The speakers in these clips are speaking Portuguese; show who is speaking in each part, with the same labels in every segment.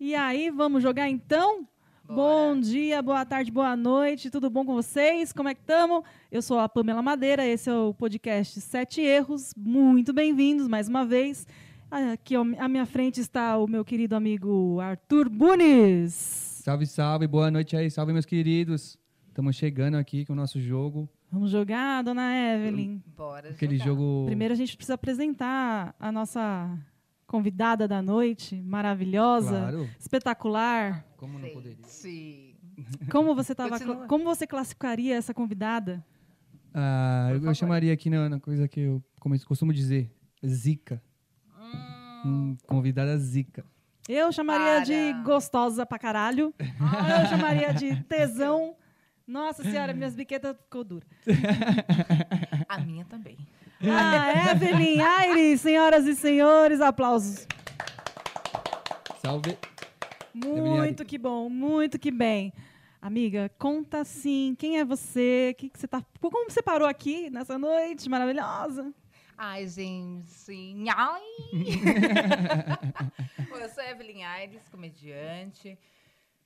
Speaker 1: E aí, vamos jogar então? Bom dia, boa tarde, boa noite, tudo bom com vocês? Como é que estamos? Eu sou a Pamela Madeira, esse é o podcast Sete Erros. Muito bem-vindos mais uma vez. Aqui ó, à minha frente está o meu querido amigo Arthur Bunes.
Speaker 2: Salve, salve, boa noite aí, salve meus queridos. Estamos chegando aqui com o nosso jogo,
Speaker 1: Vamos jogar, dona Evelyn?
Speaker 3: Bora
Speaker 2: aquele
Speaker 3: jogar.
Speaker 2: jogo
Speaker 1: Primeiro a gente precisa apresentar a nossa convidada da noite, maravilhosa,
Speaker 2: claro,
Speaker 1: espetacular.
Speaker 2: como não
Speaker 3: Sim,
Speaker 2: poderia.
Speaker 3: Sim.
Speaker 1: Como você tava,
Speaker 3: Continua.
Speaker 1: como você classificaria essa convidada?
Speaker 2: Ah,
Speaker 3: Por
Speaker 2: eu
Speaker 3: favor.
Speaker 2: chamaria aqui na, na coisa que eu como eu costumo dizer, zica.
Speaker 3: Ah.
Speaker 2: Hum, convidada zica.
Speaker 1: Eu chamaria
Speaker 3: Para. Ah.
Speaker 1: de gostosa pra caralho. Eu chamaria de tesão. Nossa senhora, minhas biquetas ficou dura.
Speaker 3: A minha também.
Speaker 1: Ah, Evelyn Aires, senhoras e senhores, aplausos.
Speaker 2: Salve.
Speaker 1: Muito que bom, muito que bem. Amiga, conta assim, quem é você? Que que você tá, como você parou aqui nessa noite maravilhosa?
Speaker 3: Ai, gente. sim. Ai. Bom, eu sou a Evelyn Aires, comediante,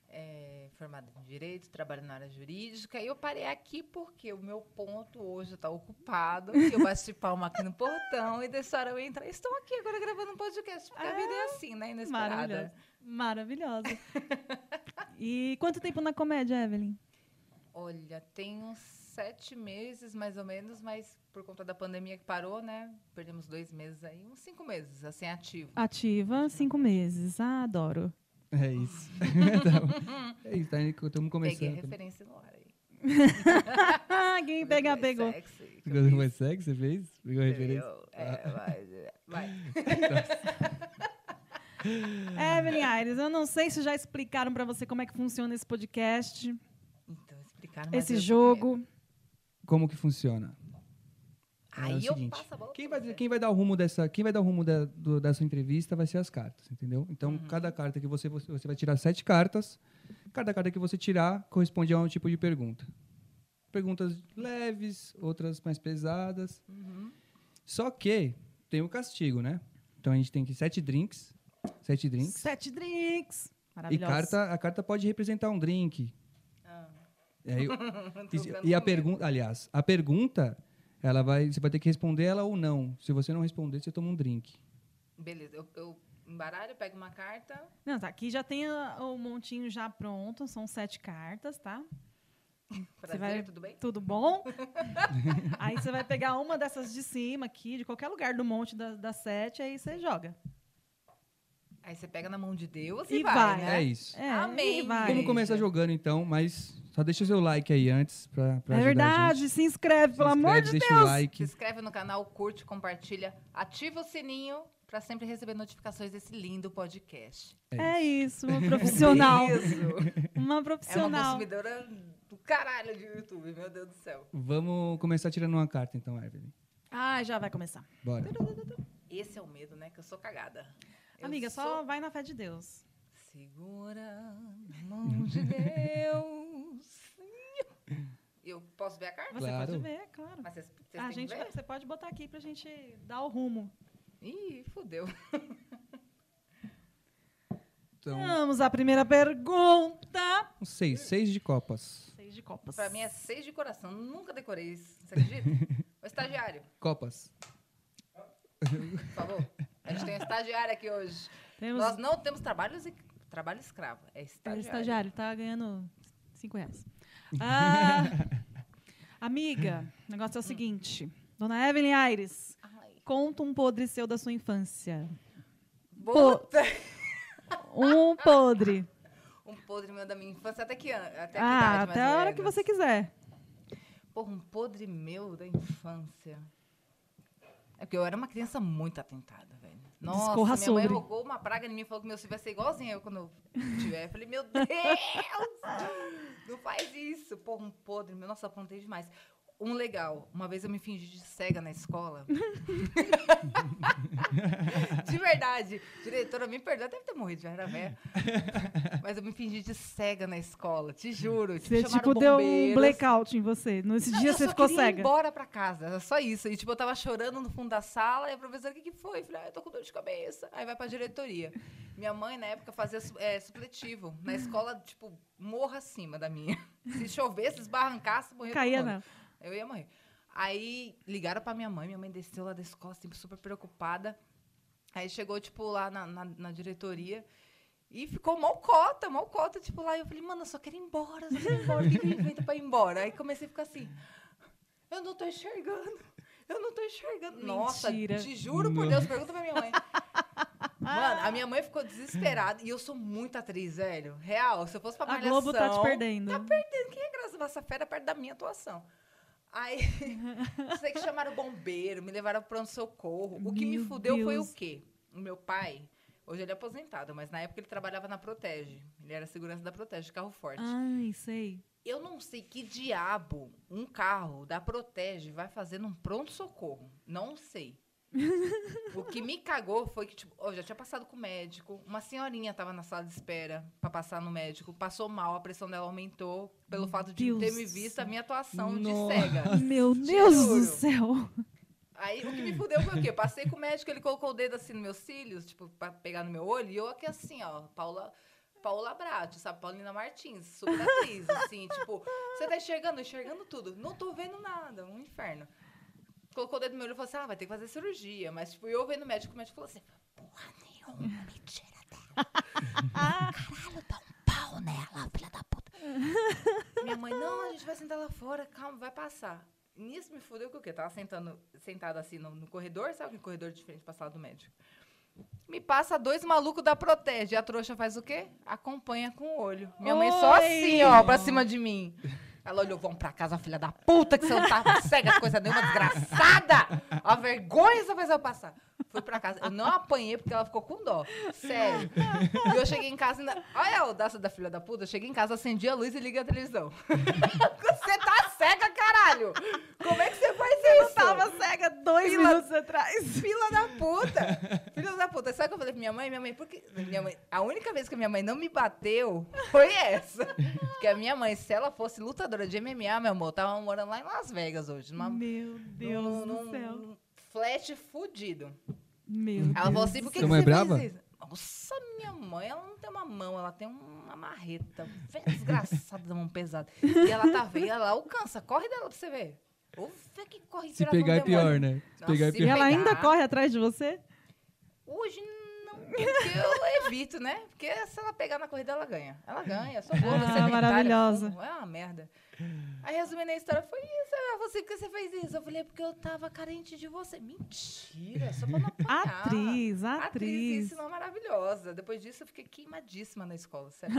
Speaker 3: é, formada em Direito, trabalho na área jurídica. E eu parei aqui porque o meu ponto hoje está ocupado. que eu bati palma aqui no portão e deixaram eu entrar. Estou aqui agora gravando um podcast, porque a vida é assim, né? Inesperada.
Speaker 1: Maravilhosa. Maravilhosa. E quanto tempo na comédia, Evelyn?
Speaker 3: Olha, tem uns sete meses, mais ou menos, mas por conta da pandemia que parou, né? Perdemos dois meses aí, uns cinco meses, assim, ativo.
Speaker 2: Ah,
Speaker 1: Ativa, cinco meses. Ah, adoro.
Speaker 2: É isso. Então, é isso, tá, estamos
Speaker 3: Peguei a
Speaker 2: começando.
Speaker 3: referência no ar aí.
Speaker 1: Ah, quem pegar, pegou.
Speaker 3: Sexy, que eu
Speaker 2: Pegou
Speaker 3: fiz,
Speaker 2: mais sexo, você fez? Pegou a referência? Ah.
Speaker 3: entendeu? É, vai, é, vai.
Speaker 1: É, Evelyn Aires, eu não sei se já explicaram pra você como é que funciona esse podcast,
Speaker 3: Então, explicaram mais
Speaker 1: esse
Speaker 3: eu tô com medo.
Speaker 1: jogo.
Speaker 2: Como que funciona? É o
Speaker 3: Aí eu
Speaker 2: seguinte,
Speaker 3: passo a bola.
Speaker 2: Quem
Speaker 3: pra
Speaker 2: vai,
Speaker 3: você.
Speaker 2: quem vai dar o rumo dessa, quem vai dar o rumo da, do- dessa entrevista vai ser as cartas, entendeu? Então, cada carta que você, você você vai tirar sete cartas. Cada carta que você tirar corresponde a um tipo de pergunta. Perguntas leves, outras mais pesadas. Só que tem o castigo, né? Então a gente tem que sete drinks, sete drinks.
Speaker 1: Sete drinks.
Speaker 2: E
Speaker 1: Maravilhosa.
Speaker 2: carta, a carta pode representar um drink.
Speaker 3: Ah.
Speaker 2: E aí,
Speaker 3: Tô
Speaker 2: e, se-
Speaker 3: ficando
Speaker 2: e a
Speaker 3: com medo.
Speaker 2: pergunta, aliás, a pergunta, ela vai, você vai ter que responder ela ou não. Se você não responder, você toma um drink.
Speaker 3: Beleza, eu, eu embaralho, pego uma carta.
Speaker 1: Não, tá, aqui já tem ah, o montinho já pronto, são sete cartas, tá?
Speaker 3: Prazer,
Speaker 1: vai-
Speaker 3: tudo bem?
Speaker 1: Tudo bom? aí você vai pegar uma dessas de cima aqui, de qualquer lugar do monte da- das sete, aí você joga.
Speaker 3: Aí você pega na mão de Deus
Speaker 1: E
Speaker 3: e, vai,
Speaker 1: vai.
Speaker 3: né?
Speaker 2: É isso.
Speaker 1: É,
Speaker 3: Amém.
Speaker 1: e vai.
Speaker 2: Vamos começar jogando então, mas só deixa o seu like aí antes pra, pra
Speaker 1: É
Speaker 2: ajudar a gente.
Speaker 1: verdade, se inscreve,
Speaker 2: Se
Speaker 1: pelo amor
Speaker 2: inscreve,
Speaker 1: de
Speaker 2: deixa
Speaker 1: Deus.
Speaker 2: o
Speaker 3: Se
Speaker 2: like.
Speaker 3: inscreve no canal, curte, compartilha, ativa o sininho para sempre receber notificações desse lindo podcast.
Speaker 1: É isso, uma profissional.
Speaker 3: Isso.
Speaker 1: Uma
Speaker 3: É uma
Speaker 1: profissional.
Speaker 3: consumidora do caralho de YouTube, meu Deus do céu.
Speaker 2: Vamos começar tirando uma carta então, Evelyn.
Speaker 1: ah, já vai começar.
Speaker 2: Bora.
Speaker 3: Esse é o medo, né? Que eu sou cagada. Eu
Speaker 1: Amiga,
Speaker 3: sou-
Speaker 1: só vai na fé de Deus.
Speaker 3: Segura na mão de Deus. Eu posso ver a carta?
Speaker 1: Você
Speaker 2: Claro.
Speaker 1: pode ver, é claro.
Speaker 3: Mas vocês, vocês
Speaker 1: A
Speaker 3: têm
Speaker 1: Ah, gente
Speaker 3: que ver?
Speaker 1: vai- você pode botar aqui pra gente dar o rumo.
Speaker 3: Ih, fudeu.
Speaker 2: Então,
Speaker 1: Vamos à primeira pergunta.
Speaker 2: um seis, seis de copas.
Speaker 1: Seis de copas.
Speaker 3: Pra mim é seis de coração. Nunca decorei isso. Você acredita? Ô, estagiário,
Speaker 2: Copas.
Speaker 3: por favor. A gente tem um estagiário aqui hoje.
Speaker 1: Temos
Speaker 3: Nós não temos trabalhos e- trabalho escravo, é
Speaker 1: Tá
Speaker 3: estagiário.
Speaker 1: estagiário, tá ganhando cinco reais. Ah, amiga, o negócio é o
Speaker 3: Hum.
Speaker 1: seguinte. Dona Evelyn Aires,
Speaker 3: Ai,
Speaker 1: conta um podre seu da sua infância.
Speaker 3: puta!
Speaker 1: Um podre.
Speaker 3: Um podre meu da minha infância, até que ano? Até que idade,
Speaker 1: ah,
Speaker 3: mais
Speaker 1: até a
Speaker 3: ou
Speaker 1: hora que
Speaker 3: menos?
Speaker 1: você quiser.
Speaker 3: Porra, um podre meu da infância. É porque eu era uma criança muito atentada, velho. Nossa,
Speaker 1: Discorra
Speaker 3: minha mãe
Speaker 1: sobre.
Speaker 3: rogou uma praga em mim e falou que meu filho vai ser igualzinho eu quando eu tiver. Eu falei, meu Deus! Não faz isso. Porra, um podre meu. Nossa, apontei demais. Um legal. Uma vez eu me fingi de cega na escola. de verdade. Diretora, me perdoa. Deve ter morrido, já era velha. Mas eu me fingi de cega na escola. Te juro.
Speaker 1: Você,
Speaker 3: chamaram
Speaker 1: tipo, deu um
Speaker 3: bombeiros.
Speaker 1: blackout em você. Nesse
Speaker 3: Não,
Speaker 1: dia
Speaker 3: eu
Speaker 1: você
Speaker 3: só
Speaker 1: ficou
Speaker 3: queria
Speaker 1: cega.
Speaker 3: ir embora pra casa, era só isso. E tipo, eu tava chorando no fundo da sala, e a professora, o que, que foi? Eu falei, ah, eu tô com dor de cabeça. Aí vai pra diretoria. Minha mãe, na época, fazia su- eh, supletivo. Na escola, tipo, morra acima da minha. Se chovesse, esbarrancasse, morria todo
Speaker 1: Caía
Speaker 3: mundo.
Speaker 1: na.
Speaker 3: Eu ia morrer. Aí ligaram pra minha mãe, minha mãe desceu lá da escola, assim, super preocupada. Aí chegou, tipo, lá na, na, na diretoria e ficou mal cota, mal cota, tipo, lá. E eu falei, mano, eu só quero ir embora, eu só quero ir embora, o que que tem feito pra ir embora? Aí comecei a ficar assim, eu não tô enxergando, eu não tô enxergando. Nossa,
Speaker 1: Mentira.
Speaker 3: te juro por
Speaker 2: Não.
Speaker 3: Deus, pergunta pra minha mãe. Mano, a minha mãe ficou desesperada e eu sou muita atriz, velho. Real, se eu fosse pra
Speaker 1: A
Speaker 3: malhação...
Speaker 1: Globo tá te perdendo.
Speaker 3: Quem é Graça Massafera perto da minha atuação? Aí, sei que chamaram o bombeiro, me levaram pro pronto-socorro. O que me
Speaker 1: Meu
Speaker 3: fudeu foi
Speaker 1: Deus.
Speaker 3: o quê? O meu pai, hoje ele é aposentado, mas na época ele trabalhava na Protege. Ele era segurança da Protege, carro forte.
Speaker 1: Ai, sei.
Speaker 3: Eu não sei que diabo um carro da Protege vai fazer num pronto-socorro. Não sei. o que me cagou foi que, tipo, eu já tinha passado com o médico. Uma senhorinha tava na sala de espera pra passar no médico. Passou mal, a pressão dela aumentou pelo fato de
Speaker 1: Deus
Speaker 3: ter me
Speaker 1: do
Speaker 3: visto a minha atuação
Speaker 2: Nossa.
Speaker 3: de cega.
Speaker 1: Meu Deus do
Speaker 3: juro.
Speaker 1: céu.
Speaker 3: Aí o que me fudeu foi o quê? Passei com o médico, ele colocou o dedo assim nos meus cílios, tipo, pra pegar no meu olho, e eu aqui assim, ó, Paula. Paula Brat, sabe? Paulina Martins, super atriz, assim, tipo, você tá enxergando, enxergando tudo. Não tô vendo nada, um inferno. Colocou o dedo no meu olho e falou assim: ah, vai ter que fazer cirurgia. Mas, tipo, eu vendo o médico, o médico falou assim: porra nenhuma, mentira dela. Caralho, dá um pau nela, filha da puta. Minha mãe, não, a gente vai sentar lá fora, calma, vai passar. Nisso me fudeu que o quê? Eu Tava sentando, sentada assim no, no corredor, sabe que corredor diferente pra sala do médico? Me passa dois malucos da Protege. E a trouxa faz o quê? Acompanha com o olho. Minha mãe só
Speaker 1: Oi!
Speaker 3: assim, ó, pra cima de mim. Ela olhou, vamos pra casa, filha da puta, que você não tá cega coisa nenhuma, desgraçada! A vergonha essa pessoa passar. Fui pra casa. Eu não apanhei porque ela ficou com dó. Sério. E eu cheguei em casa ainda. Olha a audácia da filha da puta. Eu cheguei em casa, acendi a luz e liguei a televisão. você tá cega, caralho! Como é que você faz isso?
Speaker 1: Eu tava cega dois
Speaker 3: Fila-
Speaker 1: minutos atrás.
Speaker 3: Fila da puta! Filha da puta, sabe o que eu falei pra minha mãe? Minha mãe, por que. Minha mãe, a única vez que a minha mãe não me bateu foi essa. Porque a minha mãe, se ela fosse lutadora de MMA, meu amor, tava morando lá em Las Vegas hoje. Numa,
Speaker 1: Meu Deus
Speaker 3: num- num-
Speaker 1: do céu.
Speaker 3: num Flash fudido.
Speaker 1: Meu
Speaker 3: Ela falou
Speaker 1: Deus
Speaker 3: assim:
Speaker 1: do
Speaker 3: por que, que
Speaker 1: céu.
Speaker 2: Tua
Speaker 3: você
Speaker 2: mãe é
Speaker 3: fez
Speaker 2: brava?
Speaker 3: isso? Nossa, minha mãe, ela não tem uma mão, ela tem uma marreta. Velho Desgraçada da mão pesada. E ela tá vendo, ela alcança, corre dela pra você ver. Ou vê que corre
Speaker 2: Se
Speaker 3: virado um
Speaker 2: pegar é
Speaker 3: demônio.
Speaker 2: pior, né? Se
Speaker 3: Nossa,
Speaker 2: pegar é
Speaker 3: se
Speaker 1: E
Speaker 2: pior.
Speaker 1: ela ainda
Speaker 3: pegar.
Speaker 1: corre atrás de você?
Speaker 3: Hoje não, porque eu evito, né? Porque se ela pegar na corrida, ela ganha. Ela ganha, eu sou gorda,
Speaker 1: Ah,
Speaker 3: sedentária,
Speaker 1: maravilhosa.
Speaker 3: fumo, É uma merda. Aí, resumindo a história, foi isso. Ela falou assim, por que você fez isso? Eu falei, porque eu tava carente de você. Mentira, só pra não apanhar.
Speaker 1: Atriz,
Speaker 3: Atriz,
Speaker 1: atriz.
Speaker 3: isso não é maravilhosa. Depois disso, eu fiquei queimadíssima na escola, sério.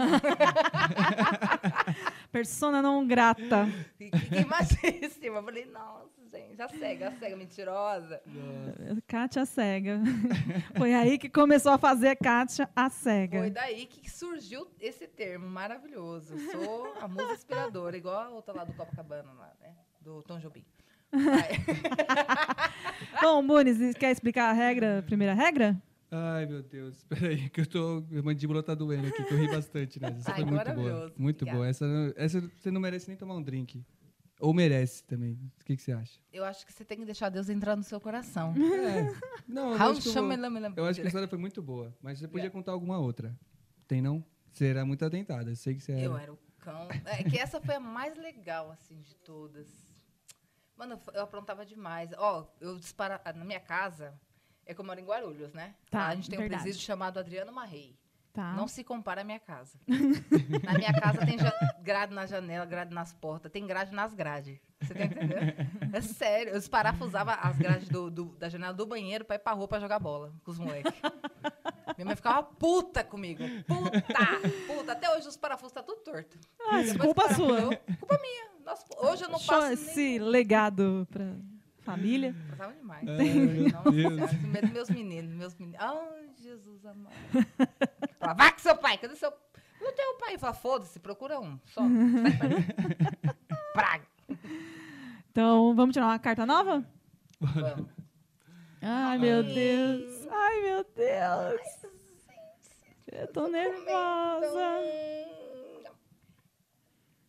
Speaker 1: Persona não grata.
Speaker 3: Fiquei queimadíssima. Eu falei, nossa, gente, a cega, a cega mentirosa.
Speaker 1: Kátia cega. Foi aí que começou a fazer Kátia a cega.
Speaker 3: Foi daí que surgiu esse termo maravilhoso. Sou a musa inspiradora, igual a outra lá do Copacabana, lá, né? Do Tom Jobim. Aí,
Speaker 1: Bom, Muniz, quer explicar a regra, a primeira regra?
Speaker 2: Ai, meu Deus. Peraí, que eu tô. Minha mandíbula tá doendo aqui, que eu ri bastante, né? Essa
Speaker 3: Ai,
Speaker 2: foi
Speaker 3: que
Speaker 2: muito boa.
Speaker 3: maravilhoso.
Speaker 2: Muito
Speaker 3: Obrigada.
Speaker 2: boa. Essa, essa você não merece nem tomar um drink. Ou merece também. O que, que você acha?
Speaker 3: eu acho que você tem que deixar Deus entrar no seu coração.
Speaker 2: É. Não, eu acho que eu vou- Eu acho que a história foi muito boa, mas você podia contar alguma outra. Tem não? Você era muito atentada, eu sei que você era.
Speaker 3: Eu era o cão. É que essa foi a mais legal, assim, de todas. Mano, eu f- eu aprontava demais. Ó, eu dispara ah, na minha casa, é que eu moro em Guarulhos, né?
Speaker 1: Tá,
Speaker 3: Lá a gente tem um
Speaker 1: verdade.
Speaker 3: presídio chamado Adriano Marrei.
Speaker 1: Tá.
Speaker 3: Não se compara à minha casa. na minha casa tem ja- grade na janela, grade nas portas, tem grade nas grades. Você tá entendendo? É sério. Eu parafusava as grades do- do- da janela do banheiro pra ir pra rua pra jogar bola com os moleques. Minha mãe ficava puta comigo. Puta! Puta! Até hoje os parafusos tá tudo torto.
Speaker 1: Ah,
Speaker 3: Depois
Speaker 1: culpa
Speaker 3: que
Speaker 1: sua.
Speaker 3: parafusou, Culpa minha. Nossa, hoje eu não
Speaker 1: Show
Speaker 3: passo nem...
Speaker 1: esse legado pra família.
Speaker 3: Passava demais.
Speaker 2: Ai, É, meu
Speaker 3: Nossa,
Speaker 2: Deus.
Speaker 3: Senhora, esse medo dos meus meninos, meus meninos. Ai, Jesus amado. Fala, vai com seu pai, cadê seu... Não tem um pai. Fala, foda-se, procura um, só. Sai pra mim. Praga.
Speaker 1: Então, vamos tirar uma carta nova?
Speaker 3: Vamos.
Speaker 1: Ai, meu Deus. Ai, meu Deus. Eu tô nervosa.
Speaker 3: Então,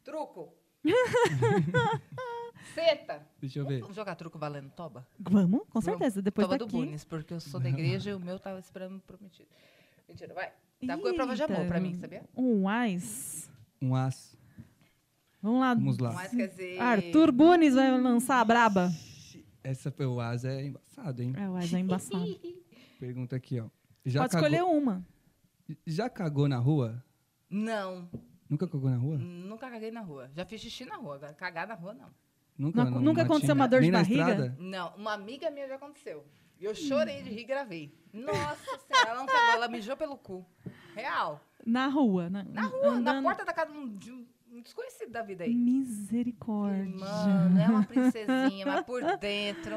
Speaker 3: Truco. Senta.
Speaker 2: Deixa eu ver.
Speaker 3: Vamos jogar truco valendo toba?
Speaker 1: Vamos, com certeza. Depois
Speaker 3: toba do
Speaker 1: daqui.
Speaker 3: Bunis, porque eu sou da igreja e o meu tava esperando prometido. um Mentira, vai. Sabe é prova de amor
Speaker 1: Eita,
Speaker 3: pra mim, sabia?
Speaker 1: Um AIS.
Speaker 2: Um as.
Speaker 1: Vamos lá.
Speaker 2: Vamos lá.
Speaker 3: Mas quer dizer.
Speaker 1: Arthur Bunes vai lançar a braba.
Speaker 2: Essa foi o as é embaçado, hein?
Speaker 1: É, o AIS é embaçado.
Speaker 2: Pergunta aqui, ó. Já
Speaker 1: Pode
Speaker 2: cagou,
Speaker 1: escolher um. uma.
Speaker 2: Já cagou na rua?
Speaker 3: Não,
Speaker 2: Nunca cagou na rua?
Speaker 3: nunca caguei na rua. Já fiz xixi na rua, agora cagar na rua não.
Speaker 2: Nunca,
Speaker 1: Nunca-
Speaker 2: na-
Speaker 1: nunca
Speaker 2: na
Speaker 1: aconteceu
Speaker 2: tina?
Speaker 1: uma dor de
Speaker 2: Nem na
Speaker 1: barriga?
Speaker 2: estrada?
Speaker 3: Não, uma amiga minha já aconteceu. Eu chorei de rir e gravei. Nossa senhora, ela não cagou, ela mijou pelo cu. Real.
Speaker 1: Na rua. Na,
Speaker 3: Na rua, na
Speaker 1: andando.
Speaker 3: porta da casa de um- de um um desconhecido da vida aí.
Speaker 1: Misericórdia.
Speaker 3: Mano, é uma princesinha, mas por dentro.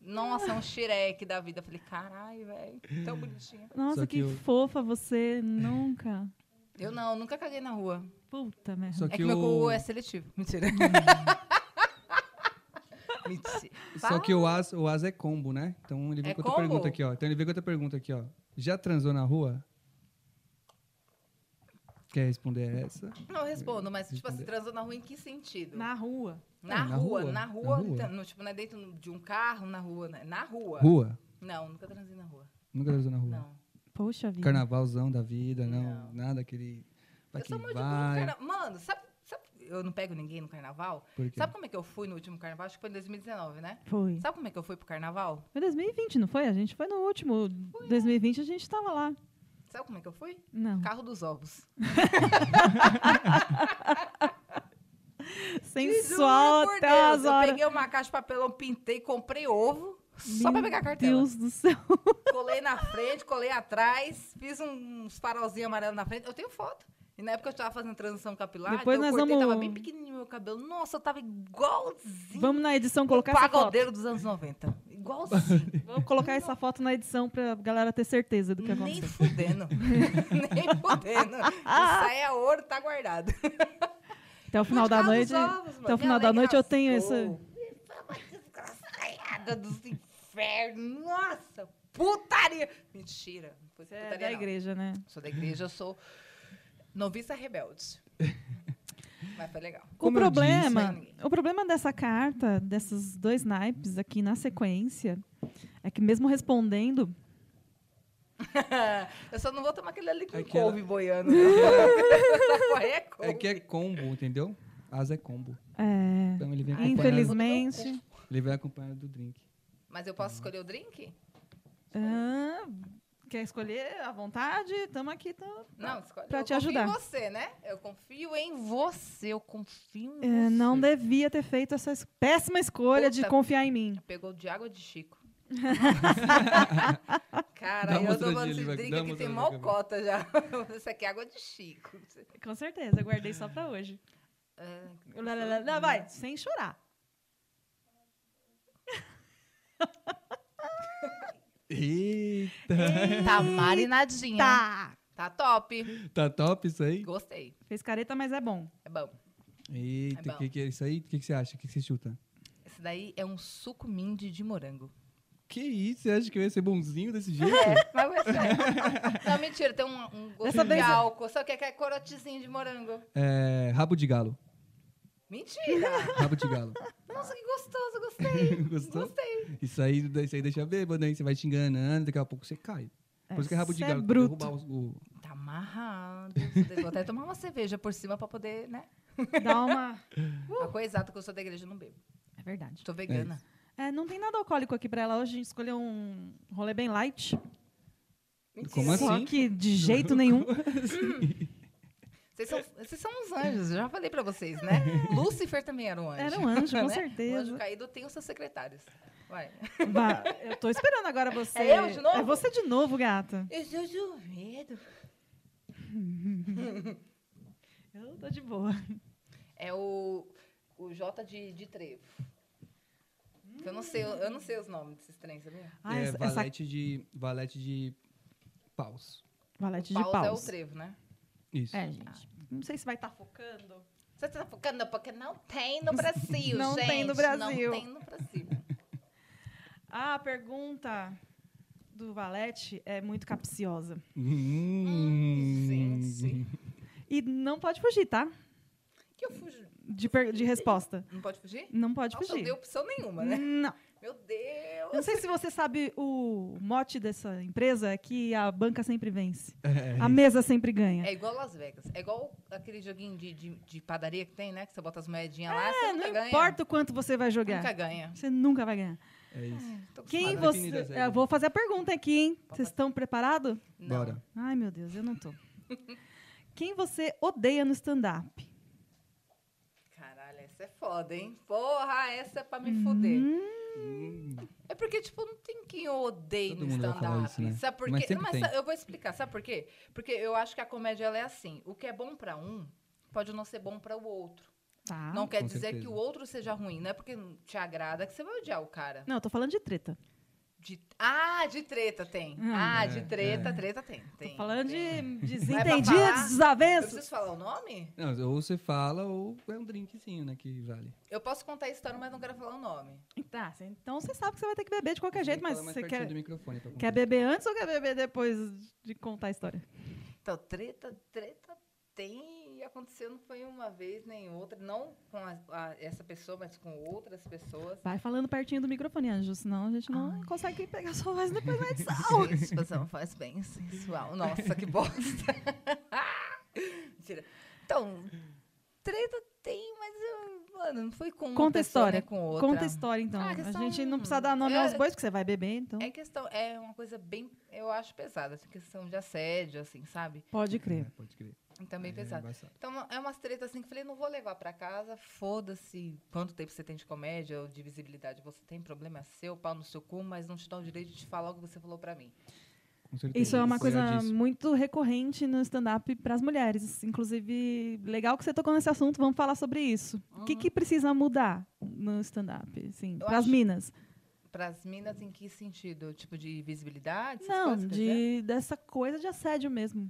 Speaker 3: Nossa, é um xereque da vida. Eu Falei, caralho, velho, tão bonitinha.
Speaker 1: Nossa,
Speaker 2: Só
Speaker 1: que,
Speaker 2: que eu-
Speaker 1: fofa você. Nunca.
Speaker 3: Eu não, nunca caguei na rua.
Speaker 1: Puta merda.
Speaker 2: Só
Speaker 3: É
Speaker 2: que,
Speaker 3: que
Speaker 2: o... Uhum.
Speaker 3: meu cu é seletivo. Mentira. Mentira.
Speaker 2: Só que o as, o as é combo, né? Então ele veio
Speaker 3: É
Speaker 2: com outra
Speaker 3: combo?
Speaker 2: pergunta aqui, ó. Então ele veio com outra pergunta aqui, ó. Já transou na rua? Quer responder essa?
Speaker 3: Não, eu respondo, mas, tipo assim, transou na rua em que sentido?
Speaker 1: Na rua.
Speaker 3: Na,
Speaker 2: É, na
Speaker 3: rua,
Speaker 2: rua,
Speaker 3: na
Speaker 2: na
Speaker 3: rua,
Speaker 2: rua.
Speaker 3: então, no, tipo, não é dentro de um carro, na rua, né? na rua.
Speaker 2: Rua?
Speaker 3: Não, nunca transei na rua.
Speaker 2: Nunca transou na rua?
Speaker 3: Não.
Speaker 1: Poxa vida.
Speaker 2: Carnavalzão da vida, não.
Speaker 3: Não.
Speaker 2: Nada aquele... Pra
Speaker 3: eu sou
Speaker 2: quem
Speaker 3: muito boa no
Speaker 2: vai...
Speaker 3: carnaval. Mano, sabe, sabe, eu não pego ninguém no carnaval?
Speaker 2: Por quê?
Speaker 3: Sabe como é que eu fui no último carnaval? Acho que foi em 2019, né?
Speaker 1: Foi.
Speaker 3: Sabe como é que eu fui pro carnaval?
Speaker 1: Foi 2020, não foi? A gente foi no último.
Speaker 3: é.
Speaker 1: 2020 a gente tava lá.
Speaker 3: Sabe como é que eu fui?
Speaker 1: Não.
Speaker 3: Carro dos ovos.
Speaker 1: Sensual
Speaker 3: Juro por
Speaker 1: até
Speaker 3: Deus,
Speaker 1: as
Speaker 3: Eu
Speaker 1: horas.
Speaker 3: peguei uma caixa de papelão, pintei, comprei ovo, só pra
Speaker 1: Meu
Speaker 3: pegar a cartela.
Speaker 1: Deus do céu.
Speaker 3: Colei na frente, colei atrás, fiz um, uns farolzinhos amarelos na frente. Eu tenho foto. E na época eu estava fazendo transição capilar,
Speaker 1: Depois
Speaker 3: então eu
Speaker 1: nós
Speaker 3: cortei,
Speaker 1: vamos-
Speaker 3: tava bem pequenininho meu cabelo. Nossa, eu tava igualzinho
Speaker 1: Vamos na edição
Speaker 3: o
Speaker 1: colocar essa foto.
Speaker 3: pagodeiro dos anos 90. Igualzinho.
Speaker 1: Vou colocar essa foto na edição pra galera ter certeza do que
Speaker 3: Nem
Speaker 1: aconteceu.
Speaker 3: fudendo. Nem fudendo. Isso aí é ouro, tá guardado.
Speaker 1: Até o final da noite. até o final da noite eu tenho essa.
Speaker 3: Desgraçada dos infernos. Nossa, putaria. Mentira. Não foi
Speaker 1: Você é
Speaker 3: putaria,
Speaker 1: da
Speaker 3: não.
Speaker 1: igreja, né?
Speaker 3: Sou da igreja, eu sou noviça rebelde. Mas foi legal.
Speaker 2: Como
Speaker 1: o
Speaker 2: eu
Speaker 1: problema,
Speaker 3: disse-
Speaker 1: o problema dessa carta, desses dois naipes aqui na sequência, é que mesmo respondendo,
Speaker 3: eu só não vou tomar aquele ali com
Speaker 2: É que ela-
Speaker 3: couve boiando. Essa porra é couve.
Speaker 2: É que é combo, entendeu? As é combo.
Speaker 1: é,
Speaker 2: Então ele vem
Speaker 3: Ah,
Speaker 2: acompanhado,
Speaker 1: infelizmente,
Speaker 2: ele vem acompanhado do drink.
Speaker 3: Mas eu posso escolher o drink?
Speaker 1: ah, quer escolher à vontade, estamos aqui, tamo-
Speaker 3: Não, escolhe.
Speaker 1: Pra
Speaker 3: eu
Speaker 1: te ajudar.
Speaker 3: confio em você, né? Eu confio em você. Eu confio
Speaker 1: É,
Speaker 3: em você.
Speaker 1: não devia ter feito essa es- péssima escolha de
Speaker 3: Puta.
Speaker 1: confiar em mim.
Speaker 3: Pegou de água de Chico.
Speaker 2: Dá
Speaker 3: Cara,
Speaker 2: uma
Speaker 3: eu tô
Speaker 2: outra
Speaker 3: falando
Speaker 2: dica,
Speaker 3: esse
Speaker 2: vai-
Speaker 3: drink
Speaker 2: dá uma
Speaker 3: aqui
Speaker 2: outra
Speaker 3: tem
Speaker 2: dica, vai.
Speaker 3: malcota já. Isso aqui é água de Chico.
Speaker 1: Com certeza, eu guardei só pra hoje. Lá, lá, lá, lá, vai, sem chorar.
Speaker 2: Eita!
Speaker 3: Tá marinadinha.
Speaker 1: Tá.
Speaker 3: Tá top.
Speaker 2: Tá top isso aí?
Speaker 3: Gostei.
Speaker 1: Fez careta, mas é bom.
Speaker 3: É bom.
Speaker 2: Eita,
Speaker 3: É
Speaker 2: o
Speaker 3: bom.
Speaker 2: que, que é isso aí? O que, que você acha? O que, que você chuta?
Speaker 3: Esse daí é um suco mindy de morango.
Speaker 2: Que isso? Você acha que eu ia ser bonzinho desse jeito?
Speaker 3: Mas vai ser. Não, mentira, tem um, um gosto
Speaker 1: Dessa
Speaker 3: de
Speaker 1: vez-
Speaker 3: álcool. Sabe o que é, que é corotezinho de morango?
Speaker 2: É, rabo de galo.
Speaker 3: Mentira!
Speaker 2: Rabo de galo.
Speaker 3: Nossa, que gostoso, gostei.
Speaker 2: Gostou?
Speaker 3: Gostei.
Speaker 2: Isso aí, isso aí deixa bêbado, aí você vai te enganando, daqui a pouco você cai. Por isso que é rabo de
Speaker 1: Cê
Speaker 2: galo.
Speaker 1: É
Speaker 2: pra
Speaker 1: bruto.
Speaker 2: derrubar o- o-
Speaker 3: Tá amarrado. Vou até tomar uma cerveja por cima pra poder, né?
Speaker 1: Dá uma.
Speaker 3: A coisa exata que eu sou da igreja, eu não bebo.
Speaker 1: É verdade.
Speaker 3: Sou vegana.
Speaker 1: É, não tem nada alcoólico aqui pra ela hoje. A gente escolheu um rolê bem light.
Speaker 3: Mentira.
Speaker 2: Como assim?
Speaker 1: Só que de jeito nenhum.
Speaker 3: Vocês são, vocês são uns anjos, eu já falei pra vocês, né? Lúcifer também era um anjo.
Speaker 1: Era um anjo, com
Speaker 3: né? O anjo
Speaker 1: certeza.
Speaker 3: caído tem os seus secretários. Vai.
Speaker 1: Vá, eu tô esperando agora você.
Speaker 3: É eu de novo?
Speaker 1: É você de novo, gata.
Speaker 3: Eu sou jovem.
Speaker 1: Eu tô de boa.
Speaker 3: É o, o J de, de Trevo. Eu não, sei, eu, eu não sei os nomes desses trens, sabia?
Speaker 1: Ah,
Speaker 2: é,
Speaker 1: essa, essa
Speaker 2: valete, de, valete de paus.
Speaker 1: valete de
Speaker 3: Paus é o
Speaker 1: paus.
Speaker 3: Trevo, né?
Speaker 2: Isso.
Speaker 1: É, gente. Não sei se vai estar focando.
Speaker 3: Você tá focando porque não tem no Brasil,
Speaker 1: Não
Speaker 3: gente.
Speaker 1: tem no Brasil.
Speaker 3: Não tem no Brasil.
Speaker 1: Ah, a pergunta do valete é muito capciosa.
Speaker 2: Hum.
Speaker 3: gente.
Speaker 1: E não pode fugir, tá?
Speaker 3: Que eu fujo.
Speaker 1: De, per- de resposta.
Speaker 3: Não pode fugir?
Speaker 1: Não pode
Speaker 3: Nossa, não
Speaker 1: fugir. Hum.
Speaker 3: deu opção nenhuma, né?
Speaker 1: Não.
Speaker 3: Meu Deus!
Speaker 1: Eu não sei se você sabe o mote dessa empresa, é que a banca sempre vence.
Speaker 2: É,
Speaker 1: A mesa sempre ganha.
Speaker 3: É igual Las Vegas. É igual aquele joguinho de, de, de padaria que tem, né? Que você bota as moedinhas lá, você
Speaker 1: É,
Speaker 3: nunca
Speaker 1: não
Speaker 3: ganha.
Speaker 1: importa o quanto você vai jogar.
Speaker 3: Nunca ganha.
Speaker 1: Você nunca vai ganhar.
Speaker 2: É isso.
Speaker 3: Tô
Speaker 1: Quem
Speaker 2: Mas
Speaker 3: acostumada.
Speaker 1: você.
Speaker 2: definidas, é.
Speaker 1: Eu vou fazer a pergunta aqui, hein? Vocês estão preparados?
Speaker 3: Não.
Speaker 2: Bora.
Speaker 1: Ai, meu Deus, eu não tô. Quem você odeia no stand-up?
Speaker 3: Caralho, essa é foda, hein? Porra, essa é pra
Speaker 1: Hum.
Speaker 3: me fuder. É porque, tipo, não tem quem eu odeie
Speaker 2: Todo
Speaker 3: no
Speaker 2: mundo vai falar
Speaker 3: stand-up.
Speaker 2: isso, né?
Speaker 3: Sabe por
Speaker 2: Mas
Speaker 3: quê?
Speaker 2: sempre
Speaker 3: Mas
Speaker 2: tem.
Speaker 3: sa- eu vou explicar, sabe por quê? Porque eu acho que a comédia ela é assim: o que é bom pra um pode não ser bom pra o outro.
Speaker 1: Tá.
Speaker 3: não quer
Speaker 2: Ah, com
Speaker 3: dizer
Speaker 2: certeza.
Speaker 3: que o outro seja ruim, não é porque não te agrada que você vai odiar o cara.
Speaker 1: Não, eu tô falando de treta.
Speaker 3: De- Ah, de treta tem.
Speaker 1: Hum.
Speaker 3: Ah,
Speaker 2: É,
Speaker 3: de treta,
Speaker 2: é.
Speaker 3: treta tem. tem
Speaker 1: Falando
Speaker 3: tem.
Speaker 1: de
Speaker 3: Vai pra falar?
Speaker 1: desentendidos,
Speaker 3: Eu
Speaker 1: desavenças.
Speaker 3: preciso falar o nome?
Speaker 2: Não, ou você fala, ou é um drinkzinho, né, que vale.
Speaker 3: Eu posso contar a história, mas não quero falar o nome.
Speaker 1: Tá, cê- então você sabe que você vai ter que beber de qualquer jeito, mas
Speaker 2: Fala mais
Speaker 1: você
Speaker 2: pertinho
Speaker 1: quer,
Speaker 2: do microfone pra
Speaker 1: quer
Speaker 2: contar.
Speaker 1: beber antes ou quer beber depois de contar a história?
Speaker 3: Então, treta, treta tem e aconteceu não foi uma vez nem outra, não com a- a- essa pessoa, mas com outras pessoas.
Speaker 1: Vai falando pertinho do microfone, Anjo, senão a gente não consegue pegar sua voz depois na edição.
Speaker 3: Gente, você não um faz bem sensual. Nossa, que bosta. Mentira. Então, treta tem, mas eu, mano, não foi com uma
Speaker 1: Conta a
Speaker 3: pessoa,
Speaker 1: história.
Speaker 3: nem com outra.
Speaker 1: Conta a história, então.
Speaker 3: Ah,
Speaker 1: a,
Speaker 3: questão-
Speaker 1: gente não precisa dar nome
Speaker 3: É-
Speaker 1: aos bois, porque você vai beber, então.
Speaker 3: É questão, é uma coisa bem, eu acho pesada, essa questão de assédio, assim, sabe?
Speaker 1: Pode
Speaker 2: É,
Speaker 1: crer.
Speaker 2: pode crer.
Speaker 3: Também
Speaker 2: É,
Speaker 3: pesada.
Speaker 2: embaçado.
Speaker 3: Então, uma- é umas tretas assim que eu falei, não vou levar pra casa, foda-se quanto tempo você tem de comédia ou de visibilidade você tem, problema é seu, pau no seu cu, mas não te dá o direito de falar o que você falou pra mim.
Speaker 2: Com certeza.
Speaker 1: Isso é uma coisa
Speaker 2: Apoiadíssimo.
Speaker 1: muito recorrente no stand-up para as mulheres. Inclusive, legal que você tocou nesse assunto, vamos falar sobre isso. O que, que precisa mudar no stand-up, assim,
Speaker 3: Eu
Speaker 1: para as
Speaker 3: acho-
Speaker 1: minas?
Speaker 3: Pras minas, em que sentido? Tipo, de visibilidade? essas
Speaker 1: Não,
Speaker 3: coisas, quer dizer?
Speaker 1: de, dessa coisa de assédio mesmo.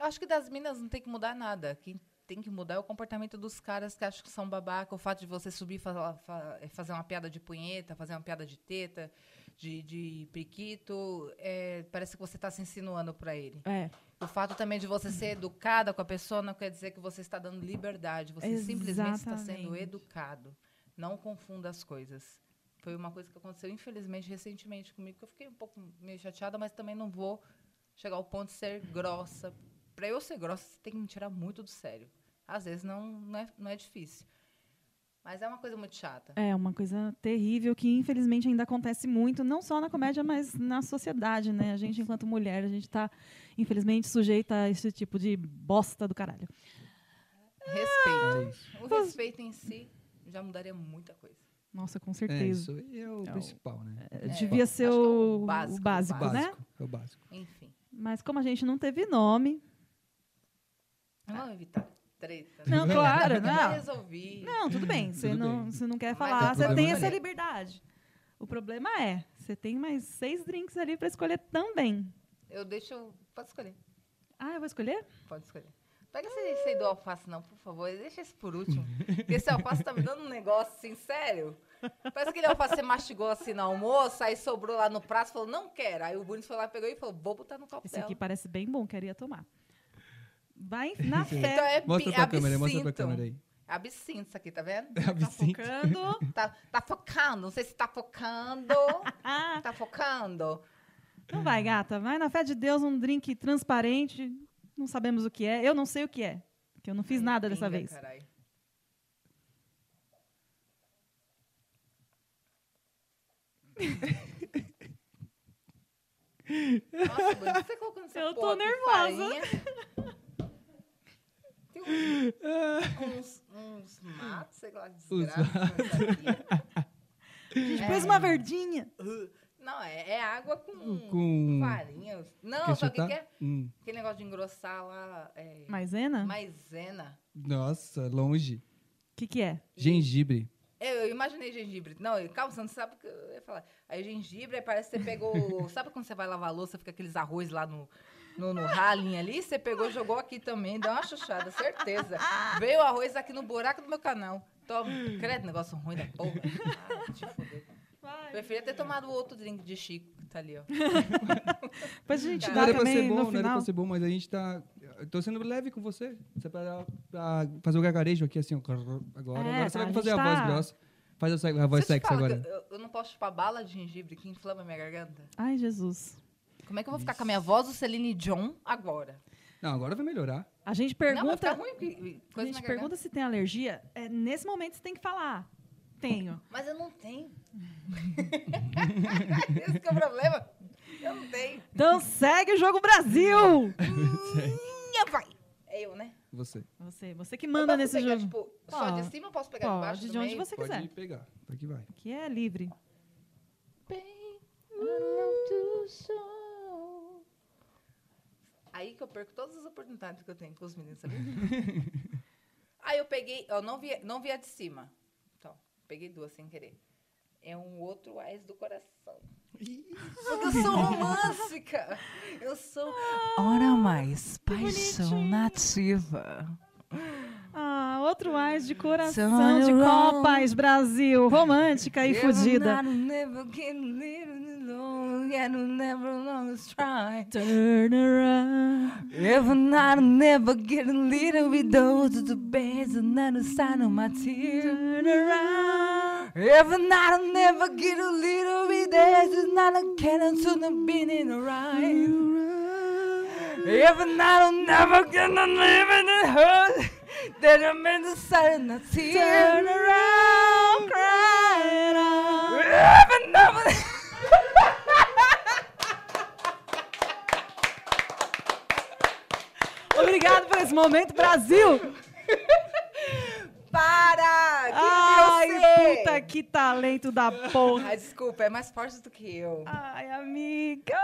Speaker 3: Eu acho que das minas não tem que mudar nada. Quem tem que mudar é o comportamento dos caras que acham que são babaca. O fato de você subir e falar- fa- é fazer uma piada de punheta, fazer uma piada de teta, de, de priquito, é, parece que você está se insinuando pra ele.
Speaker 1: É.
Speaker 3: O fato também de você ser educada com a pessoa não quer dizer que você está dando liberdade. Você simplesmente está sendo
Speaker 1: Exatamente.
Speaker 3: educado. Não confunda as coisas. Foi uma coisa que aconteceu, infelizmente, recentemente comigo, que eu fiquei um pouco meio chateada, mas também não vou chegar ao ponto de ser grossa. Para eu ser grossa, você tem que me tirar muito do sério. Às vezes não, não, é, não é difícil. Mas é uma coisa muito chata.
Speaker 1: É uma coisa terrível que infelizmente ainda acontece muito, não só na comédia, mas na sociedade, né? A gente enquanto mulher, a gente tá infelizmente sujeita a esse tipo de bosta do caralho.
Speaker 2: É
Speaker 3: Respeito.
Speaker 2: isso.
Speaker 3: O respeito em si já mudaria muita coisa.
Speaker 1: Nossa, com
Speaker 2: É,
Speaker 1: certeza.
Speaker 2: isso aí é o
Speaker 1: É o-
Speaker 2: principal, né?
Speaker 1: Eh, Devia ser
Speaker 3: acho que é o
Speaker 1: o, o
Speaker 3: básico
Speaker 1: básico,
Speaker 3: do
Speaker 2: o básico,
Speaker 1: né?
Speaker 2: é o básico.
Speaker 3: Enfim.
Speaker 1: Mas como a gente não teve nome.
Speaker 2: É.
Speaker 3: Vamos evitar treta. né?
Speaker 1: Não, claro,
Speaker 3: Já
Speaker 1: não.
Speaker 3: resolvi.
Speaker 1: Não, tudo bem. Você
Speaker 2: Tudo
Speaker 1: não,
Speaker 2: bem.
Speaker 1: você não quer
Speaker 3: Mas
Speaker 1: falar,
Speaker 2: o
Speaker 1: você
Speaker 2: problema
Speaker 1: tem
Speaker 2: é
Speaker 1: essa
Speaker 3: ele.
Speaker 1: liberdade. O problema é, você tem mais seis drinks ali pra escolher também.
Speaker 3: Eu deixo. Pode escolher.
Speaker 1: Ah, eu vou escolher?
Speaker 3: Pode escolher. Pega esse, esse aí do alface, não, por favor. Deixa esse por último. Porque esse alface tá me dando um negócio assim, sério. Parece que ele alface que você mastigou assim no almoço, aí sobrou lá no prato e falou, não quero. Aí o Bruno foi lá, pegou e falou, vou botar no copo
Speaker 1: Esse
Speaker 3: dela.
Speaker 1: aqui parece bem bom, queria tomar. Vai na
Speaker 3: Então
Speaker 1: fé.
Speaker 3: é
Speaker 2: Mostra
Speaker 3: bi-
Speaker 2: pra câmera, mostra pra
Speaker 3: absinto.
Speaker 2: câmera aí.
Speaker 3: Absinto isso aqui, tá vendo?
Speaker 1: Tá
Speaker 2: Absinto.
Speaker 1: focando.
Speaker 3: Tá, tá focando, não sei se tá focando.
Speaker 1: Ah,
Speaker 3: tá focando.
Speaker 1: não vai, gata. Vai na fé de Deus, um drink transparente. Não sabemos o que é. Eu não sei o que é. Porque eu não fiz nada dessa
Speaker 3: Pinga,
Speaker 1: vez.
Speaker 3: carai. Nossa, Bruno, você colocou nessa
Speaker 1: Eu tô
Speaker 3: porra aqui
Speaker 1: nervosa.
Speaker 3: farinha? Tem uns, uns, uns matos, sei lá, desgraça. nessa aqui.
Speaker 1: A gente
Speaker 3: É.
Speaker 1: pôs uma verdinha.
Speaker 3: Uh, Não, é, é água com,
Speaker 2: Com-
Speaker 3: farinha. Não, sabe
Speaker 2: Quer
Speaker 3: o que,
Speaker 2: chutar?
Speaker 3: que é?
Speaker 2: Hum.
Speaker 3: Aquele negócio de engrossar lá. É,
Speaker 1: tá? Maisena? O
Speaker 3: maisena.
Speaker 2: Nossa, longe.
Speaker 1: que, que é?
Speaker 2: Gengibre.
Speaker 3: Eu, eu imaginei gengibre. Não, eu- calma, você não sabe o que eu ia falar. Aí gengibre, aí parece que você pegou. sabe quando você vai lavar a louça, fica aqueles arroz lá no, no, no ralinho ali? Você pegou, jogou aqui também, deu uma chuchada, certeza. Veio o arroz aqui no buraco do meu canal. Toma, credo, negócio ruim da porra. Ah, te fuder. Preferia ter tomado o outro drink de Chico que tá ali, ó.
Speaker 1: Depois a gente
Speaker 3: Não
Speaker 2: Não
Speaker 1: dá
Speaker 2: era pra ser
Speaker 1: Tá, também
Speaker 2: bom,
Speaker 1: no
Speaker 2: não era pra
Speaker 1: final.
Speaker 2: ser bom, mas a gente tá. Eu tô sendo leve com você. Você pra, pra fazer o gargarejo aqui assim, ó. Agora,
Speaker 1: É,
Speaker 2: agora
Speaker 1: tá,
Speaker 2: você vai
Speaker 1: a
Speaker 2: fazer a
Speaker 1: gente
Speaker 2: voz
Speaker 1: tá-
Speaker 2: grossa. Faz a, se- a voz
Speaker 3: Você te
Speaker 2: sexy
Speaker 3: fala
Speaker 2: agora.
Speaker 3: que Eu, eu não posso chupar bala de gengibre que inflama minha garganta?
Speaker 1: Ai, Jesus.
Speaker 3: Como é que eu vou ficar com a minha voz do Celine John agora?
Speaker 2: Não, agora vai melhorar.
Speaker 1: A gente
Speaker 3: Não, vai
Speaker 1: pergunta.
Speaker 3: ficar ruim. porque- Coisa
Speaker 1: a
Speaker 3: na
Speaker 1: gente
Speaker 3: garganta.
Speaker 1: pergunta se tem alergia. É, nesse momento você tem que falar. Tenho.
Speaker 3: Mas eu não tenho. Esse que é o problema. Eu não tenho.
Speaker 1: Então segue o Jogo Brasil!
Speaker 3: Minha vai. É eu, né?
Speaker 2: Você.
Speaker 1: Você, você que manda
Speaker 3: eu posso
Speaker 1: nesse
Speaker 3: pegar,
Speaker 1: jogo.
Speaker 3: Tipo, só
Speaker 1: Pode.
Speaker 3: de cima eu posso pegar de
Speaker 1: Pode,
Speaker 3: baixo
Speaker 1: de
Speaker 3: do
Speaker 1: onde
Speaker 3: meio?
Speaker 1: você
Speaker 2: Pode
Speaker 1: quiser.
Speaker 2: pegar. Pra que vai.
Speaker 1: Que é livre.
Speaker 3: Bem, não do sol. Aí que eu perco todas as oportunidades que eu tenho com os meninos, sabe? Aí eu peguei, eu não vi, não vi a de cima. Então, peguei duas sem querer. É um outro ás do coração. Porque eu sou romântica. Eu sou. Ah, Ora mais,
Speaker 1: bonitinho.
Speaker 3: nativa.
Speaker 1: Ah, outro ás de coração
Speaker 3: São
Speaker 1: de
Speaker 3: João.
Speaker 1: Copas Brasil. Romântica e fudida. Turn around.
Speaker 3: If not, I never get a little with those the best and not a sign of my tears.
Speaker 1: Turn around.
Speaker 3: If not, I never get a little with this is not a cannon to the bean in the rhyme. If not, I'm never gonna live in the hurt that I'm in the sign of my
Speaker 1: Turn
Speaker 3: tears.
Speaker 1: around. Cry it out.
Speaker 3: If never.
Speaker 1: Obrigado por esse momento, Brasil!
Speaker 3: Para!
Speaker 1: Ai, puta que talento da porra!
Speaker 3: Ai, desculpa, é mais forte do que eu.
Speaker 1: Ai, amiga!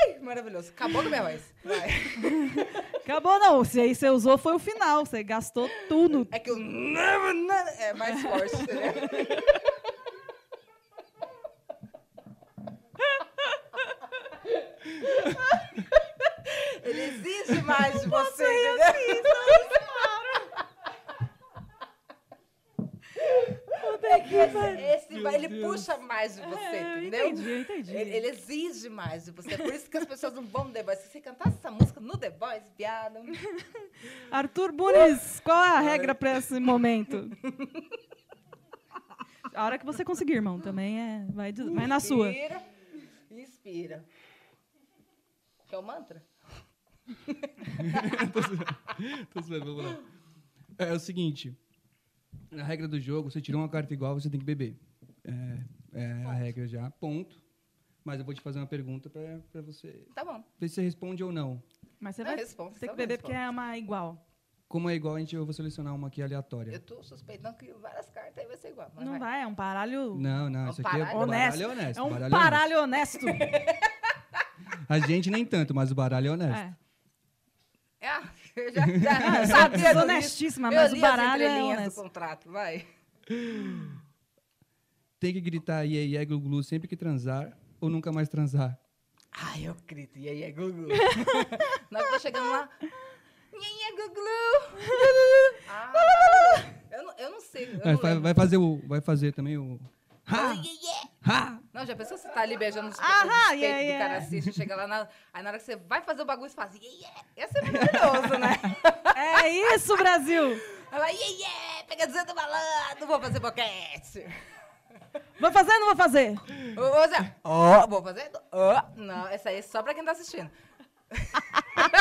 Speaker 3: Ai, maravilhoso. Acabou com minha voz. Vai.
Speaker 1: Acabou não, se aí você usou foi o final, você gastou tudo.
Speaker 3: É que o never, never é mais forte, entendeu? Ele exige mais de você, entendeu? Esse, vai- ele puxa mais de você,
Speaker 1: É, eu
Speaker 3: entendeu?
Speaker 1: entendi, eu entendi.
Speaker 3: Ele, ele exige mais de você. é Por isso que as pessoas não vão no The Voice. Se você cantasse essa música no The Voice, piada.
Speaker 1: Arthur Muniz, qual é a regra pra esse momento? A hora que você conseguir, irmão, também é. Vai, de- vai na sua.
Speaker 3: Inspira. Inspira. Quer o mantra?
Speaker 2: Tô zoando, vamos lá. É, é o seguinte. A regra do jogo, você tirou uma carta igual, você tem que beber. É, é a regra já. Ponto. Mas eu vou te fazer uma pergunta pra, pra você.
Speaker 3: Tá bom.
Speaker 2: Ver se você responde ou não.
Speaker 1: Mas você
Speaker 3: Não,
Speaker 1: vai
Speaker 3: responde,
Speaker 1: ter que
Speaker 3: então
Speaker 1: beber
Speaker 3: responde.
Speaker 1: porque é uma igual.
Speaker 2: Como é igual, a gente, eu vou selecionar uma aqui
Speaker 3: Eu
Speaker 2: aleatória.
Speaker 3: tô suspeitando que várias cartas aí vai ser igual. mas
Speaker 1: é- Não vai, é um paralho.
Speaker 2: Não, não,
Speaker 3: Um
Speaker 2: isso aqui é
Speaker 3: baralho
Speaker 1: honesto.
Speaker 2: baralho honesto.
Speaker 1: É um
Speaker 2: baralho
Speaker 1: paralho honesto.
Speaker 2: honesto. A gente nem tanto, mas o baralho é honesto.
Speaker 1: É.
Speaker 3: Ah, eu já, já
Speaker 1: Ah,
Speaker 3: sabia disso.
Speaker 1: desonestíssima, mas
Speaker 3: eu
Speaker 1: o
Speaker 3: li
Speaker 1: baralho é
Speaker 3: as entrelinhas
Speaker 1: honesto.
Speaker 3: do contrato, vai.
Speaker 2: Tem que gritar iê, iê, glu, glu sempre que transar ou nunca mais transar.
Speaker 3: Ai, Ah, eu grito, e aí é Gugu. Na hora que eu tô chegando lá, e aí é Gugu. Ah, eu, não, eu não sei, eu
Speaker 2: Vai,
Speaker 3: não
Speaker 2: vai,
Speaker 3: lembro. é
Speaker 2: vai fazer o, vai fazer também o...
Speaker 3: Ah.
Speaker 2: Ha! Ha!
Speaker 3: Não, já pensou que você tá ali beijando os
Speaker 1: Ahá,
Speaker 3: os peitos
Speaker 1: yeah, yeah.
Speaker 3: do cara assim, você chega lá, na, aí na hora que você vai fazer o bagulho, você faz, yeah, yeah. Ia ser maravilhoso, né?
Speaker 1: É isso, Brasil!
Speaker 3: Aí vai, yeah, yeah, pega 200 malandro, vou fazer boquete.
Speaker 1: Vou fazer ou não vou fazer?
Speaker 3: Ô, ô, Zé, ó, vou fazer. ó. Não, essa aí é só pra quem tá assistindo.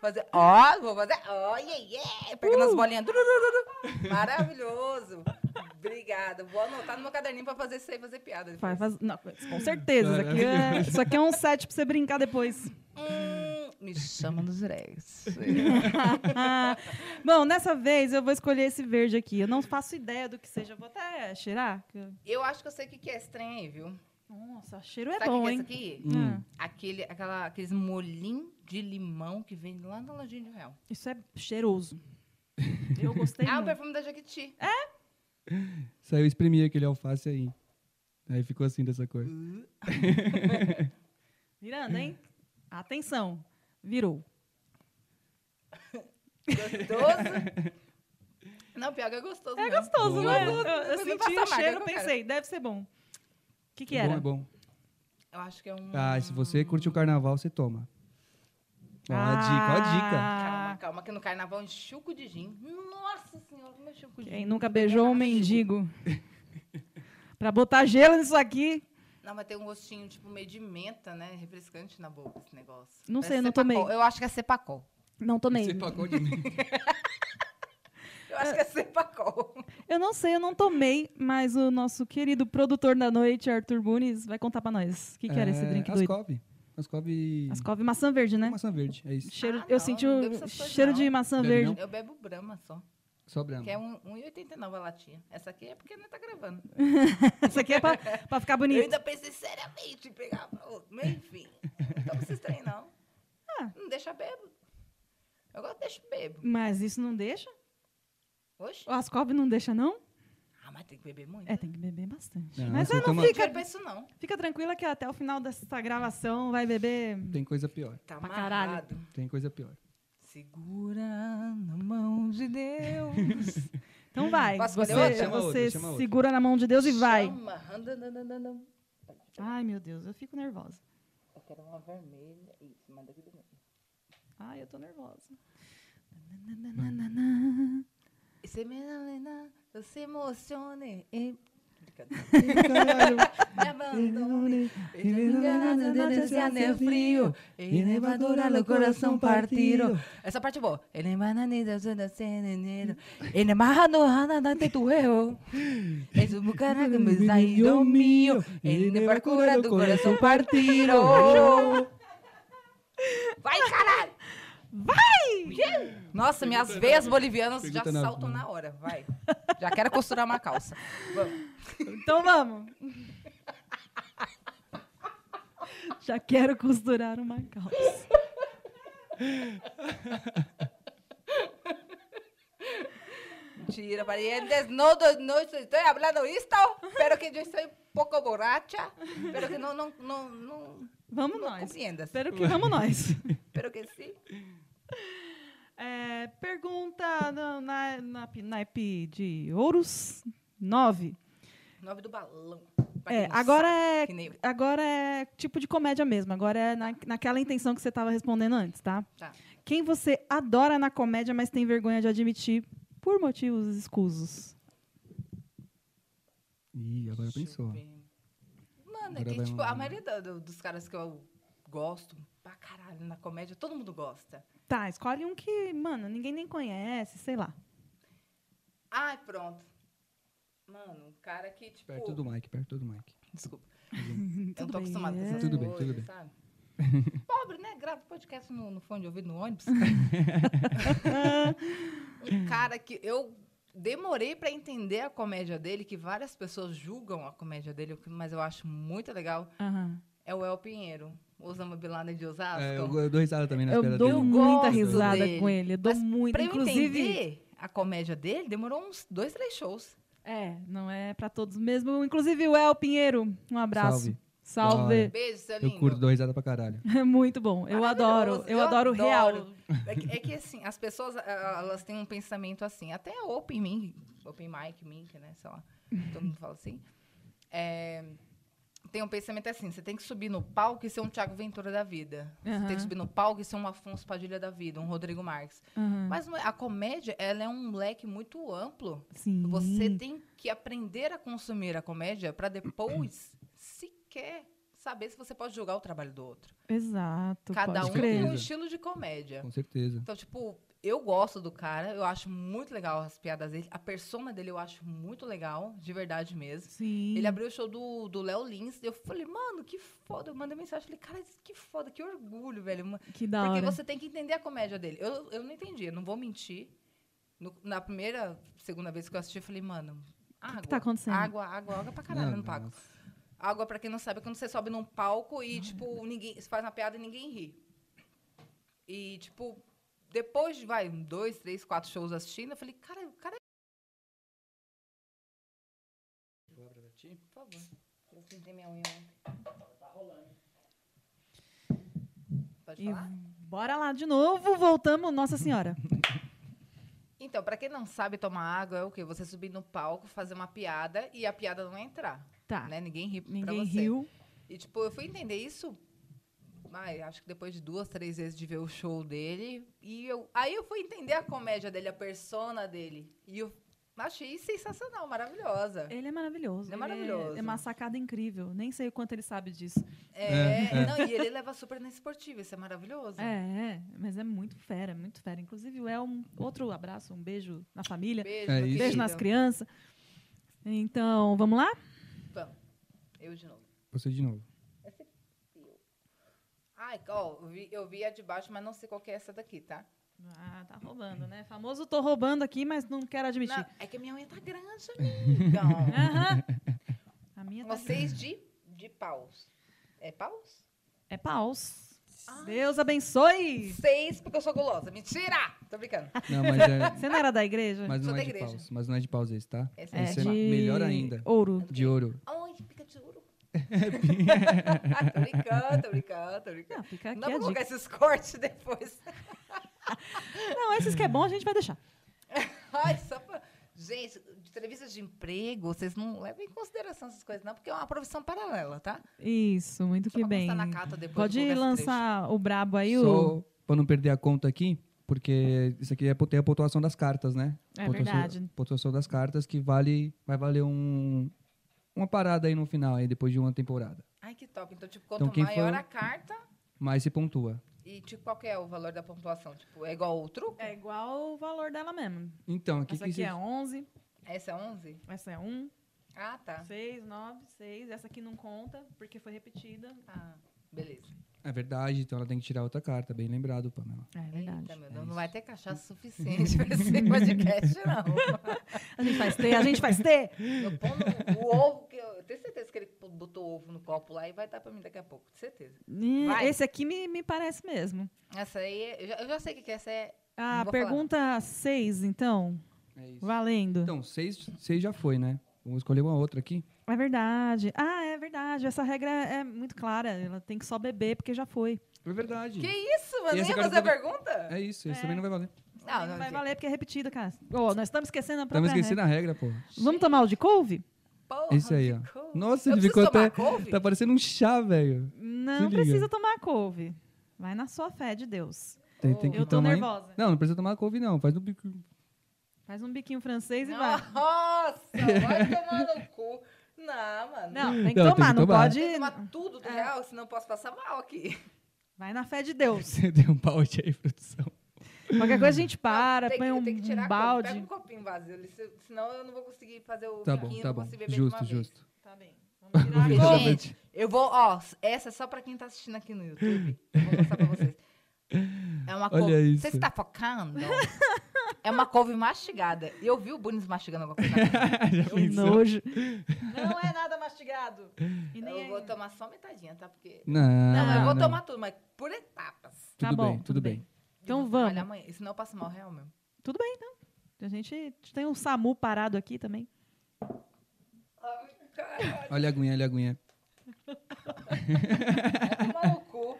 Speaker 3: fazer. Ó, vou fazer. Ó, yeah, yeah. Pegando
Speaker 1: Uh.
Speaker 3: as bolinhas. turururu. Maravilhoso. Obrigada. Vou anotar no meu caderninho pra fazer isso aí, fazer piada. depois.
Speaker 1: Vai fazer. Não, com certeza. Isso aqui, é, isso aqui é um set pra você brincar depois.
Speaker 3: Hum, me chama nos directs.
Speaker 1: Ah, Bom, nessa vez eu vou escolher esse verde aqui. Eu não faço ideia do que seja. Eu vou até cheirar. que eu-
Speaker 3: Eu acho que eu sei o que que é estranho aí, viu?
Speaker 1: Nossa, cheiro é
Speaker 3: Sabe o
Speaker 1: bom,
Speaker 3: que que é
Speaker 1: hein?
Speaker 3: isso aqui?
Speaker 1: Ah,
Speaker 2: Hum.
Speaker 3: Aquele, aquela, aqueles molinhos de limão que vem lá na lojinha de um real.
Speaker 1: isso é cheiroso. Eu gostei
Speaker 3: Ah, o
Speaker 1: muito.
Speaker 3: perfume da Jequiti.
Speaker 2: Saiu espremia aquele alface aí. Aí ficou assim dessa cor.
Speaker 1: Virando, hein? Atenção. Virou.
Speaker 3: Gostoso. Não, pior que é gostoso
Speaker 1: É
Speaker 3: mesmo.
Speaker 1: gostoso,
Speaker 2: Boa.
Speaker 1: né? Eu, eu
Speaker 3: Não
Speaker 1: senti
Speaker 3: passa
Speaker 1: o
Speaker 3: mal,
Speaker 1: cheiro,
Speaker 3: eu quero.
Speaker 1: pensei, deve ser bom. O que, que
Speaker 2: É
Speaker 1: era?
Speaker 2: bom, é bom.
Speaker 3: Eu acho que é um.
Speaker 2: Ah, e se você curte o carnaval, você toma. Ó, a dica, ó a dica.
Speaker 3: Calma, calma, aqui no carnaval de chuco de gin. Nossa senhora, como é chuco de
Speaker 1: Quem
Speaker 3: gin? é
Speaker 1: nunca beijou um mendigo? pra botar gelo nisso aqui.
Speaker 3: Não, mas tem um gostinho, tipo, meio de menta, né? Refrescante na boca esse negócio.
Speaker 1: Não sei,
Speaker 3: eu
Speaker 1: eu não tomei.
Speaker 3: Eu acho que é cepacol.
Speaker 1: Não tomei.
Speaker 2: Esse pacote de mim.
Speaker 3: Eu acho que é cepacol.
Speaker 1: Eu não sei, eu não tomei, mas o nosso querido produtor da noite, Arthur Bunes, vai contar pra nós. O que, que era esse
Speaker 2: É,
Speaker 1: drink doido?
Speaker 2: Ascov. Ascov e
Speaker 1: Ascov e maçã verde, né?
Speaker 2: maçã verde. É isso.
Speaker 1: Cheiro,
Speaker 3: Ah,
Speaker 1: eu
Speaker 3: não,
Speaker 1: senti
Speaker 3: não bebo
Speaker 1: o
Speaker 3: essas coisas,
Speaker 1: cheiro de
Speaker 3: não.
Speaker 1: maçã
Speaker 2: Bebe
Speaker 1: verde.
Speaker 2: não?
Speaker 3: Eu bebo brama só,
Speaker 2: Só brama.
Speaker 3: que é um- 1,89 a latinha. Essa aqui é porque não tá gravando.
Speaker 1: Essa aqui é pra, pra ficar
Speaker 3: Eu
Speaker 1: bonito.
Speaker 3: ainda pensei seriamente em pegar pra outra, mas enfim. Então vocês treinam, não.
Speaker 1: Ah.
Speaker 3: Não deixa bebo. Eu gosto de deixar bebo.
Speaker 1: Mas isso não deixa?
Speaker 3: Oxe.
Speaker 1: O Ascov não deixa, não?
Speaker 3: Ah, mas tem que beber muito.
Speaker 1: É, tem que beber bastante.
Speaker 2: Não,
Speaker 1: mas
Speaker 2: você
Speaker 1: ela não
Speaker 2: toma-
Speaker 1: fica,
Speaker 3: pra isso, não.
Speaker 1: fica tranquila que até o final dessa gravação vai beber.
Speaker 2: Tem coisa pior.
Speaker 3: Tá
Speaker 1: Pra caralho.
Speaker 3: amarrado.
Speaker 2: Tem coisa pior.
Speaker 3: Segura na mão de Deus.
Speaker 1: Então vai.
Speaker 3: Posso
Speaker 1: você
Speaker 3: escolher outra?
Speaker 2: Chama outra,
Speaker 1: você
Speaker 2: chama outra.
Speaker 1: segura na mão de Deus e vai. Ah.
Speaker 3: Chama. Randananana.
Speaker 1: Ai, meu Deus, eu fico nervosa.
Speaker 3: Eu quero uma vermelha. Isso, manda aqui do meio.
Speaker 1: Ai, eu tô nervosa.
Speaker 3: E Você me alena, eu se emocione. E... Brincadeira.
Speaker 2: Caralho.
Speaker 3: Me abandone. Ele frio. Ele vai adorar o coração partido. Essa parte é boa. Ele vai na nida, zona seneneiro. Ele é marra no rana da tetuero. Ele busca na camisa e do mio. Ele vai curar do coração partido. Vai, caralho! Vai! Nossa, minhas veias bolivianas já
Speaker 2: Pergunta na-
Speaker 3: saltam na hora. Vai. Já quero costurar uma calça. Vamos.
Speaker 1: Então vamos. Já quero costurar uma calça.
Speaker 3: Mentira, parientes, no, do- no estoy hablando esto, pero que yo estoy poco borracha, pero que no, no, no, no,
Speaker 1: Vamos
Speaker 3: no
Speaker 1: nós.
Speaker 3: comprendas,
Speaker 1: Espero que vamos nós.
Speaker 3: pero que sí.
Speaker 1: É, pergunta na, na, na, naipe de ouros. Nove.
Speaker 3: Nome do balão. pra
Speaker 1: É,
Speaker 3: quem não
Speaker 1: agora
Speaker 3: sabe,
Speaker 1: é,
Speaker 3: que nem eu.
Speaker 1: agora é tipo de comédia mesmo. Agora é na, naquela intenção que você estava respondendo antes, tá?
Speaker 3: Tá.
Speaker 1: Quem você adora na comédia, mas tem vergonha de admitir por motivos escusos?
Speaker 2: Ih, agora
Speaker 3: Deixa eu
Speaker 2: pensou.
Speaker 3: ver. Mano, é
Speaker 2: Agora
Speaker 3: que
Speaker 2: vai
Speaker 3: tipo,
Speaker 2: uma-
Speaker 3: a maioria do- do- dos caras que eu gosto pra caralho na comédia, todo mundo gosta.
Speaker 1: Tá, escolhe um que, mano, ninguém nem conhece, sei lá.
Speaker 3: Ai, pronto. Mano, um cara que, tipo...
Speaker 2: Perto do mic, perto do mic.
Speaker 3: Desculpa. Eu não
Speaker 1: Tudo
Speaker 3: tô
Speaker 1: bem,
Speaker 3: acostumada com
Speaker 1: é.
Speaker 3: essas
Speaker 2: Tudo bem,
Speaker 3: coisas,
Speaker 2: tudo bem.
Speaker 3: sabe? Pobre, né? Grava podcast no, no fone de ouvido no ônibus. um cara que eu demorei pra entender a comédia dele, que várias pessoas julgam a comédia dele, mas eu acho muito legal,
Speaker 1: Aham.
Speaker 3: é o El Pinheiro. O Osama Bin Laden de Osasco.
Speaker 2: É, eu, eu dou risada também nas
Speaker 1: Eu
Speaker 2: piadas
Speaker 1: dou um
Speaker 2: dele.
Speaker 1: muita
Speaker 3: gosto
Speaker 1: risada
Speaker 3: dele.
Speaker 1: com ele, eu dou
Speaker 3: Mas
Speaker 1: muito.
Speaker 3: pra eu
Speaker 1: Inclusive,
Speaker 3: entender a comédia dele, demorou uns dois, três shows.
Speaker 1: é, não é pra todos mesmo. Inclusive o El Pinheiro, um abraço.
Speaker 2: Salve.
Speaker 1: Salve.
Speaker 3: Beijo, seu lindo.
Speaker 2: Eu curto, dou risada pra caralho.
Speaker 1: É muito bom. Eu adoro,
Speaker 3: Maravilhoso.
Speaker 1: eu adoro o real.
Speaker 3: adoro. É que, é que, assim, as pessoas, ah, elas têm um pensamento assim, até a open mink, open mic, mink, né, sei lá, todo mundo fala assim, É, tem um pensamento assim, você tem que subir no palco e ser um Thiago Ventura da vida. Você tem
Speaker 1: Aham.
Speaker 3: que subir no palco e ser um Afonso Padilha da vida, um Rodrigo Marques.
Speaker 1: Aham.
Speaker 3: Mas não é- a comédia, ela é um leque muito amplo.
Speaker 1: Sim.
Speaker 3: Você tem que aprender a consumir a comédia para depois, sequer, saber se você pode julgar o trabalho do outro.
Speaker 1: Exato.
Speaker 3: Cada
Speaker 1: pode
Speaker 3: um
Speaker 1: crer.
Speaker 3: tem um
Speaker 2: Certeza.
Speaker 3: estilo de comédia.
Speaker 2: Com certeza.
Speaker 3: Então, tipo, eu gosto do cara, eu acho muito legal as piadas dele. A persona dele eu acho muito legal, de verdade mesmo.
Speaker 1: Sim.
Speaker 3: Ele é abriu o show do do Léo Lins. Eu falei, mano, que foda. Eu mandei mensagem, falei, cara, que foda, que orgulho, velho. Ma-
Speaker 1: Que da
Speaker 3: Porque
Speaker 1: hora.
Speaker 3: você tem que entender a comédia dele. Eu, eu não entendi, eu não vou mentir. No- na primeira, segunda vez que eu assisti, eu falei, mano, água.
Speaker 1: tá acontecendo?
Speaker 3: Água, água, água pra caralho, eu não pago.
Speaker 2: nossa.
Speaker 3: Água, pra quem não sabe, é quando você sobe num palco e, tipo, ninguém você faz uma piada e ninguém ri. E, tipo, depois de, vai, dois, três, quatro shows assistindo, eu falei, cara, o cara é... Por favor. Eu pintei minha unha ontem. Tá rolando. Pode
Speaker 1: E
Speaker 3: falar?
Speaker 1: bora lá de novo, voltamos, Nossa Senhora.
Speaker 3: Então, pra quem não sabe tomar água, é o quê? Você subir no palco, fazer uma piada e a piada não entrar,
Speaker 1: Tá.
Speaker 3: né? Ninguém ri pra
Speaker 1: Ninguém
Speaker 3: você.
Speaker 1: riu.
Speaker 3: E, tipo, eu fui entender isso ai, acho que depois de duas, três vezes de ver o show dele. E eu, aí eu fui entender a comédia dele, a persona dele. E eu achei sensacional, maravilhosa.
Speaker 1: Ele é maravilhoso.
Speaker 3: Ele é maravilhoso.
Speaker 1: É, uma sacada incrível. Nem sei o quanto ele sabe disso.
Speaker 3: É, Não, e ele leva super na esportiva, isso é maravilhoso.
Speaker 1: É, é, mas é muito fera, muito fera. Inclusive, é um outro abraço, um beijo na família,
Speaker 3: Beijo,
Speaker 2: É
Speaker 3: meu
Speaker 1: beijo
Speaker 2: isso.
Speaker 3: querido.
Speaker 1: nas crianças. Então, vamos lá?
Speaker 3: Vamos. Eu de novo.
Speaker 2: Você de novo.
Speaker 3: Ai, ó, eu vi, eu vi a de baixo, mas não sei qual que é essa daqui, tá?
Speaker 1: Ah, tá roubando, né? Famoso tô roubando aqui, mas não quero admitir.
Speaker 3: Não, é que a minha unha tá grande, amigão.
Speaker 1: Aham. A minha tá...
Speaker 3: Vocês de, de paus. É paus?
Speaker 1: é paus. Deus abençoe!
Speaker 3: Seis, porque eu sou gulosa. Mentira! Tô brincando.
Speaker 2: Não, mas, é,
Speaker 1: Você não era da igreja?
Speaker 2: mas
Speaker 3: Sou
Speaker 2: não
Speaker 3: da
Speaker 2: é de
Speaker 3: igreja.
Speaker 2: paus. Mas não é de paus esse, tá?
Speaker 3: Essa
Speaker 1: é
Speaker 2: Esse
Speaker 1: de...
Speaker 2: melhor ainda.
Speaker 1: Ouro.
Speaker 2: De ouro.
Speaker 3: Ai, que pica de ouro.
Speaker 1: É,
Speaker 3: tô brincando, tô brincando, tô brincando.
Speaker 1: Não, fica
Speaker 3: Não,
Speaker 1: aqui é a
Speaker 3: dá pra
Speaker 1: dica.
Speaker 3: colocar esses cortes depois.
Speaker 1: Não, esses que é bom a gente vai deixar.
Speaker 3: Ai, só pra... Gente, de entrevistas de emprego, vocês não levam em consideração essas coisas, não, porque é uma profissão paralela, tá?
Speaker 1: Isso, muito
Speaker 3: Só
Speaker 1: que
Speaker 3: pra
Speaker 1: bem.
Speaker 3: constar na cata depois. eu vou
Speaker 1: Pode
Speaker 3: ver esse
Speaker 1: lançar o brabo aí, o...
Speaker 2: Só pra não perder a conta aqui, porque isso aqui é po- tem a pontuação das cartas, né?
Speaker 1: É
Speaker 2: pontuação,
Speaker 1: verdade.
Speaker 2: Pontuação das cartas que vale, vai valer um, uma parada aí no final, aí depois de uma temporada.
Speaker 3: trecho. Ai, que top. Então, tipo, quanto
Speaker 2: Então, quem
Speaker 3: maior
Speaker 2: foi o-
Speaker 3: a carta,
Speaker 2: Mas se pontua.
Speaker 3: e tipo, qual que é o valor da pontuação? Tipo, é igual o truco?
Speaker 1: É igual o valor dela mesmo.
Speaker 2: Então, aqui
Speaker 1: Essa
Speaker 2: que
Speaker 1: aqui
Speaker 2: se...
Speaker 1: é 11,
Speaker 3: Essa é 11?
Speaker 1: essa é 1,
Speaker 3: Ah, tá.
Speaker 1: 6, 9, 6. Essa aqui não conta, porque foi repetida.
Speaker 3: Ah, beleza.
Speaker 2: é verdade, então ela tem que tirar outra carta, bem lembrado, Pamela.
Speaker 1: É verdade.
Speaker 3: Eita, meu Deus, não vai ter cachaça suficiente pra esse podcast, não.
Speaker 1: A gente faz ter, a gente faz ter.
Speaker 3: Eu pondo o ovo, que eu, eu tenho certeza que ele botou ovo no copo lá e vai dar pra mim daqui a pouco, certeza.
Speaker 1: Hum,
Speaker 3: Vai.
Speaker 1: Esse aqui me, me parece mesmo.
Speaker 3: Essa aí, é- eu já, eu já sei o que, que é, essa é.
Speaker 1: A
Speaker 3: Não vou falar, não.
Speaker 1: pergunta 6, então.
Speaker 2: É isso.
Speaker 1: Valendo.
Speaker 2: Então, seis, seis já foi, né? Vamos escolher uma outra aqui.
Speaker 1: É verdade. Ah, é verdade. Essa regra é muito clara. Ela tem que só beber porque já foi.
Speaker 2: É verdade.
Speaker 3: Que isso, mano?
Speaker 2: E
Speaker 3: Nem
Speaker 2: essa
Speaker 3: ia
Speaker 2: cara
Speaker 3: fazer a
Speaker 2: toda-
Speaker 3: pergunta?
Speaker 2: É isso, esse
Speaker 1: É.
Speaker 2: também não vai valer.
Speaker 1: Não, não vai
Speaker 3: gente.
Speaker 1: valer porque é repetida, cara. Ô, nós estamos esquecendo a
Speaker 2: Tava
Speaker 1: própria
Speaker 2: esquecendo a regra, pô.
Speaker 1: regra. Vamos tomar o de couve?
Speaker 3: Porra,
Speaker 2: Isso aí, ó.
Speaker 3: ficou.
Speaker 2: Nossa,
Speaker 3: Eu
Speaker 2: ele
Speaker 3: preciso
Speaker 2: ficou até.
Speaker 3: tomar couve?
Speaker 2: Tá parecendo um chá, velho.
Speaker 1: Não
Speaker 2: Se liga.
Speaker 1: precisa tomar couve. Vai na sua fé de Deus.
Speaker 2: Tem, tem que
Speaker 1: Eu tô
Speaker 2: tomar em-
Speaker 1: nervosa.
Speaker 2: Não, não precisa tomar couve, não. Faz no bico.
Speaker 1: Faz um biquinho francês e vai.
Speaker 3: Nossa, vai tomar no cu. Não, mano.
Speaker 1: Não, É. tem que
Speaker 2: Não, tem que
Speaker 1: tomar, não
Speaker 2: tomar.
Speaker 1: pode.
Speaker 3: Tem que tomar tudo do real, senão eu posso passar mal aqui.
Speaker 1: Vai na fé de Deus.
Speaker 2: Você deu um balde aí, produção.
Speaker 1: Qualquer coisa a gente para,
Speaker 3: Tem que-
Speaker 1: põe um,
Speaker 3: eu tenho que tirar
Speaker 1: um
Speaker 3: a couve.
Speaker 1: balde.
Speaker 3: Pega um copinho vazio, ali, se- senão eu não vou conseguir fazer o
Speaker 2: Tá bom,
Speaker 3: biquinho,
Speaker 2: tá
Speaker 3: não
Speaker 2: bom.
Speaker 3: consigo beber de
Speaker 2: Justo,
Speaker 3: uma vez.
Speaker 2: justo.
Speaker 1: Tá bem. Vamos tirar a couve.
Speaker 3: Gente, Eu vou, ó, essa é só pra quem tá assistindo aqui no YouTube. Eu Vou mostrar pra vocês. É uma
Speaker 2: Olha
Speaker 3: couve.
Speaker 2: isso.
Speaker 3: Você está focando? É uma couve mastigada. E eu vi o Bunis mastigando alguma coisa.
Speaker 2: Já
Speaker 1: Que
Speaker 2: pensou?
Speaker 1: nojo. Não é nada mastigado. E nem
Speaker 3: Eu
Speaker 1: é-
Speaker 3: vou tomar só metadinha, tá? Porque.
Speaker 2: Não,
Speaker 3: Não, eu vou
Speaker 2: não.
Speaker 3: tomar tudo, mas por etapas.
Speaker 1: Tá
Speaker 2: Tudo
Speaker 1: bom,
Speaker 2: bem,
Speaker 1: tudo
Speaker 2: tudo
Speaker 1: bem.
Speaker 2: bem.
Speaker 1: Então
Speaker 3: Eu vou trabalhar
Speaker 1: vamos.
Speaker 3: Amanhã, senão eu passo mal real mesmo.
Speaker 1: Tudo bem, então. A gente tem um SAMU parado aqui também.
Speaker 3: Ai, caralho,
Speaker 2: Olha a aguinha, olha a aguinha.
Speaker 3: tomar no cu.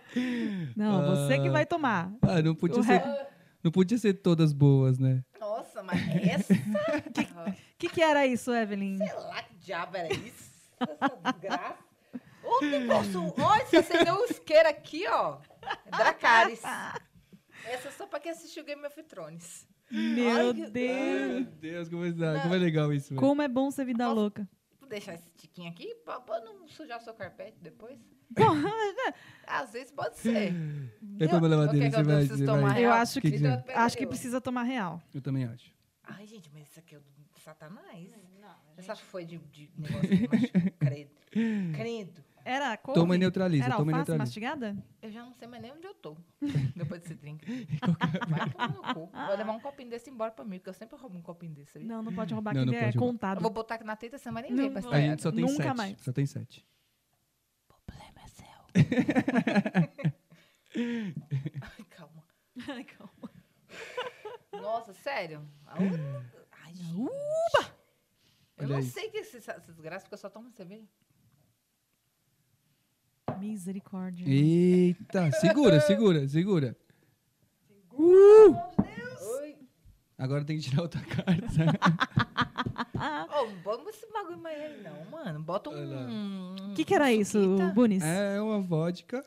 Speaker 1: Não, você que vai tomar.
Speaker 2: Ah, não podia,
Speaker 1: O
Speaker 2: ser,
Speaker 1: ré-
Speaker 2: não podia ser todas boas, né?
Speaker 3: Nossa, mas essa.
Speaker 1: O que, que era isso, Evelyn?
Speaker 3: Sei lá que diabo era isso. Essa desgraça. Ô, negócio. Olha, você acendeu um isqueiro aqui, ó. É Dracarys. Essa é só pra quem assistiu Game of Thrones.
Speaker 1: Meu
Speaker 3: Ai, que-
Speaker 1: Deus.
Speaker 2: Meu Deus, como é, como é legal isso, velho.
Speaker 1: Como é bom ser vida
Speaker 3: Nossa.
Speaker 1: louca.
Speaker 3: Vou deixar esse tiquinho aqui pra, pra não sujar seu carpete depois. Às vezes pode ser.
Speaker 2: Eu tomo na madeira,
Speaker 3: eu
Speaker 2: você
Speaker 3: quero- eu
Speaker 2: vai,
Speaker 3: preciso
Speaker 2: você
Speaker 3: tomar
Speaker 2: vai.
Speaker 1: Eu
Speaker 3: real.
Speaker 1: acho que-
Speaker 3: Então eu pegaria
Speaker 1: Acho que
Speaker 3: outro.
Speaker 1: precisa tomar real.
Speaker 2: Eu também acho.
Speaker 3: Ai, gente, mas isso aqui é do satanás. Essa foi de, de negócio que machucou, credo. Credo.
Speaker 1: Era couve?
Speaker 2: Toma e neutraliza,
Speaker 1: Era
Speaker 2: toma e
Speaker 1: alface
Speaker 2: neutraliza.
Speaker 1: mastigada?
Speaker 3: Eu já não sei mais nem onde eu tô. Depois desse drink. Vai tomar no cu. Vou levar um copinho desse embora pra mim, porque eu sempre roubo um copinho desse. sabia?
Speaker 1: Não, não pode roubar,
Speaker 2: Não,
Speaker 1: que
Speaker 2: não
Speaker 1: ele é
Speaker 2: pode roubar.
Speaker 1: contado.
Speaker 3: Eu vou botar aqui na teta essa semana e
Speaker 1: Não
Speaker 3: vem pra
Speaker 1: vou.
Speaker 2: A
Speaker 1: É,
Speaker 3: estreia.
Speaker 2: gente só tem
Speaker 1: nunca
Speaker 2: sete.
Speaker 1: mais.
Speaker 2: Só tem sete.
Speaker 3: O problema é seu.
Speaker 1: é
Speaker 3: Ai, calma.
Speaker 1: Ai, calma.
Speaker 3: Nossa, sério. A outra- Ai, Uba! Eu
Speaker 2: Olha
Speaker 3: não
Speaker 2: aí.
Speaker 3: sei que é esse- essa desgraça, porque eu só tomo cerveja.
Speaker 1: Misericórdia.
Speaker 2: Eita, segura, segura, segura.
Speaker 3: Oi.
Speaker 2: Agora tem que tirar outra carta.
Speaker 1: Ah,
Speaker 3: Ô, não bota esse bagulho mais aí, não, mano. Bota um.
Speaker 1: o que, que era isso,
Speaker 3: Suquita.
Speaker 1: Bunis?
Speaker 2: É uma É, vodka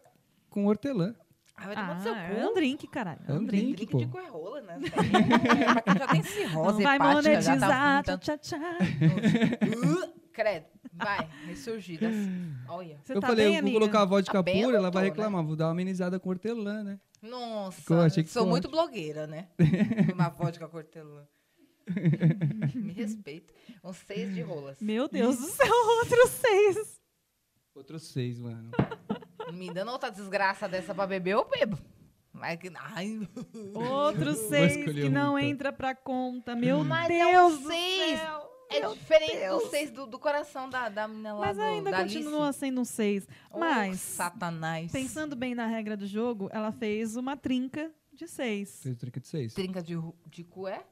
Speaker 2: com hortelã.
Speaker 3: Ah, vai tomar
Speaker 1: Ah,
Speaker 3: no seu cu.
Speaker 1: é um drink, caralho.
Speaker 2: É um drink,
Speaker 3: drink
Speaker 2: pô.
Speaker 3: de corrola, né? Isso aí é pra quem já tem cirrose
Speaker 1: Não vai
Speaker 3: hepática, já tá
Speaker 1: monetizar.
Speaker 3: com tanto...
Speaker 1: tchá, tchá, tchá.
Speaker 3: Uh, Credo, vai, ressurgida. Olha.
Speaker 1: Você
Speaker 2: eu
Speaker 1: tá
Speaker 2: falei,
Speaker 1: bem,
Speaker 2: eu vou
Speaker 1: amiga?
Speaker 2: colocar vodka
Speaker 3: Tá bem,
Speaker 2: pura, ela vai
Speaker 3: doutor, né?
Speaker 2: reclamar, vou dar uma amenizada com hortelã, né?
Speaker 3: Nossa,
Speaker 2: Ficou, achei que
Speaker 3: sou
Speaker 2: ficou
Speaker 3: muito blogueira, né? Uma vodka com hortelã. Me respeita. Um seis de rolas.
Speaker 1: Meu Deus do céu, outros seis.
Speaker 2: Outros seis, mano.
Speaker 3: Me dando outra desgraça dessa pra beber, eu bebo. Mas que. Ai.
Speaker 1: Outros
Speaker 2: Vou
Speaker 1: seis
Speaker 2: escolher Hum.
Speaker 1: que não
Speaker 2: um, então.
Speaker 1: entra pra conta. Meu
Speaker 3: Mas é um
Speaker 1: Deus do
Speaker 3: seis.
Speaker 1: céu.
Speaker 3: É
Speaker 1: Meu
Speaker 3: diferente
Speaker 1: Deus.
Speaker 3: do seis do, do coração da, da menina lá.
Speaker 1: Mas
Speaker 3: do-
Speaker 1: ainda
Speaker 3: da
Speaker 1: continua
Speaker 3: Alice.
Speaker 1: sendo um seis.
Speaker 3: Ô,
Speaker 1: Mas,
Speaker 3: Satanás.
Speaker 1: pensando bem na regra do jogo, ela fez uma trinca de seis.
Speaker 2: Fez o trinca de seis.
Speaker 3: Trinca de, ru- de é? cué.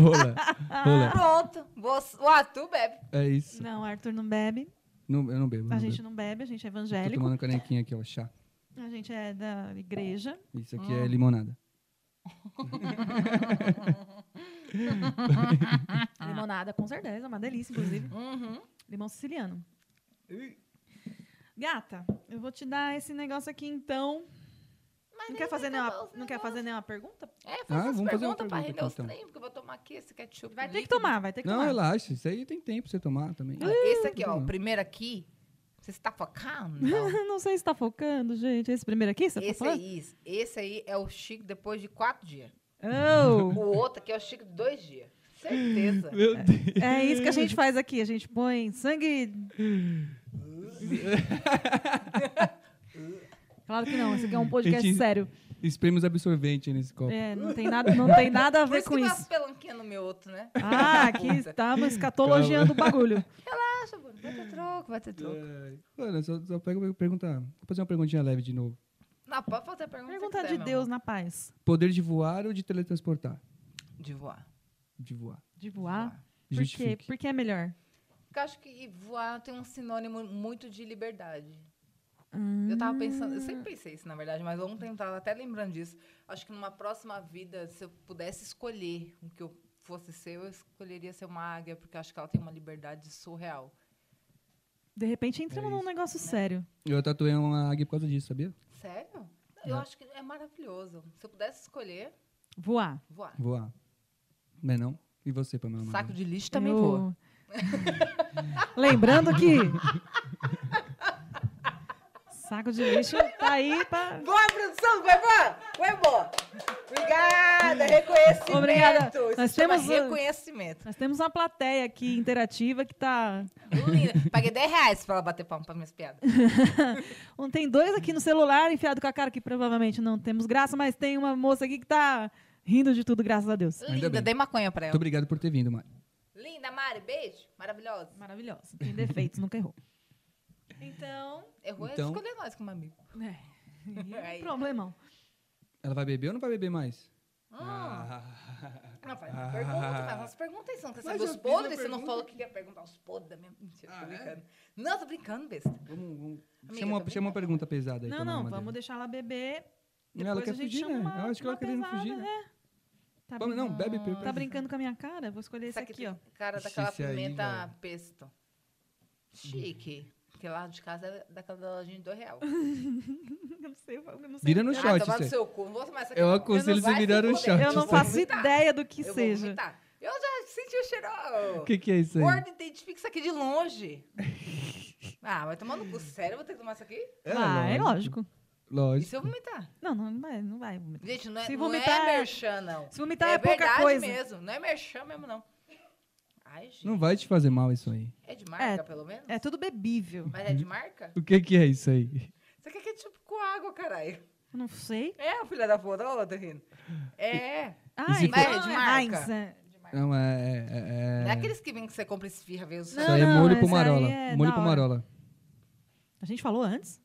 Speaker 2: Rola. Rola.
Speaker 3: Pronto. Você, o Arthur bebe.
Speaker 2: É isso.
Speaker 1: Não, Arthur não bebe.
Speaker 2: Não, eu não bebo.
Speaker 1: A
Speaker 2: não
Speaker 1: gente
Speaker 2: bebo.
Speaker 1: não bebe, a gente é
Speaker 2: Tô
Speaker 1: evangélico.
Speaker 2: tomando canequinha aqui, ó, chá.
Speaker 1: A gente é da igreja.
Speaker 2: Isso aqui
Speaker 1: Ah.
Speaker 2: é limonada.
Speaker 1: Ah. Limonada, com certeza, uma delícia, inclusive.
Speaker 3: Uhum.
Speaker 1: Limão siciliano. Gata, eu vou te dar esse negócio aqui então. não quer fazer nenhuma, não quer fazer nenhuma pergunta?
Speaker 3: É, faz
Speaker 2: Ah,
Speaker 3: as
Speaker 2: vamos fazer uma
Speaker 3: perguntas pra
Speaker 2: pergunta
Speaker 3: render
Speaker 2: aqui,
Speaker 3: os
Speaker 2: então.
Speaker 3: treinos, porque eu vou tomar aqui esse ketchup.
Speaker 1: Vai ter que
Speaker 3: líquido.
Speaker 1: tomar, vai ter que
Speaker 2: Não,
Speaker 1: tomar.
Speaker 2: relaxa. Isso aí tem tempo pra você tomar também.
Speaker 3: Ah, Esse aqui, ó,
Speaker 2: Hum.
Speaker 1: Uhum.
Speaker 3: o primeiro aqui. Você está focando?
Speaker 1: não sei se tá focando, gente. Esse primeiro aqui, você tá
Speaker 3: Esse
Speaker 1: falando?
Speaker 3: aí, esse aí é o Chico depois de quatro dias.
Speaker 1: Oh,
Speaker 3: O outro aqui é o Chico de dois dias. Certeza.
Speaker 2: Meu Deus.
Speaker 1: é isso que a gente faz aqui. A gente põe sangue. Claro que não, esse aqui é um podcast
Speaker 2: Gente-
Speaker 1: sério.
Speaker 2: Espremos absorvente nesse copo.
Speaker 1: É, não tem nada, não tem nada a
Speaker 3: Por
Speaker 1: ver
Speaker 3: isso
Speaker 1: com
Speaker 3: que deu
Speaker 1: isso.
Speaker 3: umas pelanquinhas no meu outro, né?
Speaker 1: Ah, aqui estamos escatologiando o bagulho.
Speaker 3: Relaxa, Bruno. Vai ter troco, vai ter troco.
Speaker 2: Ai. Mano, só, só pego pergunta. Vou fazer uma perguntinha leve de novo.
Speaker 3: Não, pode fazer a pergunta. que
Speaker 1: Pergunta
Speaker 3: quiser,
Speaker 1: de
Speaker 3: meu
Speaker 1: Deus
Speaker 3: amor.
Speaker 1: na paz.
Speaker 2: Poder de voar ou de teletransportar?
Speaker 3: De voar.
Speaker 2: De voar.
Speaker 1: De voar. Por quê?
Speaker 2: Justifique.
Speaker 1: Porque é melhor.
Speaker 3: Porque eu acho que voar tem um sinônimo muito de liberdade.
Speaker 1: Hum,
Speaker 3: Eu tava pensando, eu sempre pensei isso, na verdade, mas ontem eu tava até lembrando disso. Acho que numa próxima vida, se eu pudesse escolher o que eu fosse ser, eu escolheria ser uma águia, porque eu acho que ela tem uma liberdade surreal.
Speaker 1: De repente entramos
Speaker 2: É
Speaker 1: num
Speaker 2: isso,
Speaker 1: negócio sério.
Speaker 2: Eu tatuei uma águia por causa disso, sabia?
Speaker 3: Sério? Eu acho que é maravilhoso. Se eu pudesse escolher,
Speaker 1: Voar.
Speaker 3: voar.
Speaker 2: Voar. Não é não? E você, Pamela?
Speaker 3: Saco de lixo também
Speaker 1: Eu-
Speaker 3: voa.
Speaker 1: Lembrando que. Saco de lixo tá aí pra.
Speaker 3: Boa, produção, vai embora! Vai embora! Obrigada, reconhecimento!
Speaker 1: Obrigada. Nós
Speaker 3: Nós temos
Speaker 1: temos,
Speaker 3: um-
Speaker 1: uh,
Speaker 3: reconhecimento.
Speaker 1: Nós temos uma plateia aqui interativa que tá.
Speaker 3: Linda. Paguei 10 reais pra ela bater palma pra minhas piadas.
Speaker 1: Um, tem dois aqui no celular enfiado com a cara que provavelmente não temos graça, mas tem uma moça aqui que tá rindo de tudo, graças a Deus.
Speaker 2: Ainda
Speaker 3: Linda,
Speaker 2: bem.
Speaker 3: dei maconha pra
Speaker 2: Muito
Speaker 3: ela.
Speaker 2: obrigado por ter vindo, Mari.
Speaker 3: Linda, Mari, beijo. Maravilhosa.
Speaker 1: Maravilhosa. Tem defeitos, nunca errou. Então.
Speaker 3: Errou
Speaker 2: Então-
Speaker 3: então... escolher nós como amigo.
Speaker 1: É.
Speaker 3: Aí.
Speaker 1: Um Problemão.
Speaker 2: Ela vai beber ou não vai beber mais?
Speaker 3: Hum.
Speaker 2: Ah.
Speaker 3: Não, faz uma pergunta, faz umas perguntas aí. Você não quer
Speaker 2: Mas
Speaker 3: saber
Speaker 2: eu
Speaker 3: os
Speaker 2: fiz uma
Speaker 3: podres? Você não
Speaker 2: pergunta.
Speaker 3: falou que ia perguntar os podres da minha mentira.
Speaker 2: Ah,
Speaker 3: tô
Speaker 2: é?
Speaker 3: brincando. Não, tô brincando, besta.
Speaker 2: Vamos, vamos.
Speaker 3: Amiga,
Speaker 2: chama,
Speaker 3: tá
Speaker 2: uma, chama uma pergunta pesada aí.
Speaker 1: Não,
Speaker 2: Pamela
Speaker 1: não,
Speaker 2: Madeira.
Speaker 1: vamos deixar ela beber.
Speaker 2: Não,
Speaker 1: Depois
Speaker 2: ela
Speaker 1: a
Speaker 2: quer
Speaker 1: gente
Speaker 2: fugir,
Speaker 1: chama
Speaker 2: né?
Speaker 1: uma-
Speaker 2: eu acho que ela
Speaker 1: uma
Speaker 2: querendo
Speaker 1: pesada,
Speaker 2: fugir, né?
Speaker 1: Tá,
Speaker 2: Pamela,
Speaker 1: brin-
Speaker 2: não, bebe primeiro.
Speaker 1: tá brincando com a minha cara? Vou escolher esse
Speaker 3: Sabe
Speaker 1: aqui, ó.
Speaker 3: tem Cara
Speaker 2: Ixi,
Speaker 3: daquela
Speaker 2: esse aí,
Speaker 3: pimenta
Speaker 2: velho.
Speaker 3: pesto. Chique. Porque lá de casa é daquela da lojinha de dois real.
Speaker 1: Eu não sei, eu não sei.
Speaker 2: Vira no
Speaker 1: Eu-
Speaker 2: chão. Shot,
Speaker 3: ah, tomar
Speaker 2: isso
Speaker 3: no
Speaker 2: aí.
Speaker 3: seu cu. Não vou tomar essa
Speaker 2: Eu
Speaker 3: não.
Speaker 2: aconselho
Speaker 3: não
Speaker 2: você
Speaker 3: vai
Speaker 2: virar
Speaker 3: se
Speaker 2: um
Speaker 3: foder.
Speaker 2: shot.
Speaker 1: Eu não
Speaker 2: Eu
Speaker 3: vou
Speaker 1: faço
Speaker 3: vomitar.
Speaker 1: ideia do que
Speaker 3: Eu vou
Speaker 1: seja.
Speaker 3: vomitar. Eu já senti o cheiro.
Speaker 2: O que, que é isso aí?
Speaker 3: Gordo, identifica isso aqui de longe. ah, vai tomar no cu. Sério, eu vou ter que tomar isso aqui?
Speaker 2: É,
Speaker 1: vai, é lógico. é
Speaker 3: E
Speaker 2: Lógico.
Speaker 3: se eu vomitar?
Speaker 1: Não, não, não vai, não vai vomitar.
Speaker 3: Gente, não é,
Speaker 1: Se
Speaker 3: não
Speaker 1: vomitar,
Speaker 3: é merchan, não.
Speaker 1: Se vomitar é,
Speaker 3: é
Speaker 1: pouca
Speaker 3: verdade
Speaker 1: coisa.
Speaker 3: mesmo. Não é merchan mesmo, não. Ai, gente.
Speaker 2: Não vai te fazer mal isso aí.
Speaker 3: É de marca, pelo menos?
Speaker 1: É tudo bebível.
Speaker 3: Mas é de marca?
Speaker 2: O que, que é isso aí?
Speaker 3: Você quer que é tipo com água, caralho?
Speaker 1: Eu não sei.
Speaker 3: É, filha da puta. Olha lá, tô rindo. É.
Speaker 1: Ah,
Speaker 2: se
Speaker 1: então
Speaker 3: for- de
Speaker 1: é
Speaker 3: marca?
Speaker 1: Heinz, é.
Speaker 3: De marca.
Speaker 2: Não, é. é- é-
Speaker 3: Não é aqueles que vêm que você compra esfirra, vê os...
Speaker 1: Não,
Speaker 2: Isso aí é molho
Speaker 1: essa
Speaker 2: pomarola.
Speaker 1: aí é
Speaker 2: molho
Speaker 1: da hora.
Speaker 2: pomarola.
Speaker 1: A gente falou antes?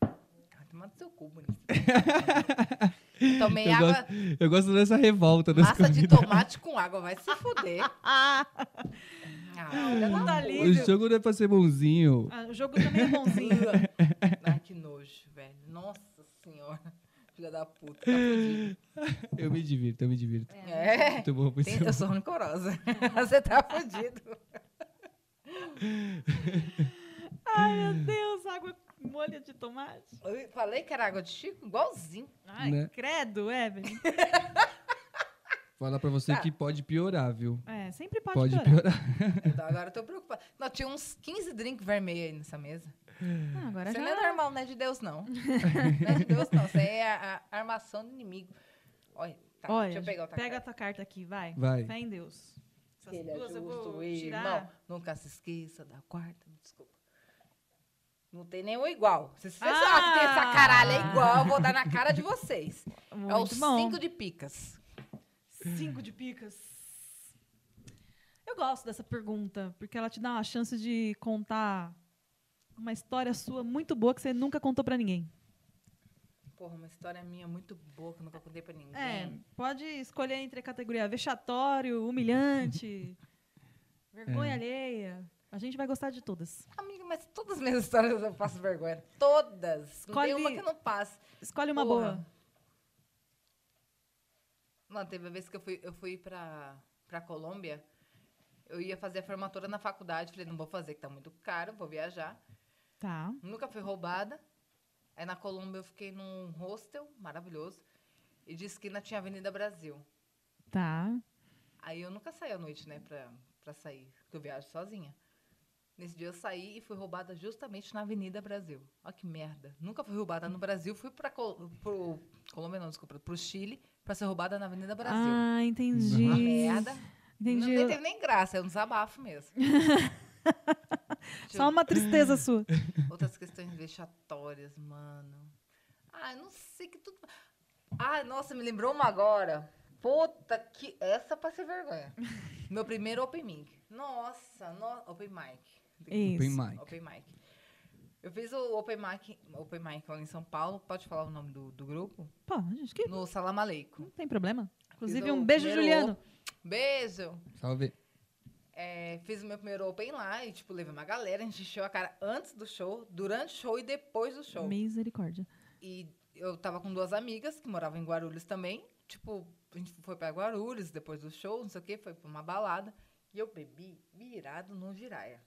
Speaker 3: Ah, toma no seu cu, bonito. Tomei
Speaker 2: Eu
Speaker 3: água...
Speaker 2: gosto, eu gosto dessa revolta das
Speaker 3: Massa de tomate com água, vai se fuder.
Speaker 1: Ah,
Speaker 3: Ah, olha lá.
Speaker 1: tá
Speaker 2: O
Speaker 1: livre.
Speaker 2: jogo não é pra ser bonzinho.
Speaker 1: Ah, O jogo também é bonzinho.
Speaker 3: Ai, que nojo, velho. Nossa senhora. Filha da puta. Tá fudido.
Speaker 2: Eu me divirto, eu me divirto.
Speaker 3: é.
Speaker 2: Muito bom, por
Speaker 3: Tem- eu sou rancorosa. Você tá fudido.
Speaker 1: Ai, meu Deus, água molha de tomate.
Speaker 3: Eu falei que era água de Chico, igualzinho.
Speaker 1: Ai,
Speaker 2: Né?
Speaker 1: credo, Evelyn.
Speaker 2: Falar pra você
Speaker 3: Tá.
Speaker 2: que pode piorar, viu?
Speaker 1: É, sempre pode,
Speaker 2: Pode,
Speaker 1: piorar.
Speaker 2: piorar.
Speaker 3: Então, agora eu tô preocupada. Não, tinha uns 15 drinks vermelhos aí nessa mesa.
Speaker 1: Ah, agora
Speaker 3: Isso
Speaker 1: já...
Speaker 3: não é normal, não é de Deus, não. não é de Deus, não. Isso aí é a, a armação do inimigo. Olha, tá,
Speaker 1: Olha,
Speaker 3: deixa eu pegar outra
Speaker 1: pega a
Speaker 3: carta.
Speaker 1: tua carta aqui, vai.
Speaker 2: Vai.
Speaker 1: Fé em Deus. Essas
Speaker 3: Ele é
Speaker 1: duas eu
Speaker 3: justo,
Speaker 1: vou
Speaker 3: irmão.
Speaker 1: tirar.
Speaker 3: Nunca se esqueça da quarta. Desculpa. Não tem nenhum igual. Se vocês
Speaker 1: Ah!
Speaker 3: falam que tem essa caralha é igual, eu vou dar na cara de vocês. é os
Speaker 1: Muito bom.
Speaker 3: cinco de picas.
Speaker 1: Cinco de picas. Eu gosto dessa pergunta, porque ela te dá uma chance de contar uma história sua muito boa que você nunca contou pra ninguém.
Speaker 3: Porra, uma história minha muito boa que eu nunca contei pra ninguém.
Speaker 1: É, pode escolher entre a categoria vexatório, humilhante, vergonha alheia. A gente vai gostar de todas.
Speaker 3: Amiga, mas todas as minhas histórias eu passo vergonha. Todas. Não
Speaker 1: Escolhe-
Speaker 3: tem uma que eu não passe.
Speaker 1: Escolhe uma
Speaker 3: Porra.
Speaker 1: boa.
Speaker 3: Não, teve uma vez que eu fui, eu fui pra, pra Colômbia. Eu ia fazer a formatura na faculdade. Falei, não vou fazer, que tá muito caro, vou viajar.
Speaker 1: Tá.
Speaker 3: Nunca fui roubada. Aí na Colômbia eu fiquei num hostel maravilhoso. E de esquina tinha Avenida Brasil.
Speaker 1: Tá.
Speaker 3: Aí eu nunca saí à noite, né, pra, pra sair, porque eu viajo sozinha. Nesse dia eu saí e fui roubada justamente na Avenida Brasil. Olha que merda. Nunca fui roubada no Brasil, fui pra Col pro Colômbia, não, desculpa, pro Chile, pra ser roubada na Avenida Brasil.
Speaker 1: Ah, entendi.
Speaker 3: Uma merda.
Speaker 1: Entendi.
Speaker 3: Não teve nem graça, é um desabafo mesmo.
Speaker 1: Só uma
Speaker 2: É.
Speaker 1: tristeza sua.
Speaker 3: Outras questões vexatórias, mano. Ah, eu não sei que tudo. Ah, nossa, me lembrou uma agora. Puta que. Essa pra ser vergonha. Meu primeiro open mic. Nossa, no... open mic.
Speaker 2: Open
Speaker 1: Isso.
Speaker 2: mic.
Speaker 3: Open mic. Eu fiz o open mic, open mic lá em São Paulo. Pode falar o nome do, do grupo?
Speaker 1: Pô, acho que
Speaker 3: No Salam Aleikum.
Speaker 1: não tem problema. Inclusive,
Speaker 3: Fiz o
Speaker 1: um beijo,
Speaker 3: primeiro
Speaker 1: Juliano.
Speaker 3: Beijo!
Speaker 2: Salve.
Speaker 3: É, fiz o meu primeiro open lá e, tipo, levei uma galera. A gente encheu a cara antes do show, durante o show e depois do show.
Speaker 1: Misericórdia.
Speaker 3: E eu tava com duas amigas que moravam em Guarulhos também. Tipo, a gente foi pra Guarulhos depois do show, não sei o quê, foi pra uma balada. E eu bebi virado no giraia.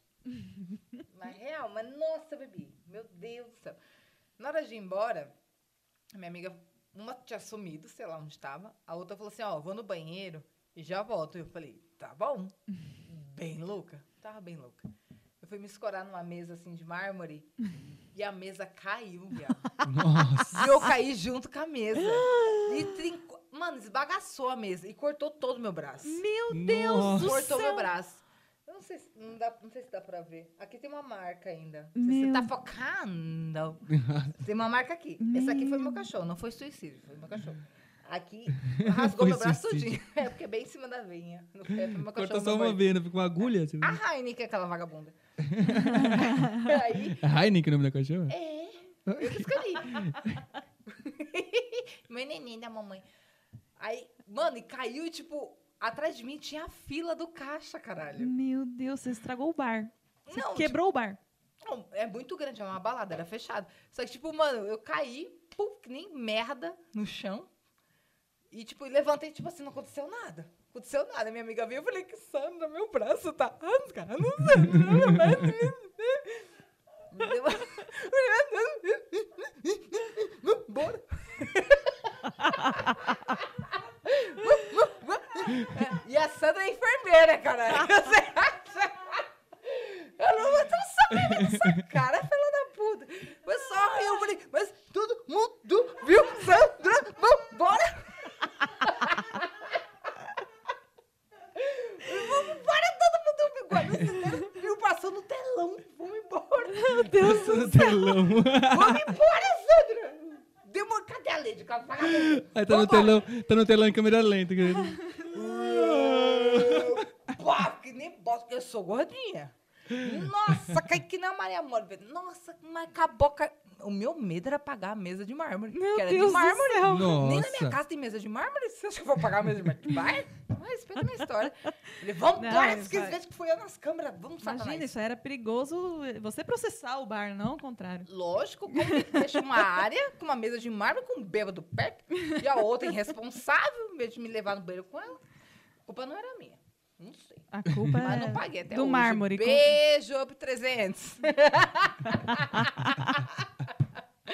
Speaker 3: Na real, mas nossa, eu bebi. Meu Deus do céu. Na hora de ir embora, a minha amiga, uma tinha sumido, sei lá onde tava. A outra falou assim: Ó, vou no banheiro e já volto. Eu falei: Tá bom. Bem louca. Tava bem louca. Eu fui me escorar numa mesa assim de mármore e a mesa caiu, viado.
Speaker 2: Nossa.
Speaker 3: E eu caí junto com a mesa. E trincou. Mano, esbagaçou a mesa e cortou todo o meu braço.
Speaker 1: Meu Deus do
Speaker 3: cortou meu
Speaker 1: céu.
Speaker 3: braço. Eu não sei, se, não, dá, não sei se dá pra ver. Aqui tem uma marca ainda. Se
Speaker 1: Meu-
Speaker 3: Você tá focando. Tem uma marca aqui. Esse aqui foi meu cachorro, não foi suicídio, foi meu cachorro. Aqui rasgou
Speaker 2: Foi
Speaker 3: meu braço
Speaker 2: suicídio.
Speaker 3: todinho. É porque é bem em cima da veinha. No pé, foi meu
Speaker 2: Corta
Speaker 3: cachorro.
Speaker 2: só
Speaker 3: não Ah.
Speaker 2: uma
Speaker 3: morde.
Speaker 2: vena, fica uma agulha. assim. Você...
Speaker 3: A Heineken, é aquela vagabunda. Aí,
Speaker 2: É Heineken o nome da cachorra?
Speaker 3: é. Eu que escolhi. Meu neném da mamãe. Aí, mano, e caiu e, tipo, atrás de mim tinha a fila do caixa, caralho.
Speaker 1: Meu Deus, você estragou o bar. Você
Speaker 3: Não,
Speaker 1: quebrou o bar.
Speaker 3: Não, é muito grande, é uma balada, era fechado. Só que, tipo, mano, eu caí, pum, que nem merda no chão. E, tipo, levantei, tipo assim, não aconteceu nada. Aconteceu nada. Minha amiga veio, eu falei, que Sandra, meu braço tá rasgado, Sandra, meu braço... Deu uma- Bora! e a Sandra é enfermeira, cara. Você acha? Eu não eu não sabia dessa cara, filha da puta. Mas só riu, eu falei, mas todo mundo viu, Sandra, vambora! Vambora, todo mundo viu, guarda o viu, passou no telão, vamos embora. Meu Deus
Speaker 2: Tá No telão.
Speaker 3: Vamos embora, Sandra! Deu uma... Cadê a Lady? Cadê a Lady?
Speaker 2: Aí tá no
Speaker 3: Vambora.
Speaker 2: telão, tá no telão em câmera lenta. querido.
Speaker 3: Pá, que nem bosta, porque eu sou gordinha. Nossa, cai que na Maria Mole. velho. Nossa, mas acabou. ca- O meu medo era pagar a mesa de mármore.
Speaker 1: Meu
Speaker 3: que era
Speaker 1: Deus
Speaker 3: de
Speaker 1: do
Speaker 3: mármore.
Speaker 1: céu.
Speaker 3: Nem na minha
Speaker 2: Nossa.
Speaker 3: casa tem mesa de mármore. Você acha que eu vou pagar a mesa de mármore? Vai, vai, respeita a minha história. Ele, vamos
Speaker 1: Não,
Speaker 3: embora,
Speaker 1: ele vai.
Speaker 3: esquece que fui eu nas câmeras. Vamos,
Speaker 1: Imagina,
Speaker 3: Satanás.
Speaker 1: isso era perigoso eh, você processar o bar, não ao contrário.
Speaker 3: Lógico, como que deixa uma área com uma mesa de mármore com um bêbado perto e a outra irresponsável, em vez de me levar no banheiro com ela? A culpa não era minha. Não sei.
Speaker 1: A culpa
Speaker 3: Mas
Speaker 1: é
Speaker 3: Ah, não paguei até
Speaker 1: do
Speaker 3: hoje.
Speaker 1: mármore.
Speaker 3: Beijo, up 300.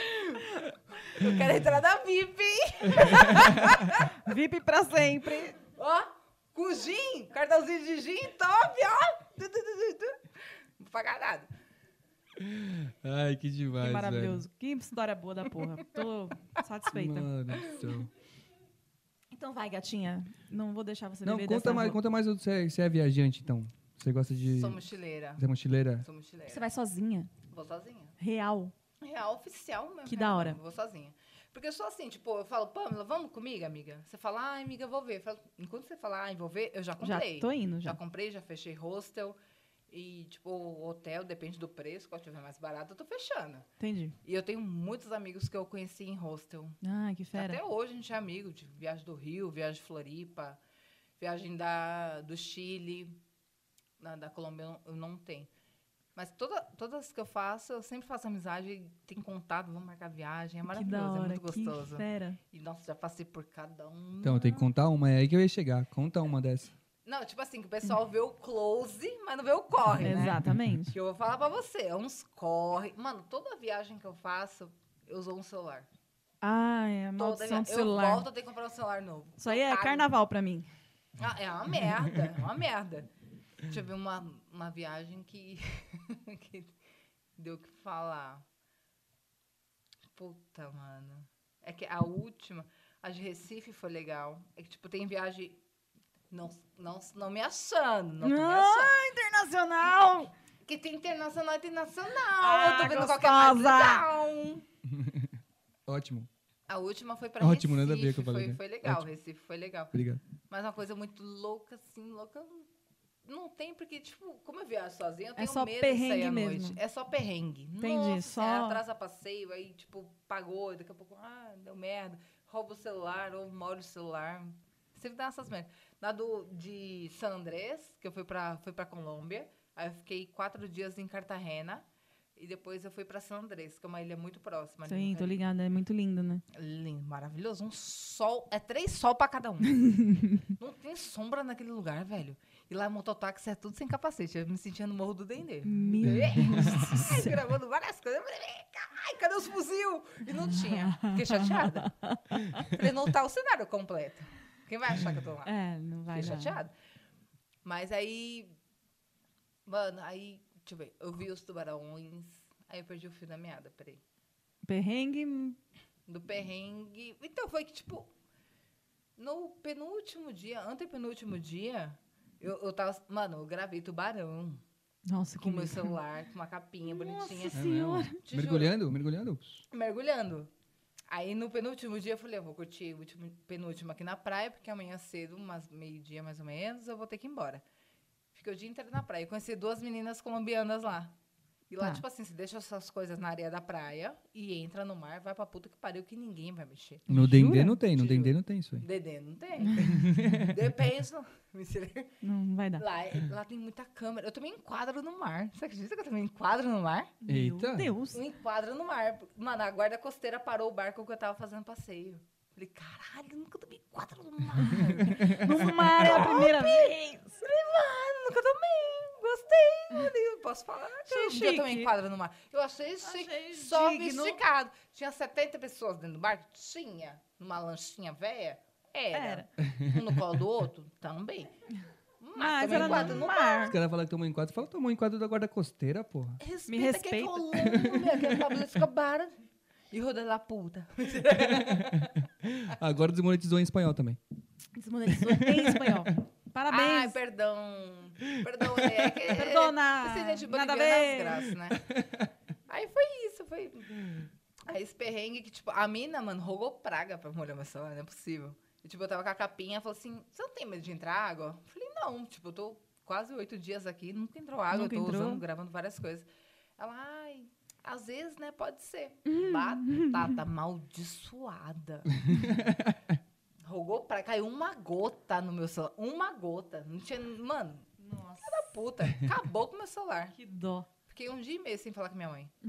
Speaker 3: Eu quero entrar na VIP, hein?
Speaker 1: VIP pra sempre.
Speaker 3: Ó, com gin, cartãozinho de gin, top, ó. Du, du, du, du, du. Não vou pagar nada.
Speaker 2: Ai,
Speaker 1: Que
Speaker 2: que demais,
Speaker 1: maravilhoso. Que história boa da porra. Tô
Speaker 2: velho.
Speaker 1: satisfeita.
Speaker 2: Mano do céu.
Speaker 1: Então vai, gatinha. Não vou deixar você
Speaker 2: Não,
Speaker 1: beber
Speaker 2: conta
Speaker 1: dessa
Speaker 2: mais,
Speaker 1: água.
Speaker 2: conta mais. Você é, você é viajante, então? Você gosta de...
Speaker 3: Sou mochileira.
Speaker 2: Você é mochileira?
Speaker 3: Sou mochileira.
Speaker 1: Você vai sozinha.
Speaker 3: Vou sozinha.
Speaker 1: Real.
Speaker 3: Real, oficial mesmo.
Speaker 1: Que
Speaker 3: real,
Speaker 1: da hora.
Speaker 3: Vou sozinha. Porque eu sou assim, tipo, eu falo, Pamela, vamos comigo, amiga? Você fala, ai, amiga, eu vou ver. Eu falo, Enquanto você fala, ai, vou ver, eu já
Speaker 1: Já
Speaker 3: comprei.
Speaker 1: tô indo,
Speaker 3: Já
Speaker 1: já.
Speaker 3: comprei, já fechei hostel. E, tipo, hotel, depende do preço, qual tiver mais barato, eu tô fechando.
Speaker 1: Entendi.
Speaker 3: E eu tenho muitos amigos que eu conheci em hostel.
Speaker 1: Ai, Ah, que fera.
Speaker 3: Até hoje a gente é amigo de viagem do Rio, viagem de Floripa, viagem da, do Chile, na, da Colômbia eu não- eu não tenho. Mas toda, todas que eu faço, eu sempre faço amizade, tem contato, vamos marcar viagem, é
Speaker 1: que da
Speaker 3: maravilhoso,
Speaker 1: hora,
Speaker 3: é muito gostoso.
Speaker 1: Que fera.
Speaker 3: E nossa, já passei por cada um.
Speaker 2: Então, tem que contar uma. É aí que eu ia chegar. Conta uma dessa.
Speaker 3: Não, tipo assim, que o pessoal vê o close, mas não vê o corre, né?
Speaker 1: Exatamente.
Speaker 3: Que eu vou falar pra você, é uns corre. Mano, toda viagem que eu faço, eu uso um celular.
Speaker 1: Ah, é a
Speaker 3: Toda
Speaker 1: maldição
Speaker 3: viagem.
Speaker 1: do
Speaker 3: Eu
Speaker 1: celular.
Speaker 3: volto, eu tenho que comprar um celular novo.
Speaker 1: Isso aí é
Speaker 3: Otário.
Speaker 1: carnaval pra mim.
Speaker 3: Ah, é uma merda, é uma merda. Deixa eu ver uma, uma viagem que, que deu o que falar. Puta, mano. É que a última, a de Recife foi legal. É que, tipo, tem viagem. Não, não, não me achando, não tô me achando.
Speaker 1: Ah, internacional!
Speaker 3: Que tem internacional, internacional.
Speaker 1: Ah,
Speaker 3: eu tô vendo qualquer mais
Speaker 1: gostosa!
Speaker 3: legal.
Speaker 2: Ótimo.
Speaker 3: A última foi pra
Speaker 2: Ótimo, nada a ver
Speaker 3: Recife.
Speaker 2: que eu falei,
Speaker 3: foi,
Speaker 2: né?
Speaker 3: foi legal,
Speaker 2: Ótimo.
Speaker 3: Recife foi legal.
Speaker 2: Obrigado.
Speaker 3: Mas uma coisa muito louca, assim, louca. Não tem, porque, tipo, como eu viajo sozinha, eu tenho
Speaker 1: É só
Speaker 3: medo de sair
Speaker 1: perrengue
Speaker 3: à noite.
Speaker 1: mesmo.
Speaker 3: É só perrengue.
Speaker 1: Entendi,
Speaker 3: Nossa,
Speaker 1: só-
Speaker 3: senhora, atrasa passeio, aí, tipo, pagou, daqui a pouco, ah, deu merda. Rouba o celular ou molha o celular. Sempre dá essas merdas. Na do, de San Andrés, que eu fui pra, fui pra Colômbia, aí eu fiquei quatro dias em Cartagena. E depois eu fui pra San Andrés, que é uma ilha muito próxima. ali no
Speaker 1: Sim, tô
Speaker 3: Caribe.
Speaker 1: ligada. É muito lindo, né?
Speaker 3: Lindo, maravilhoso. Um sol. É três sol pra cada um. não tem sombra naquele lugar, velho. E lá mototáxi é tudo sem capacete. Eu me sentia no Morro do Dendê.
Speaker 1: Meu
Speaker 3: Ai, gravando várias coisas. Eu falei, ai, cadê os fuzil? E não tinha. Fiquei chateada. Falei, não tá o cenário completo. Quem vai achar que eu tô lá?
Speaker 1: É, não vai
Speaker 3: Fiquei
Speaker 1: dar.
Speaker 3: chateada. Mas aí. Mano, aí. Deixa eu ver. Eu vi os tubarões. Aí eu perdi o fio da meada, peraí.
Speaker 1: Perrengue, hum,
Speaker 3: Do perrengue. Então, foi que, tipo, no penúltimo dia, antepenúltimo dia, eu, eu tava. Mano, eu gravei tubarão
Speaker 1: nossa,
Speaker 3: com
Speaker 1: que
Speaker 3: meu
Speaker 1: medo.
Speaker 3: celular, com uma capinha bonitinha, assim,
Speaker 1: Nossa senhora.
Speaker 3: Te juro.
Speaker 2: É Mergulhando, mergulhando.
Speaker 3: mergulhando. Aí no penúltimo dia eu falei, eu vou curtir o último, penúltimo aqui na praia, porque amanhã cedo, umas meio-dia mais ou menos, eu vou ter que ir embora. Fiquei o dia inteiro na praia. Eu Conheci duas meninas colombianas lá. E lá,
Speaker 1: Tá.
Speaker 3: tipo assim, você deixa suas coisas na areia da praia e entra no mar, vai pra puta que pariu que ninguém vai mexer.
Speaker 2: No Dendê não tem, no
Speaker 3: Juro.
Speaker 2: Dendê não tem isso aí.
Speaker 3: Dedê não tem. Depende. não. Mentira.
Speaker 1: Não vai dar.
Speaker 3: Lá, lá tem muita câmera. Eu também enquadro no mar. Você acredita que eu também enquadro no mar?
Speaker 2: Eita.
Speaker 1: Meu Deus.
Speaker 3: Eu enquadro no mar. Mano, a guarda costeira parou o barco que eu tava fazendo passeio. Falei, caralho, eu nunca tomei enquadro no mar.
Speaker 1: No mar é a primeira vez.
Speaker 3: Falei, mano, nunca tomei. Gostei. mano. Eu posso falar
Speaker 1: Achei
Speaker 3: que eu
Speaker 1: chique.
Speaker 3: também enquadro no mar. Eu achei chique,
Speaker 1: Achei
Speaker 3: sofisticado. Tinha 70 pessoas dentro do barco? Tinha. Numa lanchinha velha?
Speaker 1: Era.
Speaker 3: Um no colo do outro? Também.
Speaker 1: Mas
Speaker 3: tomei
Speaker 1: ela
Speaker 3: enquadro
Speaker 1: no mar.
Speaker 2: Os caras falam que tomou enquadro. Fala, tomou enquadro da guarda costeira, porra.
Speaker 3: Respeita,
Speaker 1: Me
Speaker 3: que é
Speaker 1: respeita.
Speaker 3: Colômbia, que é Pablo Escobar. E roda la puta.
Speaker 2: Agora desmonetizou em espanhol também.
Speaker 1: Desmonetizou em espanhol.
Speaker 3: Ai,
Speaker 1: Parabéns.
Speaker 3: perdão. Perdão, é que...
Speaker 1: Perdona.
Speaker 3: Você é de
Speaker 1: Nada a
Speaker 3: boliviana é
Speaker 1: ver.
Speaker 3: desgraça, né? Aí foi isso, foi... Aí esse perrengue que, tipo, a mina, mano, rogou praga pra molhar meu celular, não é possível. E, tipo, eu tava com a capinha, falou assim, você não tem medo de entrar água? Eu falei, não, tipo, eu tô quase oito dias aqui, nunca entrou água,
Speaker 1: Nunca
Speaker 3: eu tô
Speaker 1: entrou?
Speaker 3: usando, gravando várias coisas. Ela, ai, às vezes, né, pode ser. Batata amaldiçoada. Rogou pra caiu uma gota no meu celular. Uma gota. Não tinha. Mano,
Speaker 1: Nossa,
Speaker 3: da puta. Acabou com o meu celular.
Speaker 1: que dó.
Speaker 3: Fiquei um dia e meio sem falar com minha mãe.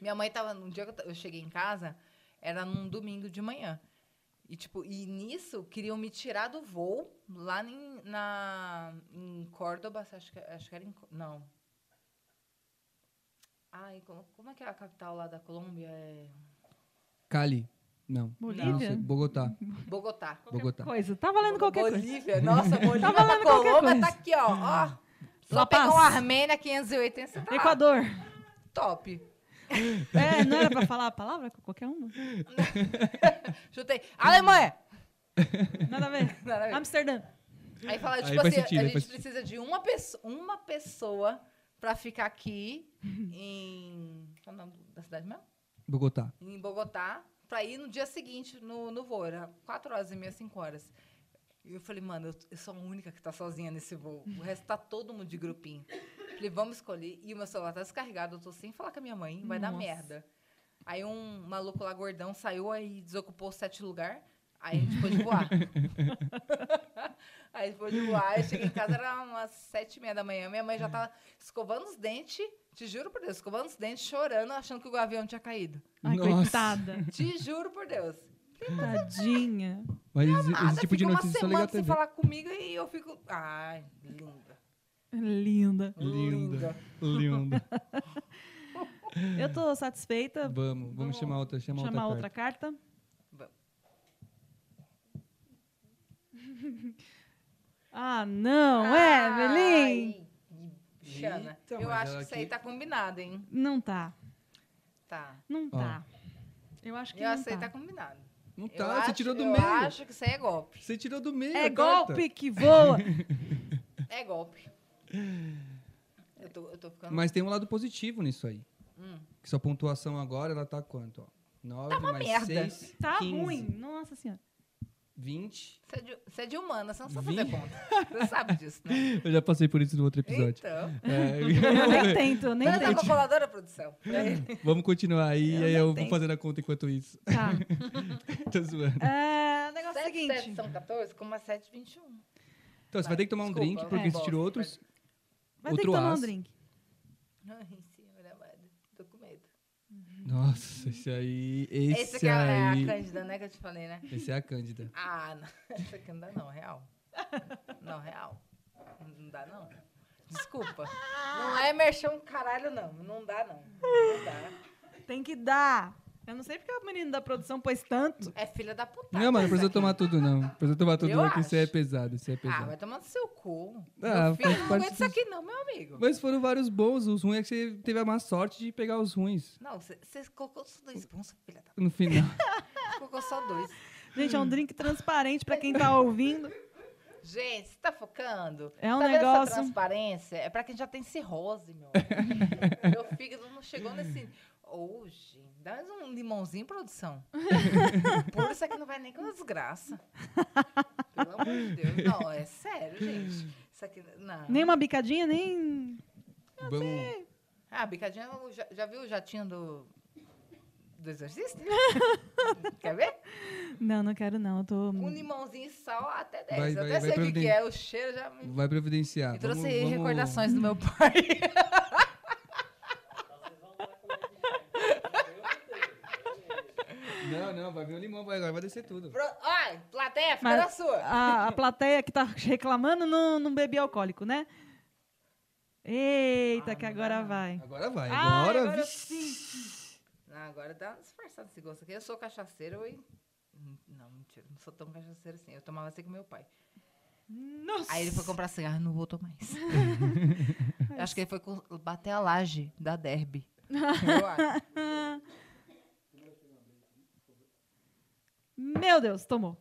Speaker 3: minha mãe tava. Um dia que eu ta- eu cheguei em casa, era num domingo de manhã. E, tipo, e nisso, queriam me tirar do voo lá em, na, em Córdoba, acho que, acho que era em... Có- Não. Ai, como, como é que é a capital lá da Colômbia? É...
Speaker 2: Cali. Não. Não sei.
Speaker 1: Bolívia?
Speaker 2: Bogotá.
Speaker 3: Bogotá.
Speaker 2: Bogotá.
Speaker 1: Coisa. Tá valendo qualquer coisa.
Speaker 3: Bolívia, nossa, Bolívia
Speaker 1: Tá
Speaker 3: da
Speaker 1: valendo qualquer
Speaker 3: Colômbia
Speaker 1: coisa.
Speaker 3: tá aqui, ó. ó. Só
Speaker 1: La
Speaker 3: pegou
Speaker 1: Paz.
Speaker 3: uma Armênia 580, você tá
Speaker 1: Equador.
Speaker 3: top.
Speaker 1: É, não era pra falar a palavra? Qualquer uma?
Speaker 3: Chutei. Alemanha! é
Speaker 1: Nada a ver.
Speaker 3: Nada a ver.
Speaker 1: Amsterdã.
Speaker 3: Aí fala,
Speaker 2: Aí
Speaker 3: tipo
Speaker 2: faz
Speaker 3: assim,
Speaker 2: sentido,
Speaker 3: a
Speaker 2: aí
Speaker 3: gente
Speaker 2: faz
Speaker 3: precisa de uma, pesso- uma pessoa pra ficar aqui
Speaker 2: Uhum.
Speaker 3: em. Qual é o nome da cidade mesmo?
Speaker 2: Bogotá.
Speaker 3: Em Bogotá, pra ir no dia seguinte no, no voo. Era 4 horas e meia, 5 horas. E eu falei, mano, eu, eu sou a única que tá sozinha nesse voo. O resto tá todo mundo de grupinho. Falei, vamos escolher. E o meu celular tá descarregado, eu tô sem falar com a minha mãe, vai dar
Speaker 1: Nossa.
Speaker 3: merda. Aí um maluco lá gordão saiu aí desocupou sete lugar. Aí a gente pôde voar. aí a gente pôde voar. Eu cheguei em casa, era umas sete e meia da manhã. Minha mãe já tava escovando os dentes, te juro por Deus, escovando os dentes, chorando, achando que o avião tinha caído.
Speaker 1: Ai,
Speaker 2: Nossa.
Speaker 1: coitada.
Speaker 3: Te juro por Deus.
Speaker 1: Tadinha.
Speaker 2: Mas esse,
Speaker 3: Nada,
Speaker 2: esse tipo de
Speaker 3: fica uma
Speaker 2: notícia é legal
Speaker 3: semana sem
Speaker 2: também.
Speaker 3: falar comigo e eu fico. Ai, linda.
Speaker 1: Linda.
Speaker 2: Linda. Lindo.
Speaker 3: Tá
Speaker 1: Eu tô satisfeita.
Speaker 2: Vamos, vamos chamar outra, chamar,
Speaker 1: Vou chamar outra
Speaker 2: outra, carta.
Speaker 1: carta.
Speaker 3: Vamos.
Speaker 1: Ah, não. É, Belim.
Speaker 3: Ai, Xana,
Speaker 2: Eita,
Speaker 3: eu
Speaker 2: mas
Speaker 3: acho
Speaker 2: ela
Speaker 3: que isso aí
Speaker 2: aqui-
Speaker 3: tá combinado, hein?
Speaker 1: Não tá.
Speaker 3: Tá.
Speaker 1: Não
Speaker 2: Ó.
Speaker 1: tá. Eu acho que
Speaker 3: Eu
Speaker 1: não
Speaker 3: acho que isso
Speaker 1: tá.
Speaker 3: aí tá combinado.
Speaker 2: Não
Speaker 3: eu
Speaker 2: tá, você
Speaker 3: acho,
Speaker 2: tirou do
Speaker 3: eu
Speaker 2: meio.
Speaker 3: acho que isso aí é golpe.
Speaker 2: Você tirou do meio.
Speaker 1: É
Speaker 2: a carta.
Speaker 1: golpe que voa.
Speaker 3: É golpe. Eu tô, eu tô ficando.
Speaker 2: Mas tem um lado positivo nisso aí.
Speaker 3: Hum.
Speaker 2: Que sua pontuação agora, ela tá quanto? Ó? 9
Speaker 3: uma
Speaker 2: mais
Speaker 3: merda.
Speaker 2: 6,
Speaker 1: Tá
Speaker 2: 15,
Speaker 1: ruim. Nossa senhora.
Speaker 2: 20.
Speaker 3: Você é, de, você é de humana, você não sabe
Speaker 2: Vim.
Speaker 3: fazer conta. Você sabe disso, né?
Speaker 2: Eu já passei por isso no outro episódio.
Speaker 3: Então.
Speaker 1: Eu nem
Speaker 2: É,
Speaker 1: tento, eu nem É.
Speaker 3: Manda a
Speaker 1: tento.
Speaker 3: calculadora, produção.
Speaker 2: vamos continuar aí,
Speaker 3: Eu
Speaker 2: aí
Speaker 3: não
Speaker 2: eu vou
Speaker 3: tenho.
Speaker 2: fazendo a conta enquanto isso.
Speaker 1: Tá.
Speaker 2: Tô zoando.
Speaker 1: É, o negócio é o
Speaker 3: 7,
Speaker 1: seguinte.
Speaker 3: 7 são 14, com uma 7, 21.
Speaker 2: Então, você vai ter que tomar um
Speaker 3: Desculpa,
Speaker 2: drink, porque
Speaker 3: é.
Speaker 2: você tirou outros.
Speaker 1: Vai ter que
Speaker 2: Outro
Speaker 1: tomar um
Speaker 2: as.
Speaker 1: drink.
Speaker 3: Ai, senhora amada. Tô com medo.
Speaker 2: Nossa, esse aí. Esse,
Speaker 3: Esse aqui é a
Speaker 2: aí.
Speaker 3: Cândida, né? Que eu te falei, né?
Speaker 2: esse é a Cândida.
Speaker 3: Ah, não. Essa aqui não dá, não. Real. Não, real. Não dá, não. Desculpa. Não é mexer um caralho, não. Não dá, não. Não dá.
Speaker 1: Tem que dar. Eu não sei porque o menino da produção pôs tanto.
Speaker 3: É filha da puta.
Speaker 2: Não, mano, não precisa tomar tudo, não. Não Precisa tomar tudo,
Speaker 3: Eu
Speaker 2: não, que isso aí é
Speaker 3: acho.
Speaker 2: pesado. Isso aí é
Speaker 3: Ah,
Speaker 2: pesado.
Speaker 3: vai tomar no seu cu.
Speaker 2: Ah,
Speaker 3: meu filho,
Speaker 2: faz
Speaker 3: eu não
Speaker 2: parte
Speaker 3: aguento isso
Speaker 2: dos-
Speaker 3: aqui, não, meu amigo.
Speaker 2: Mas foram vários bons, os ruins é que você teve a má sorte de pegar os ruins
Speaker 3: Não, você colocou só dois bons, filha da
Speaker 2: no final.
Speaker 3: puta. Colocou só dois.
Speaker 1: Gente, é um drink transparente pra quem tá ouvindo.
Speaker 3: Gente, você tá focando?
Speaker 1: É um
Speaker 3: tá Vendo
Speaker 1: negócio-
Speaker 3: essa transparência é pra quem já tem cirrose, meu. meu fígado não chegou nesse. Ô, gente, dá mais um limãozinho, produção. Por isso aqui não vai nem com desgraça. Pelo amor de Deus. Não, é sério, gente. Isso aqui. Não.
Speaker 1: Nem um- uma bicadinha, nem.
Speaker 2: Vamos.
Speaker 3: Ah, bicadinha, já, já viu o jatinho do. Do exorcista? Quer ver?
Speaker 1: Não, não quero, não. Eu tô.
Speaker 3: Com limãozinho e sal até 10.
Speaker 2: Vai,
Speaker 3: Eu
Speaker 2: vai,
Speaker 3: até
Speaker 2: vai
Speaker 3: sei o que, que
Speaker 2: providenciar.
Speaker 3: é. O cheiro já me.
Speaker 2: Vai providenciar.
Speaker 3: E trouxe
Speaker 2: Vamos- vamos-
Speaker 3: recordações do meu pai.
Speaker 2: Não, não, vai vir o limão, vai, agora vai descer tudo.
Speaker 3: Pro... Ai, plateia, fica
Speaker 1: Mas
Speaker 3: na sua.
Speaker 1: A, a plateia que tá reclamando não, não bebe alcoólico, né? Eita, que agora vai.
Speaker 2: Agora vai,
Speaker 1: Ah,
Speaker 2: agora.
Speaker 1: agora
Speaker 2: vi-
Speaker 3: Ah, agora dá uma disfarçada esse gosto aqui. Eu sou cachaceiro e... Não, mentira, não sou tão cachaceiro assim. Eu tomava assim com meu pai.
Speaker 1: Nossa!
Speaker 3: Aí ele foi comprar cigarro e não voltou mais. Eu acho que ele foi com- bater a laje da derby. Eu acho.
Speaker 1: Meu Deus, tomou.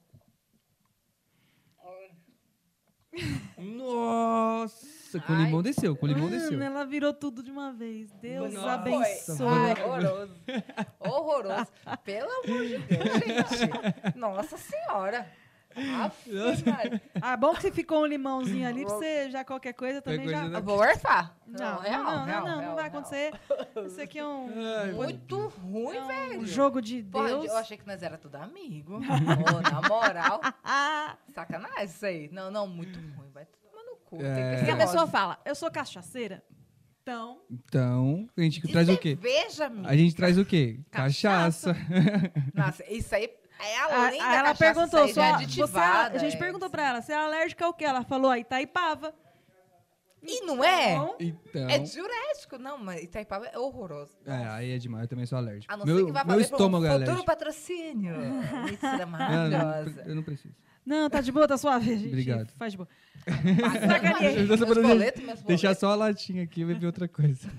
Speaker 2: Nossa, com o
Speaker 3: Ai.
Speaker 2: limão desceu, com o limão
Speaker 1: Mano,
Speaker 2: desceu.
Speaker 1: ela virou tudo de uma vez. Deus
Speaker 2: Nossa.
Speaker 1: abençoe.
Speaker 3: Ai, horroroso. Horroroso. Pelo amor de Deus, gente. Nossa senhora. Aff, Maria.
Speaker 1: Ah, bom que você ficou um limãozinho ali pra você já qualquer coisa também
Speaker 2: Qualquer
Speaker 1: já.
Speaker 2: coisa, né?
Speaker 3: Vou orfar. é
Speaker 1: Não, não,
Speaker 3: real,
Speaker 1: não, não,
Speaker 3: real,
Speaker 1: não,
Speaker 3: real,
Speaker 1: vai
Speaker 3: real.
Speaker 1: acontecer. Isso aqui é um,
Speaker 2: Ai,
Speaker 3: Muito ruim,
Speaker 1: é um
Speaker 3: velho.
Speaker 1: jogo de
Speaker 3: Porra,
Speaker 1: Deus.
Speaker 3: eu achei que nós era tudo amigo. Ô, na moral,
Speaker 1: Ah,
Speaker 3: sacanagem isso aí. Não, não, muito ruim. Vai tomar no cu.
Speaker 2: É.
Speaker 3: Tem
Speaker 1: porque
Speaker 3: que
Speaker 1: a pessoa fala, eu sou cachaceira. Então,
Speaker 2: Então, a gente traz o quê?
Speaker 3: Veja,
Speaker 2: A gente traz o quê? Cachaça.
Speaker 3: Nossa, isso aí. É
Speaker 1: A-
Speaker 3: além
Speaker 1: aí
Speaker 3: da
Speaker 1: ela
Speaker 3: cachaça
Speaker 1: perguntou,
Speaker 3: sair
Speaker 1: só,
Speaker 3: já é
Speaker 1: você, a
Speaker 3: aditivada,
Speaker 1: gente
Speaker 3: é.
Speaker 1: perguntou pra ela, você é alérgica ao quê? Ela falou, a Itaipava.
Speaker 3: E não é?
Speaker 1: Então,
Speaker 2: Então.
Speaker 3: É diurético, não, mas Itaipava é horroroso.
Speaker 2: É, aí é demais, eu também sou alérgico.
Speaker 3: A não ser
Speaker 2: meu
Speaker 3: que vá
Speaker 2: meu
Speaker 3: fazer pra um
Speaker 2: estômago é
Speaker 3: futuro
Speaker 2: alérgico.
Speaker 3: patrocínio. Mentira
Speaker 2: Ah, não,
Speaker 3: maravilhosa.
Speaker 2: eu não preciso.
Speaker 1: não, tá de boa, tá suave, gente.
Speaker 2: Obrigado.
Speaker 1: Faz de boa. Sacaneei.
Speaker 3: Sacaneei. Meus boletos, meus
Speaker 2: Deixar
Speaker 3: boletos.
Speaker 2: só a latinha aqui e beber outra coisa.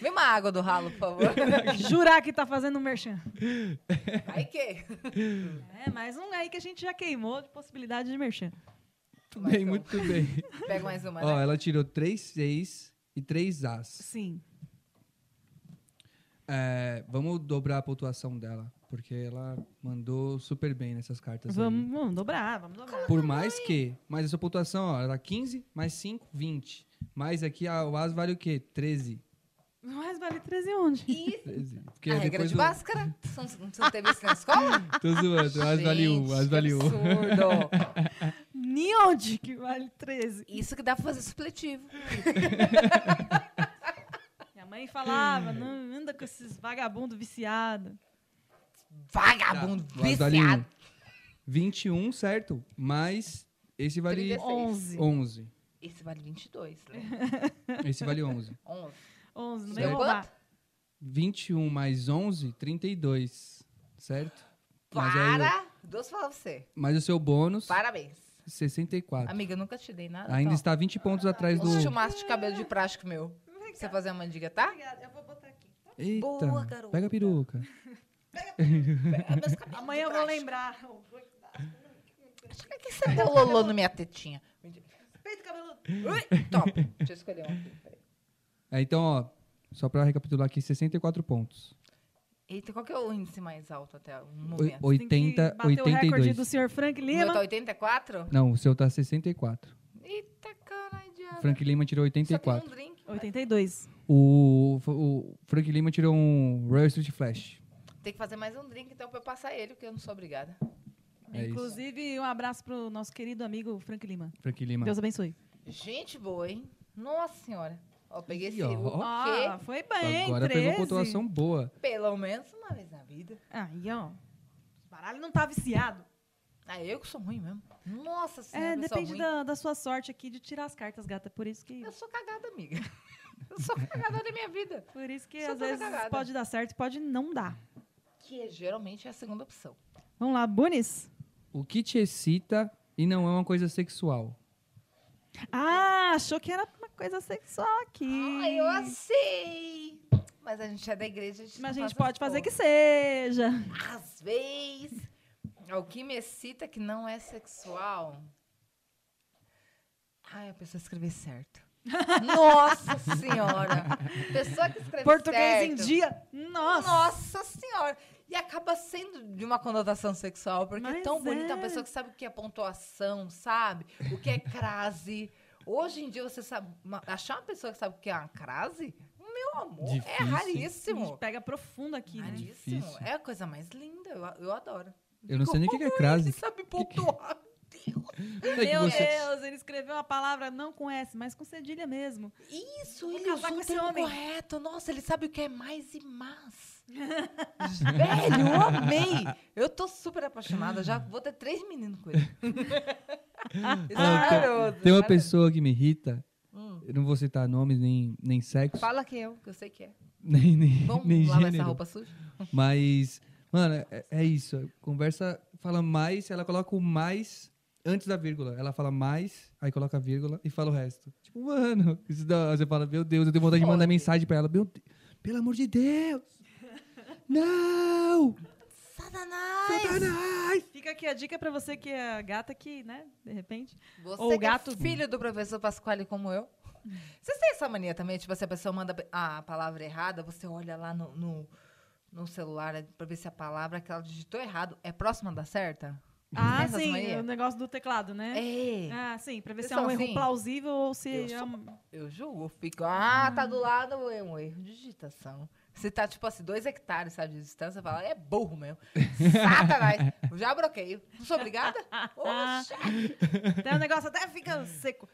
Speaker 3: Vem uma água do ralo, por favor.
Speaker 1: Jurar que tá fazendo um merchan.
Speaker 3: Aí que?
Speaker 1: É, mais um aí que a gente já queimou de possibilidade de merchan.
Speaker 2: Muito
Speaker 3: Mais
Speaker 2: bem,
Speaker 3: um.
Speaker 2: muito bem.
Speaker 3: Pega mais uma,
Speaker 2: Ó,
Speaker 3: né?
Speaker 2: ela tirou três seis e três As.
Speaker 1: Sim.
Speaker 2: É, vamos dobrar a pontuação dela, porque ela mandou super bem nessas cartas. aí.
Speaker 1: Vamos, vamos dobrar, vamos dobrar.
Speaker 2: Por mais que. Mas essa pontuação, ó, era 15, mais 5, 20. Mas aqui a, o As vale o quê? 13.
Speaker 1: Mas vale 13 onde?
Speaker 3: E
Speaker 2: 13. Porque
Speaker 3: a regra
Speaker 2: depois
Speaker 3: de
Speaker 2: o-
Speaker 3: Bhaskara? Você não- você não teve isso na escola?
Speaker 2: Tô zoando, o As vale
Speaker 3: Gente,
Speaker 2: 1, As
Speaker 3: que
Speaker 2: vale 1.
Speaker 3: absurdo.
Speaker 1: Nem onde que vale 13.
Speaker 3: Isso que dá pra fazer supletivo.
Speaker 1: Minha mãe falava, não anda com esses vagabundos viciados.
Speaker 3: Vagabundo,
Speaker 2: Tá, mas vale
Speaker 3: viciado.
Speaker 2: 21, certo? Mas esse vale
Speaker 3: 36.
Speaker 1: 11.
Speaker 2: 11.
Speaker 3: Esse vale 22, né?
Speaker 2: Esse vale 11.
Speaker 3: 11.
Speaker 1: 11, não vem
Speaker 3: Deu
Speaker 1: roubar.
Speaker 3: quanto?
Speaker 2: 21 mais 11, 32. Certo? Mas, aí-
Speaker 3: Para! Doce falar pra você.
Speaker 2: mas o seu bônus,
Speaker 3: Parabéns.
Speaker 2: 64.
Speaker 3: Amiga, eu nunca te dei nada.
Speaker 2: Ah. Ainda
Speaker 3: tá?
Speaker 2: está 20 pontos atrás do.
Speaker 3: Um chumaço de cabelo de prático meu. Pra você fazer uma mandiga, tá?
Speaker 1: Obrigada, eu vou botar aqui.
Speaker 2: Eita,
Speaker 3: Boa, garota.
Speaker 2: pega a peruca.
Speaker 3: Pega meus cabelos de
Speaker 1: Amanhã eu vou
Speaker 3: prático.
Speaker 1: lembrar.
Speaker 3: Por que você deu lolô na minha tetinha?
Speaker 1: Peito cabeludo.
Speaker 3: Ui, top. Deixa eu escolher um aqui. peraí.
Speaker 2: É, então, ó, só pra recapitular aqui, 64 pontos.
Speaker 3: Eita, qual que é o índice mais alto até o
Speaker 2: Oi-
Speaker 3: momento?
Speaker 2: 80,
Speaker 1: Bateu o recorde
Speaker 2: 82.
Speaker 1: do senhor Frank
Speaker 3: O meu tá
Speaker 1: Lima.
Speaker 3: 84?
Speaker 2: Não, o seu tá 64.
Speaker 3: Eita, caralho, diabo.
Speaker 2: Frank Lima tirou
Speaker 3: Só tem
Speaker 2: 84.
Speaker 3: um drink.
Speaker 1: 82.
Speaker 2: O, o Frank Lima tirou um Royal Street Flash.
Speaker 3: Tem que fazer mais um drink, então, pra eu passar ele, porque eu não sou obrigada.
Speaker 2: É isso.
Speaker 1: Inclusive, um abraço pro nosso querido amigo Frank Lima.
Speaker 2: Frank Lima.
Speaker 1: Deus abençoe.
Speaker 3: Gente boa, hein? Nossa senhora. Ó, peguei
Speaker 2: Ih,
Speaker 3: esse
Speaker 2: ó.
Speaker 3: o
Speaker 1: Ah,
Speaker 3: quê?
Speaker 1: foi bem,
Speaker 2: Agora
Speaker 1: 13.
Speaker 2: pegou pontuação boa.
Speaker 3: Pelo menos uma vez na vida.
Speaker 1: Aí, ó. Os baralhos não tá viciado.
Speaker 3: Ah, eu que sou ruim mesmo. Nossa senhora,
Speaker 1: É,
Speaker 3: eu sou
Speaker 1: depende
Speaker 3: ruim.
Speaker 1: da, da sua sorte aqui de tirar as cartas, gata. Por isso que.
Speaker 3: Eu sou cagada, amiga. Eu sou cagada da minha vida.
Speaker 1: Por isso que
Speaker 3: sou
Speaker 1: às
Speaker 3: toda
Speaker 1: vezes
Speaker 3: cagada.
Speaker 1: pode dar certo e pode não dar.
Speaker 3: Que é, geralmente é a segunda opção.
Speaker 1: Vamos lá, Bunis?
Speaker 2: O que te excita e não é uma coisa sexual?
Speaker 1: Ah, achou que era uma coisa sexual aqui.
Speaker 3: Ah, eu achei! Mas a gente é da igreja, a gente
Speaker 1: Mas a
Speaker 3: não
Speaker 1: gente
Speaker 3: faz
Speaker 1: pode fazer que
Speaker 3: essas
Speaker 1: seja.
Speaker 3: coisas. Às vezes. O que me excita que não é sexual. Ai, a pessoa escrever certo. Nossa senhora! Pessoa que escreve
Speaker 1: Português
Speaker 3: certo.
Speaker 1: em dia. Nossa.
Speaker 3: Nossa senhora! E acaba sendo de uma conotação sexual, porque é
Speaker 1: Mas
Speaker 3: tão bonita
Speaker 1: é.
Speaker 3: uma pessoa que sabe o que é pontuação, sabe? O que é crase. Hoje em dia, você sabe. uma- achar uma pessoa que sabe o que é uma crase, meu amor, é
Speaker 2: Difícil.
Speaker 1: A gente
Speaker 3: raríssimo.
Speaker 1: pega profundo aqui, né?
Speaker 2: Ai.
Speaker 3: Raríssimo.
Speaker 2: Difícil.
Speaker 3: É a coisa mais linda. Eu, eu adoro.
Speaker 2: Eu não sei nem o que que é
Speaker 3: Ele
Speaker 2: crase.
Speaker 3: sabe pontuar.
Speaker 2: Como é que
Speaker 1: Meu
Speaker 2: você-
Speaker 1: Deus, ele escreveu a palavra não com S, mas com cedilha mesmo.
Speaker 3: Isso,
Speaker 1: Vou
Speaker 3: ele
Speaker 1: casar
Speaker 3: usou
Speaker 1: com
Speaker 3: o
Speaker 1: esse
Speaker 3: termo
Speaker 1: homem.
Speaker 3: correto. Nossa, ele sabe o que é mais e mais. Velho, eu amei. Eu tô super apaixonada. Já vou ter três meninos com ele. Isso é
Speaker 2: Não, Ah, tem-
Speaker 3: maravilhoso,
Speaker 2: Tem uma
Speaker 3: maravilhoso.
Speaker 2: pessoa que me irrita,
Speaker 3: Hum.
Speaker 2: eu não vou citar nomes, nem, nem sexo,
Speaker 3: Fala que eu, que eu sei que é.
Speaker 2: nem, nem,
Speaker 3: Vamos
Speaker 2: nem
Speaker 3: lavar essa
Speaker 2: gênero.
Speaker 3: roupa suja?
Speaker 2: Mas, mano, é, é isso. Conversa, fala mais, ela coloca o mais antes da vírgula. Ela fala mais, aí coloca a vírgula e fala o resto. Tipo, mano, isso dá, você fala, meu Deus, eu tenho vontade de mandar
Speaker 3: Fode.
Speaker 2: mensagem pra ela. Meu Deus, pelo amor de Deus! Não!
Speaker 3: Satanás!
Speaker 2: Satanás!
Speaker 1: Fica aqui a dica pra você que é gata que, né, de repente.
Speaker 3: Você
Speaker 1: Ou
Speaker 3: que
Speaker 1: gato.
Speaker 3: é filho do professor Pasquale como eu. Vocês têm essa mania também? Tipo, se a pessoa manda a palavra errada, você olha lá no, no, no celular é pra ver se a palavra que ela digitou errado é próxima da certa?
Speaker 1: Ah,
Speaker 3: Essas
Speaker 1: sim,
Speaker 3: manias.
Speaker 1: o negócio do teclado, né?
Speaker 3: É.
Speaker 1: Ah, sim, pra ver
Speaker 3: Vocês
Speaker 1: se é um
Speaker 3: são
Speaker 1: erro
Speaker 3: assim?
Speaker 1: plausível ou se
Speaker 3: Eu
Speaker 1: é
Speaker 3: sou-
Speaker 1: um...
Speaker 3: Eu julgo, eu fico. Ah, tá do lado, é um erro de digitação. Você tá, tipo assim, dois hectares, sabe, de distância, fala, é burro mesmo. Satanás! Eu já bloqueio. Não sou obrigada? Oxa!
Speaker 1: Até o negócio até fica seco.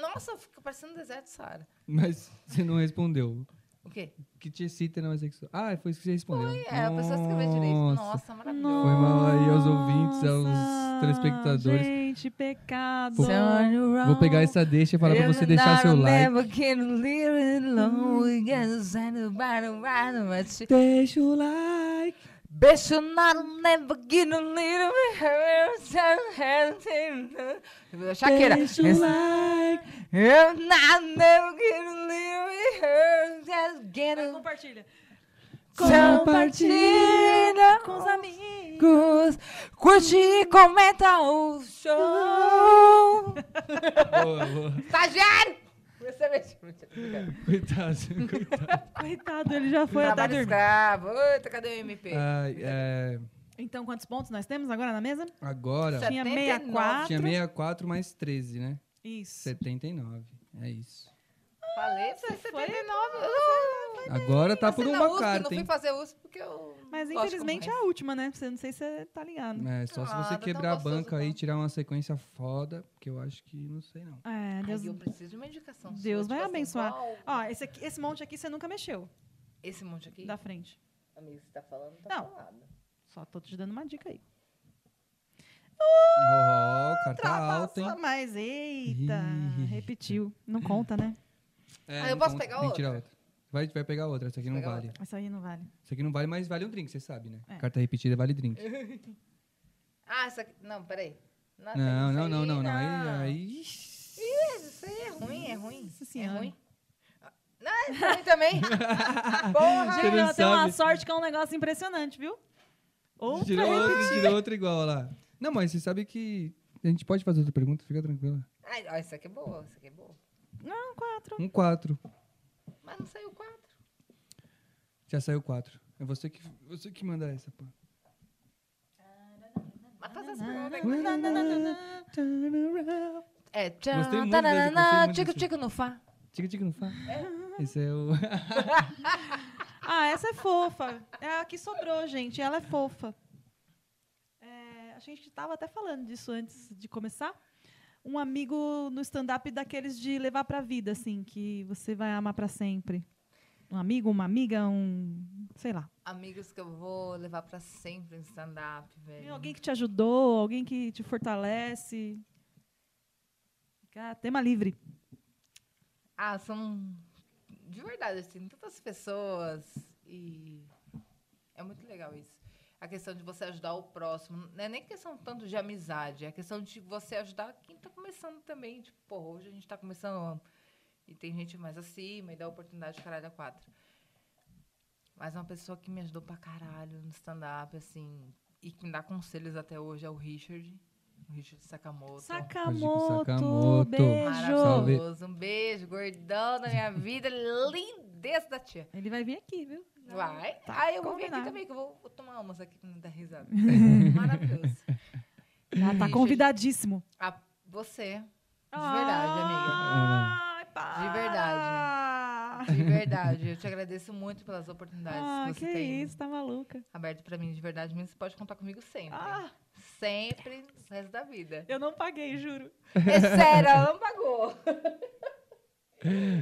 Speaker 3: Nossa, fica parecendo um deserto, Sara.
Speaker 2: Mas você não respondeu.
Speaker 3: O quê?
Speaker 2: O que te excita não é sexual. Ah, foi isso que você respondeu.
Speaker 3: É, a pessoa escreveu direito. Nossa,
Speaker 2: telespectadores.
Speaker 1: Gente, pecado.
Speaker 3: é um
Speaker 2: Vou pegar essa deixa e falar pra você deixar seu like.
Speaker 3: like.
Speaker 2: Deixa o like.
Speaker 3: Beijo na Lamborghini, little bit. Shakira.
Speaker 2: Deixa o like.
Speaker 3: Eu na Lamborghini, little bit. Get
Speaker 1: Vai,
Speaker 3: a
Speaker 1: Compartilha.
Speaker 3: Compartilha com os amigos. Curte e comenta o show. Tá,
Speaker 2: Boa, boa.
Speaker 3: Estagiário! Você mesmo.
Speaker 2: Coitado, coitado.
Speaker 1: Coitado, ele já foi até
Speaker 3: Trabalho
Speaker 1: dormir.
Speaker 3: escravo. Eita, cadê o MP?
Speaker 2: Ai, é,
Speaker 1: Então, quantos pontos nós temos agora na mesa?
Speaker 2: agora
Speaker 1: Tinha
Speaker 3: 79.
Speaker 1: 64.
Speaker 2: tinha 64 mais 13, né?
Speaker 1: Isso.
Speaker 2: 79. É isso.
Speaker 3: Falei, você é
Speaker 1: foi-
Speaker 3: 79.
Speaker 2: Agora tá por
Speaker 3: Passei na
Speaker 2: uma
Speaker 3: USP, Não
Speaker 2: carta,
Speaker 3: fui
Speaker 2: hein?
Speaker 3: fazer USP porque eu.
Speaker 1: Mas
Speaker 3: gosto
Speaker 1: infelizmente é
Speaker 3: como
Speaker 1: a última, né? Você não sei se você tá ligado.
Speaker 2: É, só se
Speaker 3: Ah,
Speaker 2: você
Speaker 3: tá tão
Speaker 2: quebrar a
Speaker 3: gostoso,
Speaker 2: banca aí e
Speaker 3: então.
Speaker 2: tirar uma sequência foda, porque eu acho que não sei não.
Speaker 1: É,
Speaker 3: Ai,
Speaker 1: Deus.
Speaker 3: eu preciso de uma indicação. sua,
Speaker 1: Deus
Speaker 3: tipo
Speaker 1: vai
Speaker 3: assim,
Speaker 1: abençoar.
Speaker 3: qual-
Speaker 1: Ó, esse, aqui- esse monte aqui você nunca mexeu
Speaker 3: Esse monte aqui.
Speaker 1: da frente.
Speaker 3: Amigo, você tá falando? Tá
Speaker 1: Não.
Speaker 3: falado.
Speaker 1: Só tô te dando uma dica aí.
Speaker 2: Ó, carta alta, Tá hein?
Speaker 1: Ultrapassou, mas eita,
Speaker 2: Ih.
Speaker 1: repetiu. Não conta, né?
Speaker 2: É,
Speaker 3: Ah, eu
Speaker 2: não
Speaker 3: posso
Speaker 2: conta,
Speaker 3: pegar
Speaker 2: tem que tirar
Speaker 3: outra?
Speaker 2: Vai, vai pegar outra, essa aqui não
Speaker 3: Pegar
Speaker 2: vale.
Speaker 3: outra.
Speaker 1: Essa aí não vale.
Speaker 2: Essa aqui não vale, mas vale um drink, você sabe, né?
Speaker 1: É.
Speaker 2: Carta repetida vale drink.
Speaker 3: Ah, essa aqui. Não, peraí. Nossa,
Speaker 2: Não,
Speaker 3: isso
Speaker 2: não, não,
Speaker 3: aí
Speaker 2: não, não. Aí, aí.
Speaker 3: Isso, Isso aí é ruim, é ruim.
Speaker 1: Nossa
Speaker 3: É
Speaker 1: Senhora.
Speaker 3: ruim. Não, é ruim também. Porra!
Speaker 2: Você
Speaker 1: Gente,
Speaker 2: não
Speaker 1: ela tem uma
Speaker 2: sabe.
Speaker 1: sorte que é um negócio impressionante, viu? Outra
Speaker 2: Tirou outra,
Speaker 1: repetida.
Speaker 2: tirou outra igual, olha lá. Não, mas você sabe que. A gente pode fazer outra pergunta, fica tranquila.
Speaker 3: Ai, ó, essa aqui é boa, essa aqui é boa.
Speaker 1: Não, quatro.
Speaker 2: Um 4.
Speaker 3: Mas não saiu quatro.
Speaker 2: Já saiu 4. É você que, você que manda essa, pô.
Speaker 3: Mas faz as perguntas. aí.
Speaker 2: Tica,
Speaker 3: É,
Speaker 2: Gostei muito dessa, gostei
Speaker 3: tchananana,
Speaker 2: muito
Speaker 3: tico
Speaker 2: dessa.
Speaker 3: tico no fá.
Speaker 2: tica, não fala. Esse é o.
Speaker 1: Ah, essa é fofa. É a que sobrou, gente. Ela é fofa. É, a gente estava até falando disso antes de começar. Um amigo no stand-up daqueles de levar pra vida, assim, que você vai amar pra sempre. Um amigo, uma amiga, um. sei lá.
Speaker 3: Amigos que eu vou levar pra sempre no stand-up, velho.
Speaker 1: Alguém que te ajudou, alguém que te fortalece. Fica tema livre.
Speaker 3: Ah, são. De verdade, assim, tantas pessoas. E. É muito legal isso. A questão de você ajudar o próximo. Não é nem questão tanto de amizade, é questão de você ajudar quem tá começando também. Tipo, pô, hoje a gente tá começando. E tem gente mais acima e dá oportunidade caralho a quatro. Mas uma pessoa que me ajudou pra caralho no stand-up, assim, e que me dá conselhos até hoje é o Richard. O Richard Sakamoto.
Speaker 1: Sakamoto,
Speaker 2: Sakamoto.
Speaker 1: beijo.
Speaker 2: Salve.
Speaker 3: Maravilhoso. Um beijo, gordão da minha vida, lindeza da tia.
Speaker 1: Ele vai vir aqui, viu?
Speaker 3: Vai.
Speaker 1: Tá,
Speaker 3: Aí eu vou vir aqui
Speaker 1: combinado.
Speaker 3: também, que eu vou, vou tomar umas aqui pra não dar risada. Maravilhoso.
Speaker 1: Já tá
Speaker 3: Richard.
Speaker 1: convidadíssimo.
Speaker 3: A você, De verdade,
Speaker 1: amiga.
Speaker 3: De verdade. de verdade, eu te agradeço muito pelas oportunidades
Speaker 1: Ah,
Speaker 3: que
Speaker 1: que
Speaker 3: você tem É.
Speaker 1: isso, tá maluca.
Speaker 3: aberto pra mim, de verdade mesmo. Você pode contar comigo sempre.
Speaker 1: Ah,
Speaker 3: Sempre, o resto da vida.
Speaker 1: eu não paguei, juro.
Speaker 3: É sério, ela não pagou.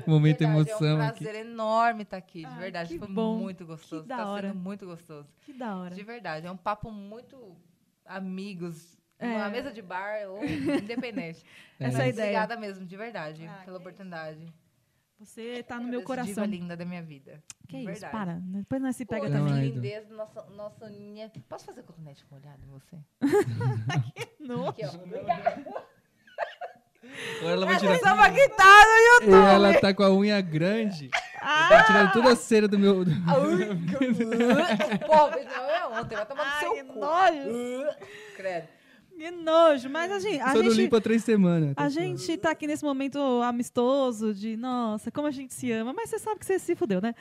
Speaker 2: Momento
Speaker 3: Verdade, é um
Speaker 2: emoção aqui.
Speaker 3: prazer enorme estar aqui, de
Speaker 1: Ai,
Speaker 3: verdade.
Speaker 1: que
Speaker 3: Foi
Speaker 1: bom,
Speaker 3: muito gostoso.
Speaker 1: da
Speaker 3: tá
Speaker 1: hora.
Speaker 3: sendo muito gostoso.
Speaker 1: Que da hora.
Speaker 3: De verdade, é um papo muito amigos.
Speaker 1: É.
Speaker 3: Uma mesa de bar ou independente.
Speaker 1: Essa
Speaker 3: Mas
Speaker 1: é a ideia.
Speaker 3: Obrigada mesmo, de verdade,
Speaker 1: Ah, que
Speaker 3: pela oportunidade.
Speaker 1: Você tá no meu
Speaker 3: Essa diva
Speaker 1: coração.
Speaker 3: linda da minha vida.
Speaker 1: Que
Speaker 3: de
Speaker 1: isso,
Speaker 3: verdade.
Speaker 1: para. Depois nós se
Speaker 3: Pô,
Speaker 1: pega
Speaker 2: Não,
Speaker 1: também.
Speaker 2: é.
Speaker 3: nossa
Speaker 2: Idol.
Speaker 3: lindeza, nossa, nossa uninha. Posso fazer cotonete molhado em você?
Speaker 1: Não.
Speaker 3: Aqui, ó. Obrigada.
Speaker 2: Agora ela vai
Speaker 3: Essa
Speaker 1: é
Speaker 2: tirar.
Speaker 3: samba que tá no
Speaker 2: E
Speaker 3: YouTube.
Speaker 2: ela tá com a unha grande.
Speaker 1: Ah!
Speaker 2: Tá tirando toda a cera do meu. do-
Speaker 3: Pô, não é ontem, vai tomar no
Speaker 1: Ai,
Speaker 3: seu
Speaker 1: que
Speaker 3: cu.
Speaker 1: nojo.
Speaker 3: Credo.
Speaker 1: Que nojo. Mas a gente. A
Speaker 2: Só não
Speaker 1: gente...
Speaker 2: limpa há três semanas.
Speaker 1: A gente tá aqui nesse momento amistoso de, nossa, como a gente se ama, mas você sabe que você se fudeu, né?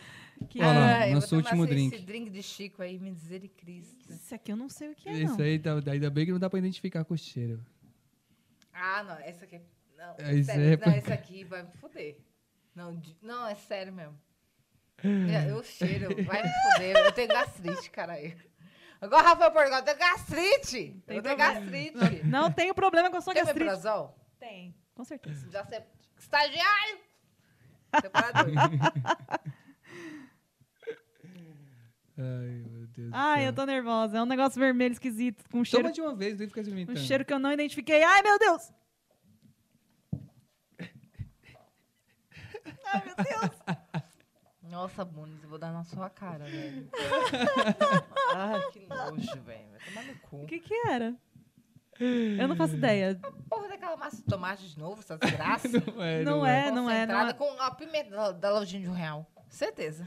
Speaker 1: Que
Speaker 2: Olha lá,
Speaker 1: é-
Speaker 3: Ai, eu
Speaker 2: nosso
Speaker 3: vou tomar
Speaker 2: último
Speaker 3: esse-
Speaker 2: drink.
Speaker 3: Esse drink de Chico aí, me dizer e Cristo.
Speaker 1: Isso aqui eu não sei o que é, não.
Speaker 2: Isso aí, tá, ainda bem que não dá pra identificar com o cheiro.
Speaker 3: Ah, não, essa aqui é. Não,
Speaker 2: É, isso
Speaker 3: sério,
Speaker 2: é
Speaker 3: não,
Speaker 2: pra-
Speaker 3: essa aqui vai me foder. Não, de- não, é sério mesmo. É, Eu cheiro, vai me foder. Eu tenho gastrite, caralho. Agora, Rafael Portugal, eu tenho gastrite!
Speaker 1: Tem
Speaker 3: eu tenho
Speaker 1: problema.
Speaker 3: gastrite!
Speaker 1: Não tenho problema com a sua
Speaker 3: Tem
Speaker 1: gastrite.
Speaker 3: meprazol?
Speaker 1: Tem, com certeza.
Speaker 3: Já sei. Estagiário! Separador.
Speaker 2: Ai, meu Deus do
Speaker 1: Ai,
Speaker 2: céu.
Speaker 1: eu tô nervosa. É um negócio vermelho esquisito, com um cheiro,
Speaker 2: Toma de uma vez, nem fica se
Speaker 1: um
Speaker 2: inventando.
Speaker 1: cheiro que eu não identifiquei. Ai, meu Deus! Ai, meu Deus!
Speaker 3: Nossa, Bunis, eu vou dar na sua cara, velho.
Speaker 2: Ah,
Speaker 3: Ai, que nojo, velho. Vai tomar no cu.
Speaker 1: O que que era? Eu não faço ideia.
Speaker 3: Porra daquela massa de tomate de novo, essa desgraça.
Speaker 2: Não é,
Speaker 1: Não
Speaker 2: é.
Speaker 1: é, não é, não
Speaker 3: Concentrada
Speaker 1: é.
Speaker 3: com a pimenta da, da lojinha de um real. Certeza.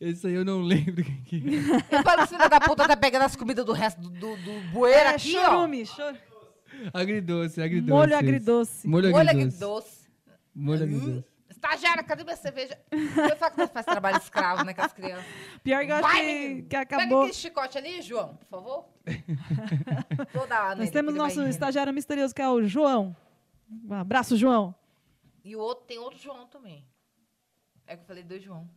Speaker 2: Esse aí eu não lembro quem que é.
Speaker 3: E para os filhos da puta tá pegando as comidas do resto do, do, do bueiro
Speaker 1: É,
Speaker 3: aqui,
Speaker 1: chorume, chor-
Speaker 2: Agridoce, agridoce.
Speaker 1: molho agridoce.
Speaker 3: ó.
Speaker 2: Molho
Speaker 3: Olha que
Speaker 2: agridoce.
Speaker 3: doce.
Speaker 2: Molho
Speaker 3: Hum,
Speaker 2: agridoce.
Speaker 3: Estagiária, cadê minha cerveja? Eu falo que nós faz trabalho escravo, né, com as crianças.
Speaker 1: Pior que eu acho
Speaker 3: Vai,
Speaker 1: que,
Speaker 3: menino.
Speaker 1: que
Speaker 3: Pega
Speaker 1: acabou.
Speaker 3: aquele chicote ali, João, por favor. Vou dar lá
Speaker 1: Nós
Speaker 3: nele,
Speaker 1: temos
Speaker 3: que ele vai
Speaker 1: nosso
Speaker 3: rindo.
Speaker 1: estagiário misterioso, que é o João. Um abraço, João.
Speaker 3: E o outro tem outro João também. É que eu falei do João.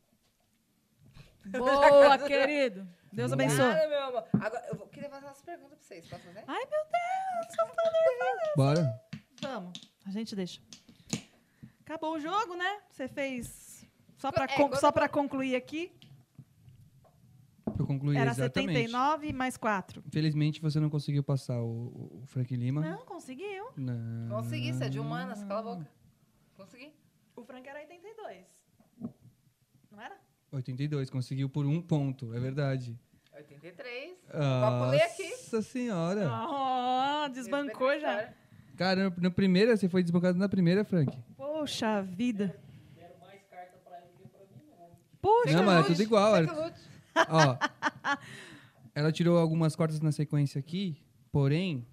Speaker 1: Boa, querido. Deus
Speaker 2: Boa.
Speaker 1: abençoe.
Speaker 3: Nada, meu amor. Agora, eu vou- queria fazer umas perguntas pra vocês. Posso fazer?
Speaker 1: Ai, meu Deus, eu tô nervosa.
Speaker 2: Bora.
Speaker 1: Vamos, a gente deixa. Acabou o jogo, né? Você fez. Só
Speaker 3: Co-
Speaker 1: pra,
Speaker 3: é,
Speaker 1: con-
Speaker 3: quando-
Speaker 1: só pra concluir aqui,
Speaker 2: Eu concluí
Speaker 1: era
Speaker 2: exatamente.
Speaker 1: 79 mais 4.
Speaker 2: Infelizmente você não conseguiu passar o, o Frank Lima.
Speaker 1: Não, conseguiu.
Speaker 2: Não.
Speaker 3: Consegui, você é de humanas, cala a boca. Consegui.
Speaker 1: O Frank era 82. Não era?
Speaker 2: 82, conseguiu por um ponto, é verdade.
Speaker 3: 83. Calculei aqui.
Speaker 2: Nossa senhora.
Speaker 1: Ah, desbancou
Speaker 3: Respeita a
Speaker 1: já.
Speaker 3: história.
Speaker 2: Caramba, na primeira, você foi desbancado na primeira, Frank.
Speaker 1: Poxa vida. Poxa,
Speaker 2: Não, mas é tudo
Speaker 3: Lute,
Speaker 2: igual,
Speaker 3: segue
Speaker 2: era-
Speaker 3: lute.
Speaker 2: Ó, ela tirou algumas cordas na sequência aqui, porém,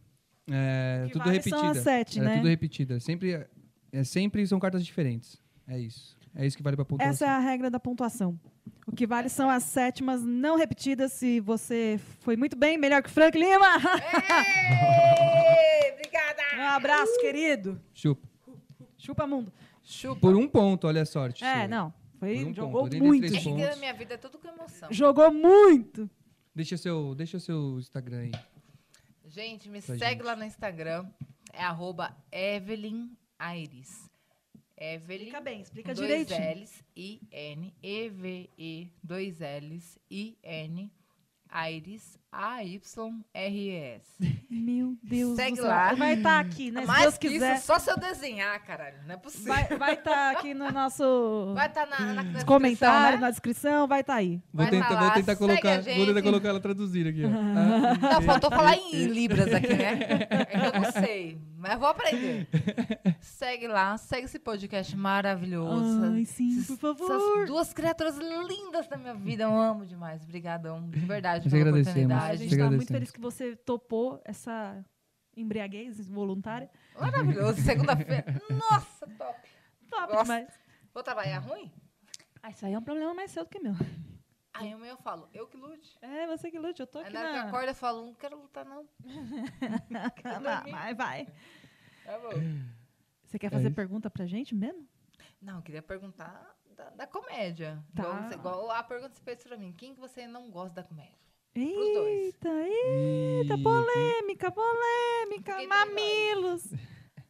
Speaker 2: é,
Speaker 1: O que
Speaker 2: tudo
Speaker 1: vale
Speaker 2: repetida.
Speaker 1: são as sete,
Speaker 2: Era
Speaker 1: né?
Speaker 2: tudo repetida. Sempre, é, sempre são cartas diferentes. É isso. É isso que vale pra pontuação.
Speaker 1: Essa é a regra da pontuação. O que vale são as sétimas não repetidas. Se você foi muito bem, melhor que o Frank Lima.
Speaker 3: Ei, Obrigada.
Speaker 1: Um abraço, querido.
Speaker 2: Chupa.
Speaker 1: Chupa mundo.
Speaker 3: Chupa.
Speaker 2: Por um ponto, olha a sorte.
Speaker 1: É,
Speaker 2: sua.
Speaker 1: não. Foi,
Speaker 2: Por um
Speaker 1: jogou
Speaker 2: ponto, 83
Speaker 1: muito.
Speaker 3: É que
Speaker 1: gente.
Speaker 2: pontos.
Speaker 3: na minha vida é tudo com emoção.
Speaker 1: Jogou muito.
Speaker 2: Deixa seu, deixa seu Instagram aí.
Speaker 3: Gente, me
Speaker 2: Pra
Speaker 3: segue
Speaker 2: gente.
Speaker 3: lá no Instagram. É arroba Evelyn Aires. Evelyn.
Speaker 1: Explica bem, explica
Speaker 3: dois
Speaker 1: direitinho.
Speaker 3: L's, I, N, E, V, E, dois L's, I, N, Aires, A, Y, R, E, S.
Speaker 1: Meu Deus
Speaker 3: Segue
Speaker 1: do céu.
Speaker 3: lá.
Speaker 1: Vai estar aqui, né? Se
Speaker 3: Mais
Speaker 1: Deus
Speaker 3: que
Speaker 1: quiser.
Speaker 3: isso, só se eu desenhar, caralho. Não é possível.
Speaker 1: Vai Hum. estar aqui no nosso
Speaker 3: Vai estar na, na, na
Speaker 1: comentário,
Speaker 3: descrição, né?
Speaker 1: na descrição. Vai estar aí.
Speaker 2: Vou
Speaker 3: Vai
Speaker 2: tentar,
Speaker 3: lá,
Speaker 2: vou tentar
Speaker 3: segue a
Speaker 2: colocar, vou tentar
Speaker 3: gente.
Speaker 2: colocar ela traduzir aqui. ó.
Speaker 3: né?
Speaker 2: Ah,
Speaker 3: Não, faltou falar em libras aqui, né? Eu não sei, mas vou aprender. Segue lá, segue esse podcast maravilhoso.
Speaker 1: Ai, sim,
Speaker 3: Essas-
Speaker 1: por favor.
Speaker 3: Essas duas criaturas lindas da minha vida, eu amo demais. Obrigadão, de verdade,
Speaker 2: Nós
Speaker 3: pela
Speaker 2: agradecemos.
Speaker 1: A
Speaker 3: oportunidade.
Speaker 1: gente
Speaker 2: Te
Speaker 1: está muito
Speaker 2: agradecemos.
Speaker 1: feliz que você topou essa embriaguez voluntária.
Speaker 3: Maravilhoso, segunda-feira. Nossa, top.
Speaker 1: Top
Speaker 3: Nossa.
Speaker 1: demais.
Speaker 3: Vou trabalhar é ruim?
Speaker 1: Ah, isso aí é um problema mais seu do que meu.
Speaker 3: Aí amanhã eu falo, eu que lute.
Speaker 1: É, você que lute, eu tô
Speaker 3: Aí
Speaker 1: aqui
Speaker 3: na hora que eu
Speaker 1: na...
Speaker 3: acordo eu falo, não quero lutar não.
Speaker 1: Ah, vai, vai, vai.
Speaker 3: Tá bom.
Speaker 1: Você quer
Speaker 2: É
Speaker 1: fazer
Speaker 2: isso.
Speaker 1: pergunta pra gente mesmo?
Speaker 3: Não, eu queria perguntar da, da comédia.
Speaker 1: Tá.
Speaker 3: Igual, você- igual a pergunta que você fez pra mim, quem que você não gosta da comédia? dois.
Speaker 1: Eita, eita,
Speaker 2: Ih,
Speaker 1: polêmica, polêmica,
Speaker 3: Fiquei
Speaker 1: mamilos.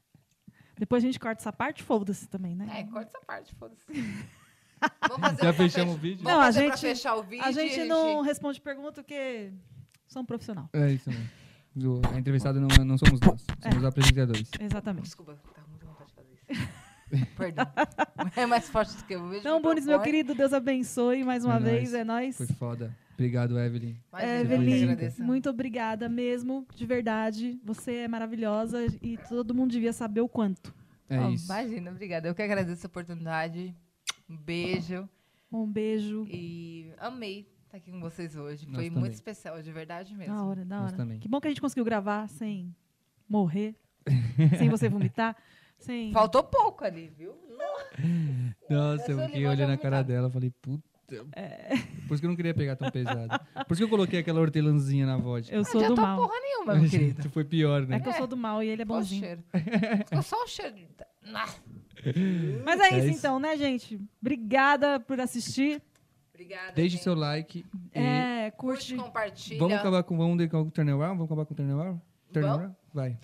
Speaker 1: Depois a gente corta essa parte, foda-se também, né?
Speaker 3: É, corta essa parte, foda-se. Vamos fazer
Speaker 2: Ah, Já
Speaker 3: pra
Speaker 2: fechamos
Speaker 3: fechar-
Speaker 2: o vídeo?
Speaker 3: Vamos
Speaker 1: Não, a
Speaker 3: fazer pra
Speaker 1: gente-
Speaker 3: fechar o vídeo.
Speaker 1: A
Speaker 3: e
Speaker 1: gente não responde pergunta porque sou um profissional.
Speaker 2: É isso mesmo. O- A entrevistada não, não somos nós, somos apresentadores.
Speaker 1: Exatamente.
Speaker 3: Desculpa, tá muito vontade de fazer isso. Perdão. É mais forte do que eu vejo.
Speaker 1: Então, Bunis, meu querido, Deus abençoe mais uma
Speaker 2: É nóis.
Speaker 1: vez, é nóis.
Speaker 2: Foi foda. Obrigado, Evelyn.
Speaker 1: Evelyn,
Speaker 3: agradeço.
Speaker 1: é Muito obrigada mesmo, de verdade. Você é maravilhosa e todo mundo devia saber o quanto.
Speaker 2: É
Speaker 3: Ó,
Speaker 2: isso.
Speaker 3: Imagina, obrigada. Eu que agradeço a oportunidade. Um beijo.
Speaker 1: Um beijo.
Speaker 3: E amei estar aqui com vocês hoje.
Speaker 2: Nós
Speaker 3: Foi
Speaker 2: também.
Speaker 3: muito especial, de verdade
Speaker 1: Da
Speaker 3: mesmo.
Speaker 1: hora, da
Speaker 2: Nós
Speaker 1: hora.
Speaker 2: também.
Speaker 1: Que bom que a gente conseguiu gravar sem morrer, sem você vomitar, sem.
Speaker 3: Faltou pouco ali, viu?
Speaker 2: Nossa, eu
Speaker 3: Essa
Speaker 2: fiquei
Speaker 3: limão já
Speaker 2: olhando a
Speaker 3: vomitava.
Speaker 2: cara dela, falei, puta. Por isso que eu não queria pegar tão pesado. Por isso que eu coloquei aquela hortelãzinha na vodka.
Speaker 1: Eu
Speaker 3: Não
Speaker 1: sou do
Speaker 3: adiantou
Speaker 1: mal.
Speaker 3: porra nenhuma, meu querido.
Speaker 2: Foi pior,
Speaker 1: É
Speaker 2: né?
Speaker 1: que eu sou do mal e ele é
Speaker 3: Só o
Speaker 1: bonzinho.
Speaker 3: cheiro. Ficou só o cheiro. de- Ah,
Speaker 1: Mas é
Speaker 2: É
Speaker 1: isso
Speaker 2: isso.
Speaker 1: então, né, gente? Obrigada por assistir.
Speaker 3: Obrigada.
Speaker 2: Deixe
Speaker 3: gente.
Speaker 2: seu like. e
Speaker 1: É,
Speaker 3: curte,
Speaker 1: curte.
Speaker 3: compartilha.
Speaker 2: Vamos acabar com vamos de- com o turnaround? Vamos acabar com o turnaround? Turnaround? Vai.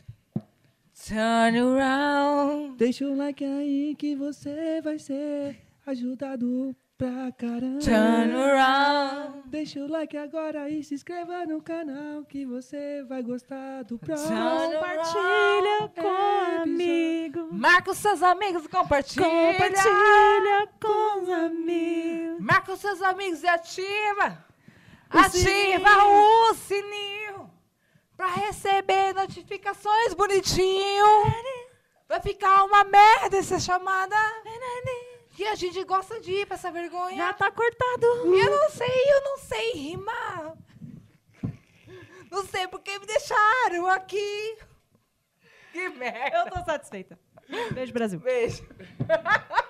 Speaker 3: Turn around.
Speaker 2: Deixa o like aí que você vai ser ajudado. pra caramba.
Speaker 3: Turn around.
Speaker 2: Deixa o like agora e se inscreva no canal que você vai gostar do próximo.
Speaker 3: Tchau.
Speaker 1: Compartilha com
Speaker 2: É,
Speaker 1: amigo.
Speaker 3: Marca os seus amigos e compartilha.
Speaker 1: Compartilha com os amigos.
Speaker 3: Marca os seus amigos e ativa.
Speaker 1: O
Speaker 3: ativa
Speaker 1: sininho.
Speaker 3: o sininho pra receber notificações bonitinho. Vai ficar uma merda essa chamada. E a gente gosta de ir pra essa
Speaker 1: Já
Speaker 3: vergonha.
Speaker 1: tá cortado.
Speaker 3: Eu não sei, eu não sei rimar. Não sei porque me deixaram aqui. Que merda.
Speaker 1: Eu tô satisfeita. Beijo, Brasil.
Speaker 3: Beijo.